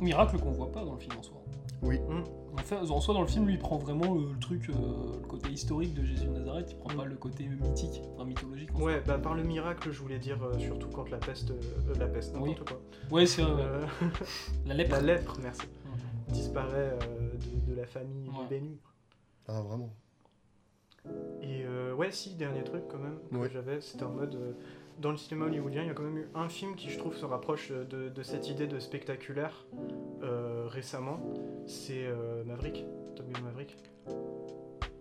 D: Mm. Miracle qu'on voit pas dans le film en soi.
A: Oui.
B: Mm.
D: En, fait, en soi, dans le film, lui, il prend vraiment le, le truc, euh, le côté historique de Jésus de Nazareth, il prend
B: Mm.
D: pas le côté mythique, enfin mythologique. En
B: Ouais, bah par
D: euh,
B: le miracle, je voulais dire euh, surtout quand la peste, euh, euh, la peste, n'importe quoi.
D: fait. ouais c'est vrai, ouais.
B: Euh,
D: la lèpre.
B: la lèpre, merci,
D: Mm.
B: disparaît euh, de, de la famille
D: Ouais.
B: du Bénu.
A: Ah, vraiment.
B: Et euh, ouais, si, dernier truc quand même que
A: Ouais.
B: j'avais, c'était en mode. euh, dans le cinéma hollywoodien, il y a quand même eu un film qui, je trouve, se rapproche euh, de, de cette idée de spectaculaire euh, récemment. C'est euh, Maverick, Top Gun Maverick.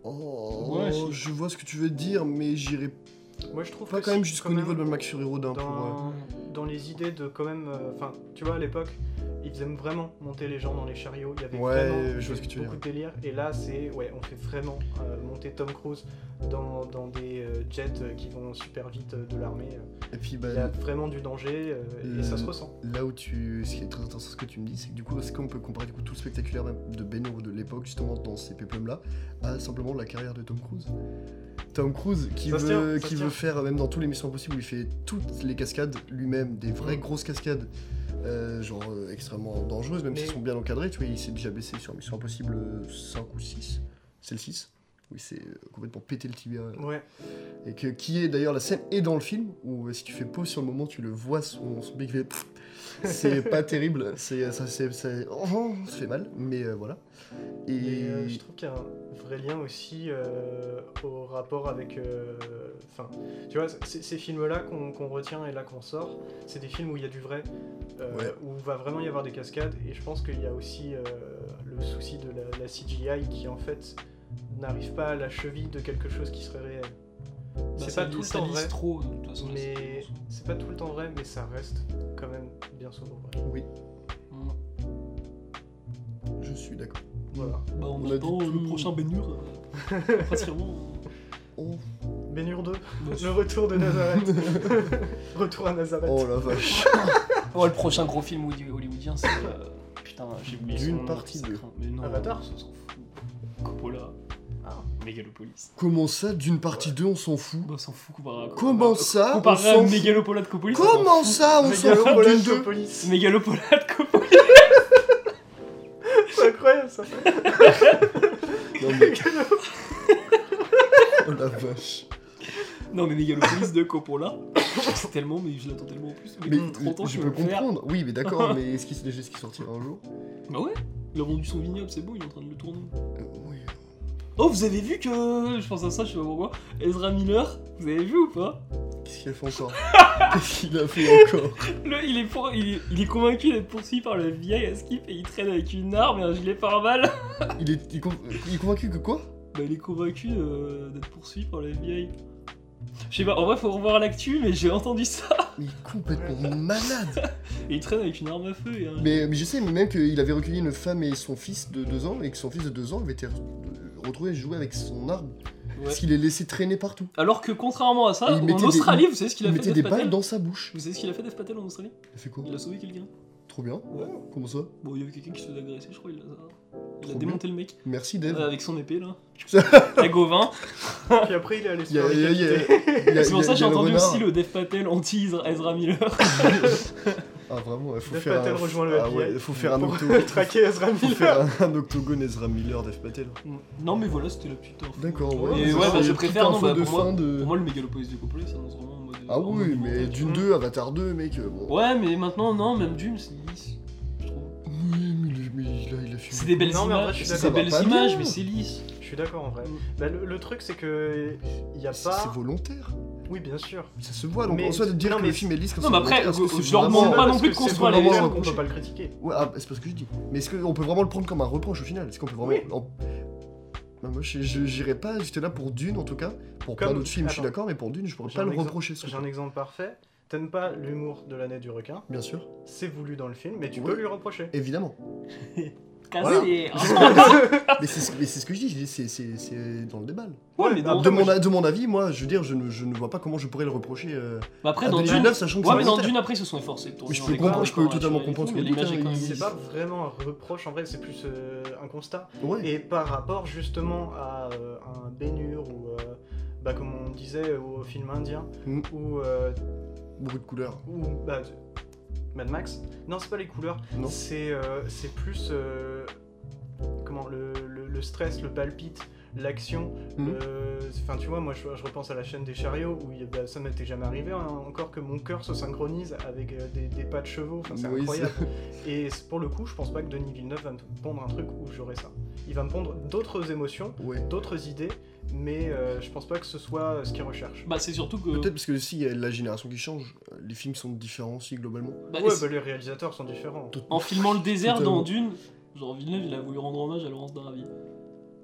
A: Oh,
D: Ouais, c'est-
A: je vois ce que tu veux dire, mais j'irai
B: Moi, je trouve
A: pas
B: que
A: quand même
B: c'est
A: jusqu'au niveau de
B: même
A: Mad Max Fury Road hein, pour, euh,
B: dans, dans les idées de quand même. euh, Enfin, tu vois, à l'époque, ils aiment vraiment monter les gens dans les chariots. Il y avait
A: Ouais,
B: vraiment
A: je vois ce que tu veux
B: beaucoup de délire. Et là, c'est. Ouais, on fait vraiment euh, monter Tom Cruise dans, dans des euh, jets euh, qui vont super vite euh, de l'armée.
A: Et puis,
B: Il y a
A: bah,
B: vraiment du danger euh, et ça se
A: Euh,
B: ressent.
A: là où tu. Ce qui est très intéressant, ce que tu me dis, c'est que du coup, est-ce qu'on peut comparer du coup, tout le spectaculaire même de Ben Hur de l'époque, justement, dans ces péplums-là, à simplement la carrière de Tom Cruise Tom Cruise qui
B: Ça se tient,
A: veut,
B: ça se
A: qui
B: tient.
A: veut faire, même dans tous les missions impossibles, où il fait toutes les cascades lui-même, des vraies
B: Mm.
A: grosses cascades, euh, genre euh, extrêmement dangereuses, même
B: Mais-
A: s'ils sont bien encadrées. Tu vois, il s'est déjà baissé sur Mission Impossible euh, 5 ou 6. C'est le 6. Oui, c'est euh, complètement pété le tibia. euh,
B: Ouais,
A: et que, qui est d'ailleurs la scène et dans le film où euh, si tu fais pause sur le moment tu le vois son, son bec fait pfff. c'est pas terrible c'est ça c'est ça, oh, ça fait mal mais euh, voilà et
B: et euh, je trouve qu'il y a un vrai lien aussi euh, au rapport avec. euh, Enfin, tu vois, c- ces films-là qu'on qu'on retient et là qu'on sort, c'est des films où il y a du vrai, euh,
A: Ouais.
B: où va vraiment y avoir des cascades. Et je pense qu'il y a aussi euh, le souci de la, la CGI qui en fait n'arrive pas à la cheville de quelque chose qui serait réel.
D: Bah,
B: c'est
D: ça
B: pas tout
D: lit-
B: le
D: ça
B: temps
D: lisse
B: vrai,
D: trop, de toute façon. là, c'est-
B: mais c'est pas tout le temps vrai, mais ça reste quand même bien souvent vrai.
A: oui
D: Mm.
A: je suis d'accord
B: Voilà.
D: Bah, on,
A: On a
D: attend
A: dit tout.
D: le prochain Ben baignure, euh, principalement.
A: oh,
B: Bénur 2,
D: Bah,
B: le retour de Nazareth. retour à Nazareth.
A: oh la vache
D: Ouais, Oh, le prochain gros film holly- hollywoodien, c'est. euh, Putain, j'ai oublié. son
A: Dune
D: nom,
A: partie
D: ça
A: deux.
D: craint. Mais non,
B: Avatar
D: on s'en fout. Coppola.
B: Ah.
D: Megalopolis.
A: comment ça d'une partie 2 on s'en fout
D: Bah, on s'en fout comparé à.
A: comment ça on
D: Comparé à
A: s'en fout
D: Megalopola de Coppola.
A: comment Oh, ça on s'en fout d'une deux
B: police.
D: Megalopola de Coppola.
B: C'est incroyable ça.
A: Non, mais- oh la vache
D: Non, mais Megalopolis de Coppola. C'est tellement, mais je l'attends tellement en plus. Mais,
A: mais
D: depuis 30 ans,
A: je
D: je
A: peux
D: veux le faire.
A: comprendre oui mais d'accord mais est-ce qu'il est-ce qu'il sortira un jour
D: Bah ouais, il a vendu son vignoble, c'est beau, il est en train de le tourner.
A: Euh, oui
D: Oh, vous avez vu que. Je pense à ça, je sais pas pourquoi. Ezra Miller, vous avez vu ou pas
A: Qu'est-ce qu'il a fait encore Qu'est-ce qu'il a fait encore
D: Le- il, est pour- il, est, il est convaincu d'être poursuivi par le FBI à Skip et il traîne avec une arme et un gilet pare-balles.
A: il est, il est con- il est convaincu que quoi
D: Bah, il est convaincu euh, d'être poursuivi par le FBI. Je sais pas, en vrai, faut revoir l'actu, mais j'ai entendu ça.
A: Mais il est complètement malade.
D: Et il traîne avec une arme à feu et un.
A: Mais, mais je sais, mais même qu'il avait recueilli une femme et son fils de 2 ans, et que son fils de 2 ans avait été re- euh, retrouvé jouer avec son arbre.
D: Ouais.
A: Parce qu'il est laissé traîner partout.
D: Alors que contrairement à ça,
A: Il mettait
D: en
A: des-
D: Australie, vous savez ce qu'il a
A: il
D: fait
A: mettait
D: Dev
A: des
D: Patel
A: balles dans sa bouche.
D: Vous savez ce qu'il a fait Dev Patel en Australie
A: Il fait quoi
D: Il a sauvé quelqu'un.
A: Trop bien.
D: Ouais.
A: Comment ça
D: Bon, il y avait quelqu'un qui se faisait agresser, je crois, il a, il a
A: Trop
D: démonté le mec
A: Merci Dave.
D: euh, avec son épée là. La Gauvin.
B: Puis après, il est allé se
A: Il y a-
B: faire
A: il y a- il y a-
B: décapiter.
A: Il y a-
D: Ah, C'est pour
A: il y a- il
D: ça que
A: y
D: j'ai
A: a le
D: entendu
A: renard.
D: aussi le Dev Patel anti-Ezra Ezra Miller.
A: Ah vraiment, il faut
B: Dave
A: faire
B: Patel
A: un...
B: rejoint le
A: ah
B: FBI.
A: ouais, faut faire un
B: Pour
A: octo...
B: traquer Ezra
A: faut
B: Miller.
A: faire un, un octogone Ezra Miller Dave Patel.
D: Mm. non, mais voilà, c'était la petite info.
A: D'accord,
D: Et
A: ouais.
D: ouais,
A: c'est
D: bah,
A: une
D: je
A: petite
D: préfère. Non,
A: info
D: bah,
A: de
D: pour, moi,
A: fin de...
D: pour moi, le mégalopolis découplé, ça annonce vraiment en mode.
A: Ah
D: en
A: oui,
D: mode
A: mais
D: montage.
A: Dune 2, Avatar 2, mec. euh, Bon.
D: Ouais, mais maintenant, non, même Dune, c'est 10. Je trouve.
A: Oui, mais, il- mais il a, il a fumé.
D: C'est des belles
B: Non, mais en vrai, je
D: images,
B: suis
D: c'est
B: d'accord.
D: des belles
A: Ça va pas
D: images,
A: bien.
D: mais c'est lisse.
B: Je suis d'accord en vrai.
D: Mm.
B: Bah, le, le truc, c'est que. Il n'y a
A: C'est
B: pas.
A: c'est volontaire.
B: Oui, bien sûr.
A: Ça se voit. Donc
B: Mais-
A: en soi, de dire
B: non,
A: que
B: mais-
A: le film est lisse comme
D: Non,
A: ça.
D: mais après,
A: volontaire, est-ce que
D: je
A: c'est
D: leur
A: vraiment-
D: demande pas non
B: parce
D: plus
B: que
D: qu'on
B: c'est
D: soit les
B: volontaire
A: mêmes.
B: qu'on peut pas le critiquer.
A: Ouais, ah, c'est parce que je dis. Mais est-ce qu'on peut vraiment le prendre comme un reproche au final Est-ce qu'on peut vraiment.
B: Oui.
A: en- Bah, moi, je- je- j'irais pas j'étais là pour Dune en tout cas. Pour plein
B: Comme-
A: d'autres films, je suis
B: attends.
A: d'accord, mais pour Dune, je pourrais
B: J'ai
A: pas
B: un
A: le
B: exemple-
A: reprocher. ce
B: J'ai
A: truc.
B: un exemple parfait. T'aimes pas l'humour de l'année du requin,
A: Bien sûr,
B: c'est voulu dans le film, mais tu
A: Ouais.
B: peux lui reprocher.
A: évidemment. Voilà.
D: Cassé. hein.
A: mais c'est ce- mais c'est ce que je dis, je dis, c'est- c'est c'est dans le débat. là.
D: Ouais, mais dans
A: De mon, a- de mon avis, moi, je veux dire, je ne, je ne vois pas comment je pourrais le reprocher euh,
D: Bah après,
A: à
D: dans
A: Denis
D: Dune.
A: Villeneuve, sachant que
D: Ouais,
A: c'est
D: mais dans
A: volontaire.
D: Dune, après, ils se sont efforcés de tourner.
A: Je
D: en
A: peux
D: décor,
A: comprendre, je peux
D: en
A: totalement
D: naturel et
A: comprendre
D: tout,
A: ce que
D: mais
A: vous dites,
D: l'image
A: hein,
D: est quand même
A: il-
B: C'est
D: lisse.
B: pas vraiment un reproche en vrai, c'est plus euh, un constat.
A: Ouais.
B: Et par rapport justement à euh, un Bénur ou euh, bah, comme on disait au film indien
A: Mm.
B: ou, euh,
A: Beaucoup de couleurs.
B: ou, bah, Mad Max. Non, c'est pas les couleurs,
A: Non.
B: c'est euh, c'est plus euh, comment le, le- le stress, le palpite, l'action.
A: Mhm.
B: le- Enfin, tu vois, moi je, je repense à la chaîne des chariots où il y a- bah, ça m'était jamais arrivé hein, encore que mon cœur se synchronise avec euh, des, des pas de chevaux. Enfin, c'est
A: Oui,
B: incroyable. Et c'est- pour le coup, je pense pas que Denis Villeneuve va me pondre un truc où j'aurai ça. Il va me pondre d'autres émotions,
A: Ouais.
B: d'autres idées, mais euh, je pense pas que ce soit euh, ce qu'il recherche.
D: Bah, c'est surtout que.
A: Peut-être parce que si il y a la génération qui change, euh, les films sont différents aussi globalement.
D: bah,
B: ouais,
D: c'est-
B: bah, les réalisateurs sont différents.
A: Tout-
D: En filmant le désert
A: Totalement.
D: dans Dune, genre Villeneuve, il a voulu rendre hommage à Laurence d'Arabie.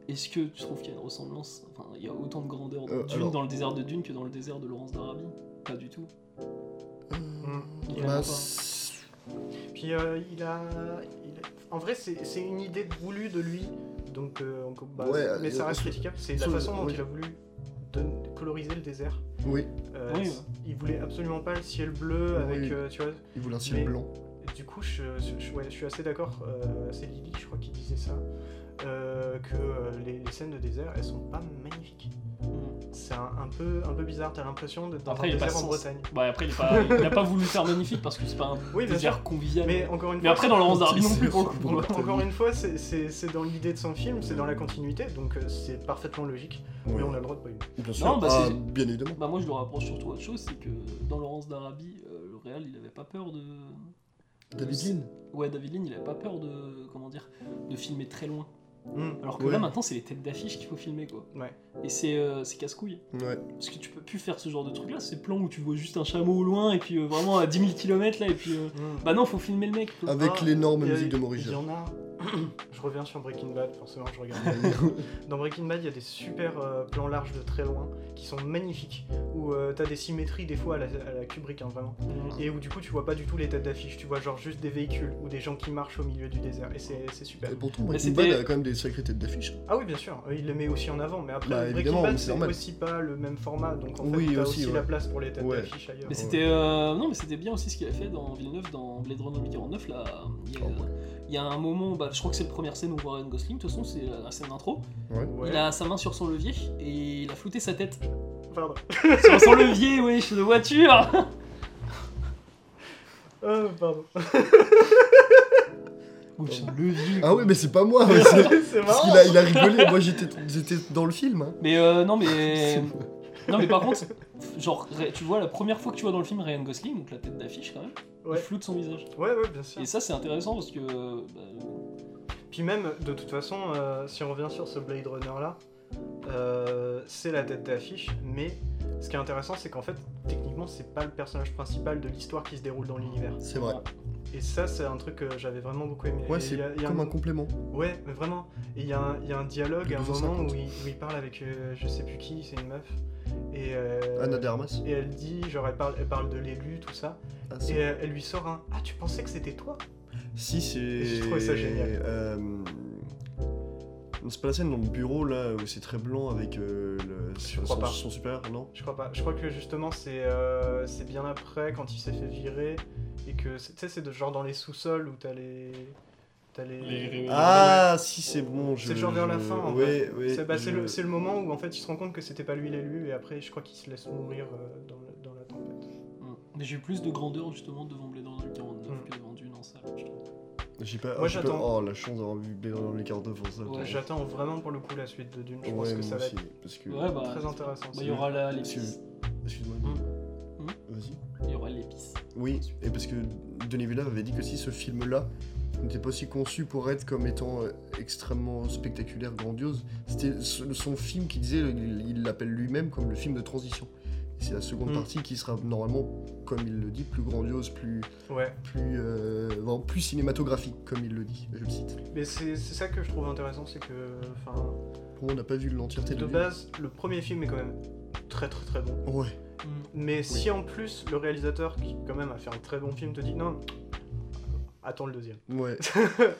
D: Est-ce que tu trouves qu'il y a une ressemblance Enfin, il y a autant de grandeur dans
A: Euh,
D: Dune
A: alors-
D: dans le désert de Dune que dans le désert de Laurence d'Arabie Pas du tout.
A: Euh,
B: Mm.
D: Il
A: bah,
D: a-
A: c'est-
B: Puis euh, il, a, il a- En vrai, c'est c'est une idée voulue de lui, donc. euh, on- bah,
A: Ouais,
B: mais
A: euh,
B: ça reste
A: sur-
B: critiquable. C'est la
A: sur-
B: façon dont
A: oui.
B: il a voulu don- coloriser le désert.
A: Oui,
B: Euh,
D: Oui, ouais.
B: Il voulait absolument pas le ciel bleu
A: Oui.
B: avec, euh, tu vois.
A: il voulait un ciel
B: Mais-
A: blanc.
B: Et Du coup, je, je- ouais, je suis assez d'accord. euh, c'est Lily, je crois, qui disait ça. euh, que euh, les, les scènes de désert, elles sont pas magnifiques.
D: Mm.
B: C'est un, un peu, un peu bizarre. T'as l'impression d'être dans
D: Après,
B: un
D: il y a pas
B: désert en
D: de sens.
B: Bretagne.
D: Bah, après, il a pas, il a pas voulu le faire magnifique parce que c'est pas un
B: Oui, bien
D: désert convivial.
B: Mais encore une
D: Mais
B: fois,
D: après, dans Laurence d'Arabie non
A: C'est-
D: plus, pour le coup.
A: Bon,
B: en-
A: t'as
B: encore
A: vu.
B: une fois, c'est- c'est c'est dans l'idée de son film, c'est dans la continuité, donc euh, c'est parfaitement logique. Mais
A: Ouais.
B: on a le droit de pas aimer.
A: Bien
D: Non, bah,
A: Ah,
D: c'est-
A: bien évidemment.
D: Bah moi je le rapproche surtout à autre chose, c'est que dans Laurence d'Arabie, euh, le Real il avait pas peur de.
A: David Lean.
D: Ouais David Lean il avait pas peur de comment dire de filmer très loin.
B: Mm.
D: Alors que
A: Ouais.
D: là maintenant c'est les têtes d'affiche qu'il faut filmer quoi.
B: Ouais.
D: Et c'est euh, c'est casse-couille.
A: Ouais.
D: Parce que tu peux plus faire ce genre de truc là, ces plans où tu vois juste un chameau au loin et puis euh, vraiment à 10 000 km là et puis. euh,
B: Mm.
D: Bah non faut filmer le mec. quoi.
A: Avec
B: Ah,
A: l'énorme
B: il y a-
A: musique de
B: Il y
A: Maurice.
B: en a. je reviens sur Breaking Bad, forcément, je regarde.
A: Jarre.
B: Dans Breaking Bad, il y a des super euh, plans larges de très loin qui sont magnifiques, où euh, t'as des symétries des fois à la, à la Kubrick, hein, vraiment. Et où du coup, tu vois pas du tout les têtes d'affiche, tu vois genre juste des véhicules ou des gens qui marchent au milieu du désert, et c'est c'est super.
A: Et pourtant, Breaking
D: c'était-
A: Bad a quand même des sacrées têtes d'affiche. hein.
B: Ah oui, bien sûr, euh, il les met aussi en avant, mais après,
A: Bah, évidemment,
B: Breaking
A: mais
B: Bad,
A: c'est
B: c'est
A: normal.
B: aussi pas le même format, donc en fait,
A: Oui,
B: t'as aussi,
A: aussi,
B: la
A: ouais.
B: place pour les têtes
A: Ouais.
B: d'affiche ailleurs.
D: Mais c'était euh, non mais c'était bien aussi ce qu'il a fait dans Villeneuve dans Blade Runner 2049 là. Il y a,
A: Oh, ouais.
D: il y a un moment, bah, je crois que c'est la première scène où on voit Ryan Gosling, de toute façon c'est la scène d'intro.
B: Ouais.
D: Il a sa main sur son levier et il a flouté sa tête.
B: Pardon.
D: sur son levier, wesh, de voiture
B: Euh, pardon.
D: levier.
A: Ah oui, mais c'est pas moi. c'est-
B: c'est
A: Parce
B: marrant.
A: qu'il a, il a rigolé, moi j'étais j'étais dans le film. hein.
D: Mais euh, non, mais.
A: C'est-
D: non, mais par contre, genre, Ray- tu vois, la première fois que tu vois dans le film Ryan Gosling, donc la tête d'affiche quand même,
B: Ouais.
D: il floute son visage.
B: Ouais, ouais, bien sûr.
D: Et ça, c'est intéressant parce que. euh, bah,
B: Puis même, de toute façon, euh, si on revient sur ce Blade Runner là, euh, c'est la tête d'affiche, mais ce qui est intéressant, c'est qu'en fait, techniquement, c'est pas le personnage principal de l'histoire qui se déroule dans l'univers.
A: C'est vrai.
B: Et ça, c'est un truc que j'avais vraiment beaucoup aimé.
A: Ouais,
B: Et
A: c'est
B: il y a- il y a
A: comme
B: un-
A: un complément.
B: Ouais, mais vraiment. Et il y, a un- il y a un dialogue
A: De
B: à un
A: 250.
B: moment où il, où il parle avec euh, je sais plus qui, c'est une meuf. Et, euh,
A: Anna de Armas.
B: et elle dit, genre elle parle, elle parle de l'élu, tout ça.
A: Ah,
B: Et
A: c'est-
B: elle, elle lui sort un Ah, tu pensais que c'était toi
A: Si, c'est.
B: j'ai trouvé ça génial.
A: euh, C'est pas la scène dans le bureau là où c'est très blanc avec euh, le- son,
B: crois pas.
A: son supérieur, non
B: Je crois pas. Je crois que justement, c'est euh, c'est bien après quand il s'est fait virer. Et que, c'est- tu sais, c'est de- genre dans les sous-sols où t'as les. T'as les.
D: Les-
A: Ah, si, c'est bon. je-
B: C'est genre vers la
A: je-
B: fin, en
A: Ouais, ouais.
B: C'est bah, c'est le,
A: je-
B: c'est le moment où en fait il se rend compte que c'était pas lui l'élu et après je crois qu'il se laisse mourir euh, dans, le- dans la tempête.
D: Mais j'ai eu plus de grandeur justement devant Blade Runner 49
B: Mm.
D: que devant Dune en salle. je trouve.
A: J'ai pas.
B: Moi,
A: j'ai pas-
B: j'attends.
A: Oh, la chance d'avoir vu Blade Runner les quarts pour ça.
D: Ouais,
A: putain.
B: J'attends vraiment pour le coup la suite de Dune. Je pense
A: Ouais,
B: que ça
A: moi
B: va
A: aussi,
B: être
A: parce que.
D: Ouais, bah.
B: très intéressant.
D: bah, il y aura la-
A: Parce que-
D: l'épice.
A: Excuse-moi.
B: Mmh.
D: Hum.
A: Vas-y.
D: Il y aura l'épice.
A: Oui, et parce que Denis Villeneuve avait dit que si ce film-là n'était pas aussi conçu pour être comme étant euh, extrêmement spectaculaire, grandiose, c'était ce- son film qui disait, il il l'appelle lui-même comme le film de transition. Et C'est la seconde
B: Mm.
A: partie qui sera normalement, comme il le dit, plus grandiose, plus,
B: Ouais,
A: plus, euh, vraiment plus cinématographique, comme il le dit, je le cite.
B: mais c'est c'est ça que je trouve intéressant, c'est que enfin,
A: Pour moi, on n'a pas vu l'entièreté de,
B: de
A: lui.
B: base, le premier film est quand même très très très bon.
A: Ouais,
B: Mais si en plus le réalisateur, qui quand même a fait un très bon film, te dit non, attends le deuxième.
A: ouais.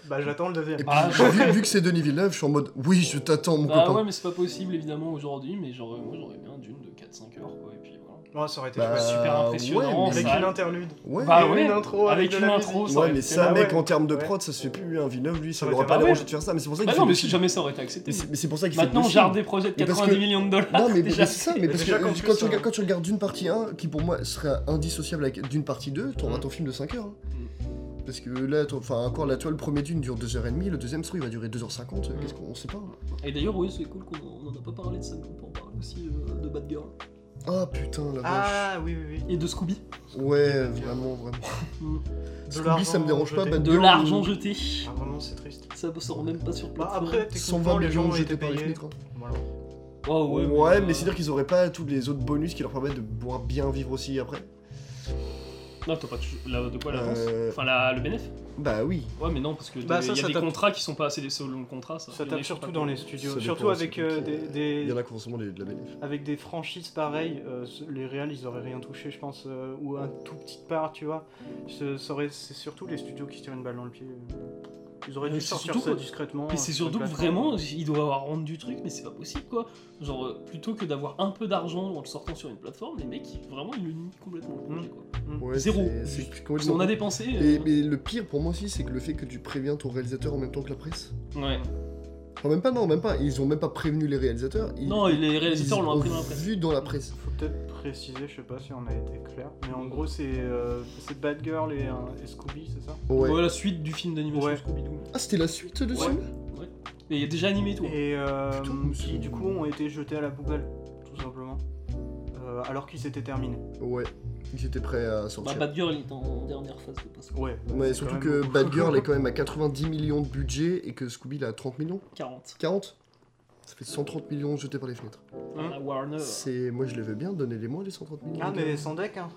B: bah j'attends le deuxième.
A: Et puis,
D: Ah,
A: vu, vu que c'est Denis Villeneuve, je suis en mode, oui, je t'attends, mon
D: Bah
A: copain.
D: ouais, mais c'est pas possible évidemment aujourd'hui, mais genre, euh, moi j'aurais bien Dune de 4-5 heures quoi, et puis voilà.
B: Ouais, ça aurait été
A: Bah,
B: chouette.
D: super impressionnant,
A: ouais, mais-
B: Avec
D: ça-
B: une interlude.
A: Ouais,
D: Bah
B: Et
D: ouais,
B: une intro avec,
D: avec
B: de
D: une
B: la
D: intro,
B: musique.
D: ça
A: Ouais,
D: aurait
A: mais
D: été bah
A: ça,
B: là,
A: mec,
B: ouais.
A: en termes de
B: Ouais.
A: prod, ça se fait plus. Un Villeneuve, lui, ça
B: Ça
A: lui aura
B: aurait été
A: pas
B: un-
A: dérangé
D: ouais.
A: de faire ça, mais c'est pour ça qu'il
D: Bah
A: fait.
D: non, mais
A: le
D: si
A: film.
D: jamais ça aurait été
A: Mais
D: accepté.
A: c'est mais c'est pour ça qu'il fait.
D: Maintenant,
A: le
D: j'arrête
A: film.
D: des projets de
A: Mais parce
D: 90
A: que-
D: millions de dollars.
A: Non, mais, mais
D: déjà.
A: c'est ça, mais parce que
B: Déjà,
A: euh,
B: qu'en
A: quand,
B: plus,
A: tu
B: hein.
A: regardes, quand tu regardes d'une partie 1, qui pour moi serait indissociable avec d'une partie 2, t'auras
B: Mm.
A: ton film de 5 heures. hein.
D: Mm.
A: Parce que là, t'en- enfin, encore là, tu vois, le premier d'une dure 2h30, le deuxième, ça, il va durer 2h50, euh,
D: Mm.
A: qu'est-ce qu'on on sait pas.
D: Et d'ailleurs, oui, c'est cool qu'on en- on en a pas parlé de ça, mais on peut en parler aussi euh, de Bad Girl.
A: Ah putain, la vache.
B: Ah oui, oui, oui.
D: Et de Scooby.
A: Ouais, vraiment, vraiment.
D: Mm.
B: De
A: Scooby,
B: l'argent
A: ça me dérange pas,
B: jeté.
A: Bad
D: De
A: Girl,
D: l'argent
A: euh,
D: jeté.
B: Ah, vraiment, c'est triste.
D: Ça sort même pas sur
B: Bah,
D: plateforme.
B: après, techniquement,
A: 120
B: les gens
A: millions
B: ont été
A: jetés par les
B: payés.
A: fenêtres. hein.
B: Voilà.
D: Oh,
A: Ouais,
D: ouais,
A: mais,
D: euh,
A: c'est-à-dire qu'ils auraient pas tous les autres bonus qui leur permettent de pouvoir bien vivre aussi après.
D: Non, t'as pas touché- la- de quoi l'avance
A: Euh,
D: Enfin, la- le bénéfice
A: Bah oui.
D: Ouais, mais non, parce que
B: Bah,
D: des-
B: ça,
D: il y a
B: ça
D: des
B: tape-
D: contrats qui sont pas assez des solo long contrats. Ça,
B: Ça
D: Il y en a
B: tape
D: qui sont
B: surtout
D: pas
B: dans les
D: cool.
B: studios,
A: Ça dépend,
B: surtout
A: c'est
B: avec euh,
A: compliqué.
B: des, des-
A: Il y en a qui ont sûrement des- de la bénéf.
B: avec des franchises pareilles, euh, ce- les réals ils auraient rien touché, je pense, euh, ou un tout petite part, tu vois. Ce- ça aurait- C'est surtout les studios qui se tirent une balle dans le pied. Ils auraient dû
D: Mais Euh, c'est
B: sortir
D: surtout
B: ça
D: que-
B: discrètement.
D: Mais
B: euh,
D: c'est
B: sur
D: surtout que
B: une
D: vraiment, il doit avoir honte du truc, mais c'est pas possible quoi. Genre, euh, plutôt que d'avoir un peu d'argent en le sortant sur une plateforme, les mecs, ils- vraiment, ils le nient complètement. le
B: Mm.
D: projet, quoi.
A: Ouais,
D: Zéro.
A: c'est- c'est
D: Parce qu'on
A: complètement-
D: a dépensé.
A: Et,
D: euh,
A: mais le pire pour moi aussi, c'est que le fait que tu préviens ton réalisateur en même temps que la presse.
D: Ouais.
A: Enfin, même pas, non, même pas. Ils ont même pas prévenu les réalisateurs. Ils,
D: Non, et les
A: ils
D: réalisateurs l'ont appris dans la presse.
A: vu dans la presse.
B: Faut peut-être préciser, je sais pas si on a été clair, mais en gros c'est euh, c'est Bad Girl et, un- et Scooby, c'est ça
A: Ouais.
D: Ouais, la suite du film d'animation
B: Ouais.
D: Scooby-Doo.
A: Ah, c'était la suite de
D: Ouais.
A: film
D: Et il est déjà animé et tout. hein.
B: Et euh,
A: Putain, mais c'est-
B: qui du coup ont été jetés à la poubelle, tout simplement, Euh, alors qu'ils s'étaient terminés.
A: Ouais. Ils étaient prêts à
D: Bah,
A: sortir.
D: Bad Girl il est en dernière phase de Pascal.
B: Ouais.
A: Ouais,
B: c'est
A: surtout
B: quand
A: que
B: même beaucoup.
A: Bad Girl est quand même à 90 millions de budget et que Scooby il a 30 millions
D: 40.
A: 40 Ça fait 130 millions jetés par les fenêtres.
B: Hein
D: La Warner.
A: C'est. Moi je les veux bien, donnez-les-moi les 130 millions.
B: Ah
A: les
B: mais
A: gars.
B: sans deck, hein.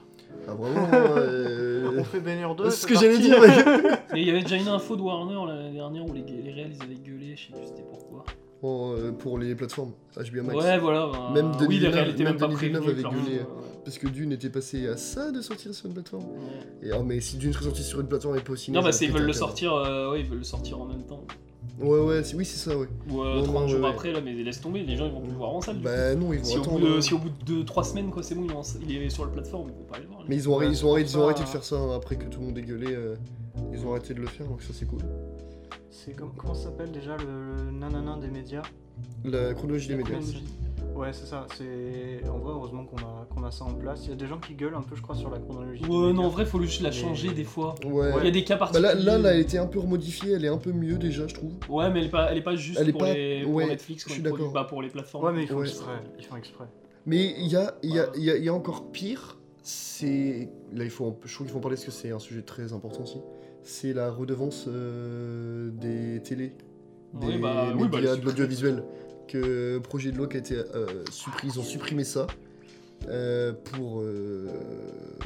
A: Ah, vraiment euh,
B: on fait Banner
A: C'est
B: 2.
A: ce
B: c'est
A: que j'allais
B: parti.
A: dire, mec.
D: Mais il y avait déjà une info de Warner l'année dernière où les, les réels ils avaient gueulé, je sais plus c'était pourquoi.
A: Pour, euh, pour les plateformes HBO Max.
D: Ouais, voilà. bah,
A: Même Denis
D: oui, les réels
A: Villeneuve-
D: étaient
A: même
D: même pas
A: Denis
D: prévenus.
A: Villeneuve avait
D: clairement,
A: gueulé. euh,
D: ouais.
A: Parce que Dune était passé à ça de sortir sur une plateforme.
D: Ouais.
A: Et oh, mais si Dune serait sorti sur une plateforme et pas au cinéma.
D: Non, bah,
A: ça
D: c'est, ils
A: pète
D: veulent
A: un
D: le
A: câble.
D: sortir, euh, ouais, ils veulent le sortir en même temps.
A: Ouais, ouais, c'est- oui, c'est ça, ouais.
D: Ou
A: Non,
D: euh, 30
A: non,
D: jours
A: ouais, ouais.
D: après, là, mais laisse tomber, les gens ils vont plus le voir en salle. Ah, du coup.
A: Bah non, ils vont
D: si, au bout
A: attendre.
D: de, si au bout de 2-3 semaines, quoi, c'est bon, il est, en- il est sur la plateforme, ils vont pas aller le voir. les
A: Mais
D: gens.
A: ils ont, arrêté-
B: Ouais,
A: ils, ont arrêté,
B: c'est
A: ils ont
B: pour
A: arrêté de
B: ça.
A: faire ça hein, après que tout le monde ait gueulé. euh, ils ont arrêté de le faire, donc ça c'est cool.
B: C'est comme comment ça s'appelle déjà le, le nananin des médias
A: La chronologie des
D: La
A: médias.
D: chronologie.
B: Ouais, c'est ça. C'est en vrai heureusement qu'on a qu'on a ça en place. Il y a des gens qui gueulent un peu, je crois, sur la chronologie. des
D: Ouais,
B: médias.
D: non, en vrai, faut juste la changer
B: Mais-
D: des fois.
A: Ouais.
D: Il y a des cas
A: Bah,
D: particuliers.
A: là, là, elle a été un peu remodifiée, elle est un peu mieux déjà, je trouve.
D: Ouais, mais elle est pas, elle est pas juste
A: Elle est
D: pour,
A: pas-
D: les, pour
A: ouais,
D: Netflix,
A: je
D: quoi,
A: suis
D: pour,
A: d'accord.
D: bah, pour les plateformes.
B: Ouais, mais ils font
A: Ouais.
B: exprès. Ils font exprès.
D: Oh,
A: Mais il y a, il y, a, il y, a, il y a encore pire, c'est. Là, il faut, en- je trouve qu'il faut en parler parce que c'est un sujet très important aussi. C'est la redevance euh, des télés, des
D: Ouais, bah, oui, bah,
A: médias
D: le
A: de l'audiovisuel. Que Projet de loi qui a été. euh, supprimé- ils ont supprimé ça. euh, pour. euh,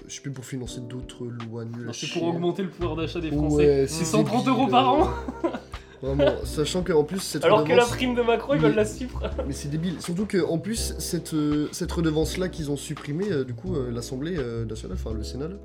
A: je sais plus, pour financer d'autres lois nulles. à
D: Non, C'est
A: chier.
D: pour augmenter le pouvoir d'achat des Français.
A: Ouais, c'est
D: c'est 130
A: débile,
D: euros par
A: euh,
D: an
A: Vraiment, sachant qu'en plus, cette
F: Alors que la
A: redevance-
F: prime de Macron, ils veulent
A: Mais-
F: la suivre.
A: Mais c'est débile. Surtout qu'en plus, cette, euh, cette redevance-là qu'ils ont supprimée, euh, du coup, euh, l'Assemblée euh, nationale, enfin le Sénat, là,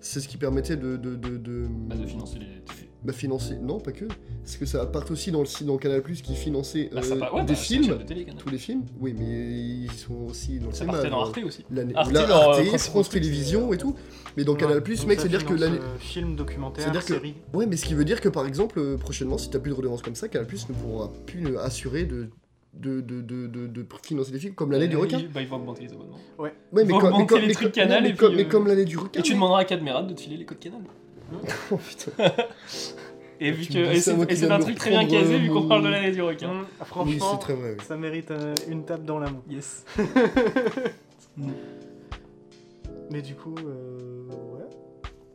A: c'est ce qui permettait de. de, de, de-
D: Bah, de financer les TV.
A: bah, financer. Non, pas que. Parce que ça part aussi dans le, si- dans le Canal Plus qui finançait
D: Bah, ça
A: euh,
D: part- ouais,
A: des euh,
D: bah, c'est une chaîne
A: films.
D: de télé, Canal+.
A: Tous les films Oui, mais ils sont aussi dans le
D: Ça
A: cinéma,
D: partait dans
A: genre,
D: Arte aussi.
A: l'année-
F: Arte,
A: là,
F: leur, euh,
A: Arte,
F: principal
A: France
F: truc, c'est,
A: Télévisions et tout. Mais dans Canal Plus, mec, c'est-à-dire que l'année.
B: euh, Film, documentaire,
A: c'est-à-dire que-
B: série.
A: Ouais, mais ce qui veut dire que par exemple, euh, prochainement, si t'as plus de redevance comme ça, Canal Plus ne pourra plus euh, assurer de. De, de, de, de, de financer des films comme l'année du
D: Euh,
A: requin.
D: ils- Bah, ils vont augmenter les abonnements.
A: Ouais,
D: Faut
A: comme-
D: augmenter
A: comme-
D: les trucs
A: comme-
D: Canal
A: mais
D: et
A: comme-
D: puis,
A: mais
D: euh,
A: comme l'année du requin.
D: Et tu
A: mec.
D: demanderas à Cadmerat de te filer les codes canal.
A: Oh, putain.
D: Et vu
A: Ah, Tu
D: que
A: me dis
D: et
A: ça,
D: c'est
A: moi qui
D: et c'est
A: viens
D: un
A: de
D: truc très bien
A: reprendre,
D: casé,
A: euh,
D: vu qu'on
A: mon-
D: parle de l'année du requin.
B: Hum,
A: Oui,
B: Franchement,
A: c'est très vrai. oui.
B: ça mérite euh, une tape dans la main.
D: Yes.
B: Mais du coup, euh, ouais,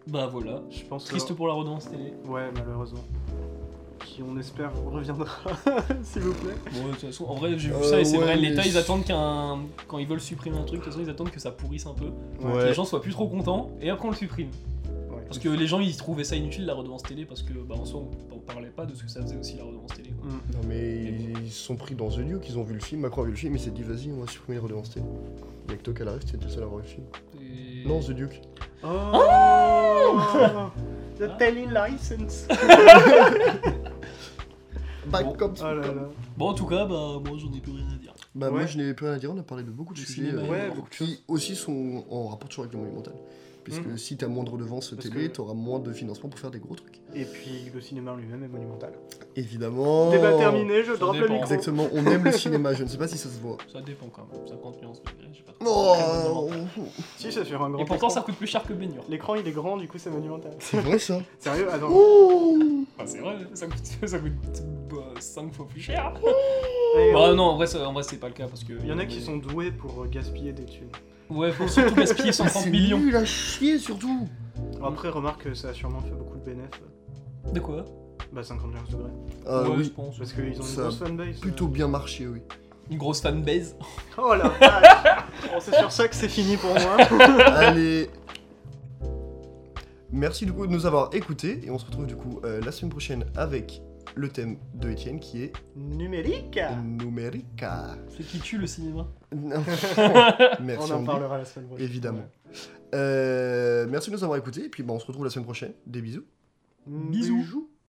D: Bah voilà.
B: je pense que-
D: Triste pour la redevance télé.
B: Ouais, malheureusement. Qui, on espère, reviendra, s'il vous plaît.
D: Bon, de toute façon, en vrai, j'ai vu
A: Euh,
D: ça et c'est
A: ouais,
D: vrai,
A: mais
D: l'État, ils
A: c'est-
D: attendent qu'un. Quand ils veulent supprimer un truc, de toute façon, ils attendent que ça pourrisse un peu, que
A: Ouais.
D: les gens soient plus trop contents, et après on le supprime.
B: Ouais.
D: Parce que les gens, ils trouvaient ça inutile la redevance télé, parce que, bah, en soi, on on parlait pas de ce que ça faisait aussi la redevance télé. quoi.
B: Hum.
A: Non, mais ils ils se sont pris dans The New, qu'ils ont vu le film. Macron a vu le film et s'est dit vas-y, on va supprimer les redevances télé. Il y a que toi qui arrive, c'était le seul à avoir vu le film.
D: Et-
A: Non, The Duke.
B: Oh The Telly License
A: Back
D: Bon.
A: up,
B: Oh là là.
D: Bon, en tout cas, bah, moi, j'en ai plus rien à dire.
A: Bah, moi,
B: Ouais.
A: je n'ai plus rien à dire. On a parlé de beaucoup de
D: Le
A: sujets
D: cinéma,
A: euh,
B: ouais, beaucoup de
A: qui aussi sont en rapport toujours avec le monumental. Puisque
B: Mhm.
A: si t'as moins de redevances
B: Parce
A: télé,
B: que-
A: t'auras moins de financement pour faire des gros trucs.
B: Et puis, le cinéma en lui-même est monumental.
A: Évidemment.
B: Débat terminé, je
D: Ça
B: drop le
D: dépend.
B: micro.
A: Oh, Exactement, on aime le cinéma, je ne sais pas si ça se voit.
D: Ça dépend quand même, 50 nuances degrés, j'ai pas trop.
A: Oh
B: Si, c'est sur un grand
D: Et pourtant, ça
B: écran.
D: coûte plus cher que baignure.
B: L'écran, il est grand, du coup, c'est monumental.
A: C'est vrai ça Oh.
B: Sérieux Attends. Oh.
A: Ouh.
D: Enfin, Ah, c'est vrai, ça coûte, ça coûte 5 fois plus cher.
B: Allez,
D: Bah, non, en vrai, ça- en vrai, c'est pas le cas, parce que.
B: Eh, Il y en a qui sont doués pour euh, gaspiller des thunes.
D: Ouais, faut surtout gaspiller 130
A: Ah, C'est
D: millions.
A: nul à chier surtout
D: Mm.
B: Après, remarque que ça a sûrement fait beaucoup de bénéfices.
D: De quoi
B: Bah, 51 degrés.
A: Ah
D: Ouais, je
A: oui,
D: pense.
B: Parce qu'ils ont une
A: Ça a
B: grosse fanbase. euh.
A: plutôt bien marché, oui.
D: Une grosse fanbase.
B: Oh la vache Bon, C'est sur ça que c'est fini pour moi.
A: Allez Merci du coup de nous avoir écoutés et on se retrouve du coup euh, la semaine prochaine avec le thème de Étienne qui est
B: Numérique
A: Ah. Numerica.
D: C'est qui tue le cinéma
A: Merci
B: On en
A: Andy,
B: parlera la semaine prochaine.
A: évidemment. Euh, merci de nous avoir écoutés et puis bah, on se retrouve la semaine prochaine. Des bisous.
B: Mm,
D: Bisous.
B: Bisous.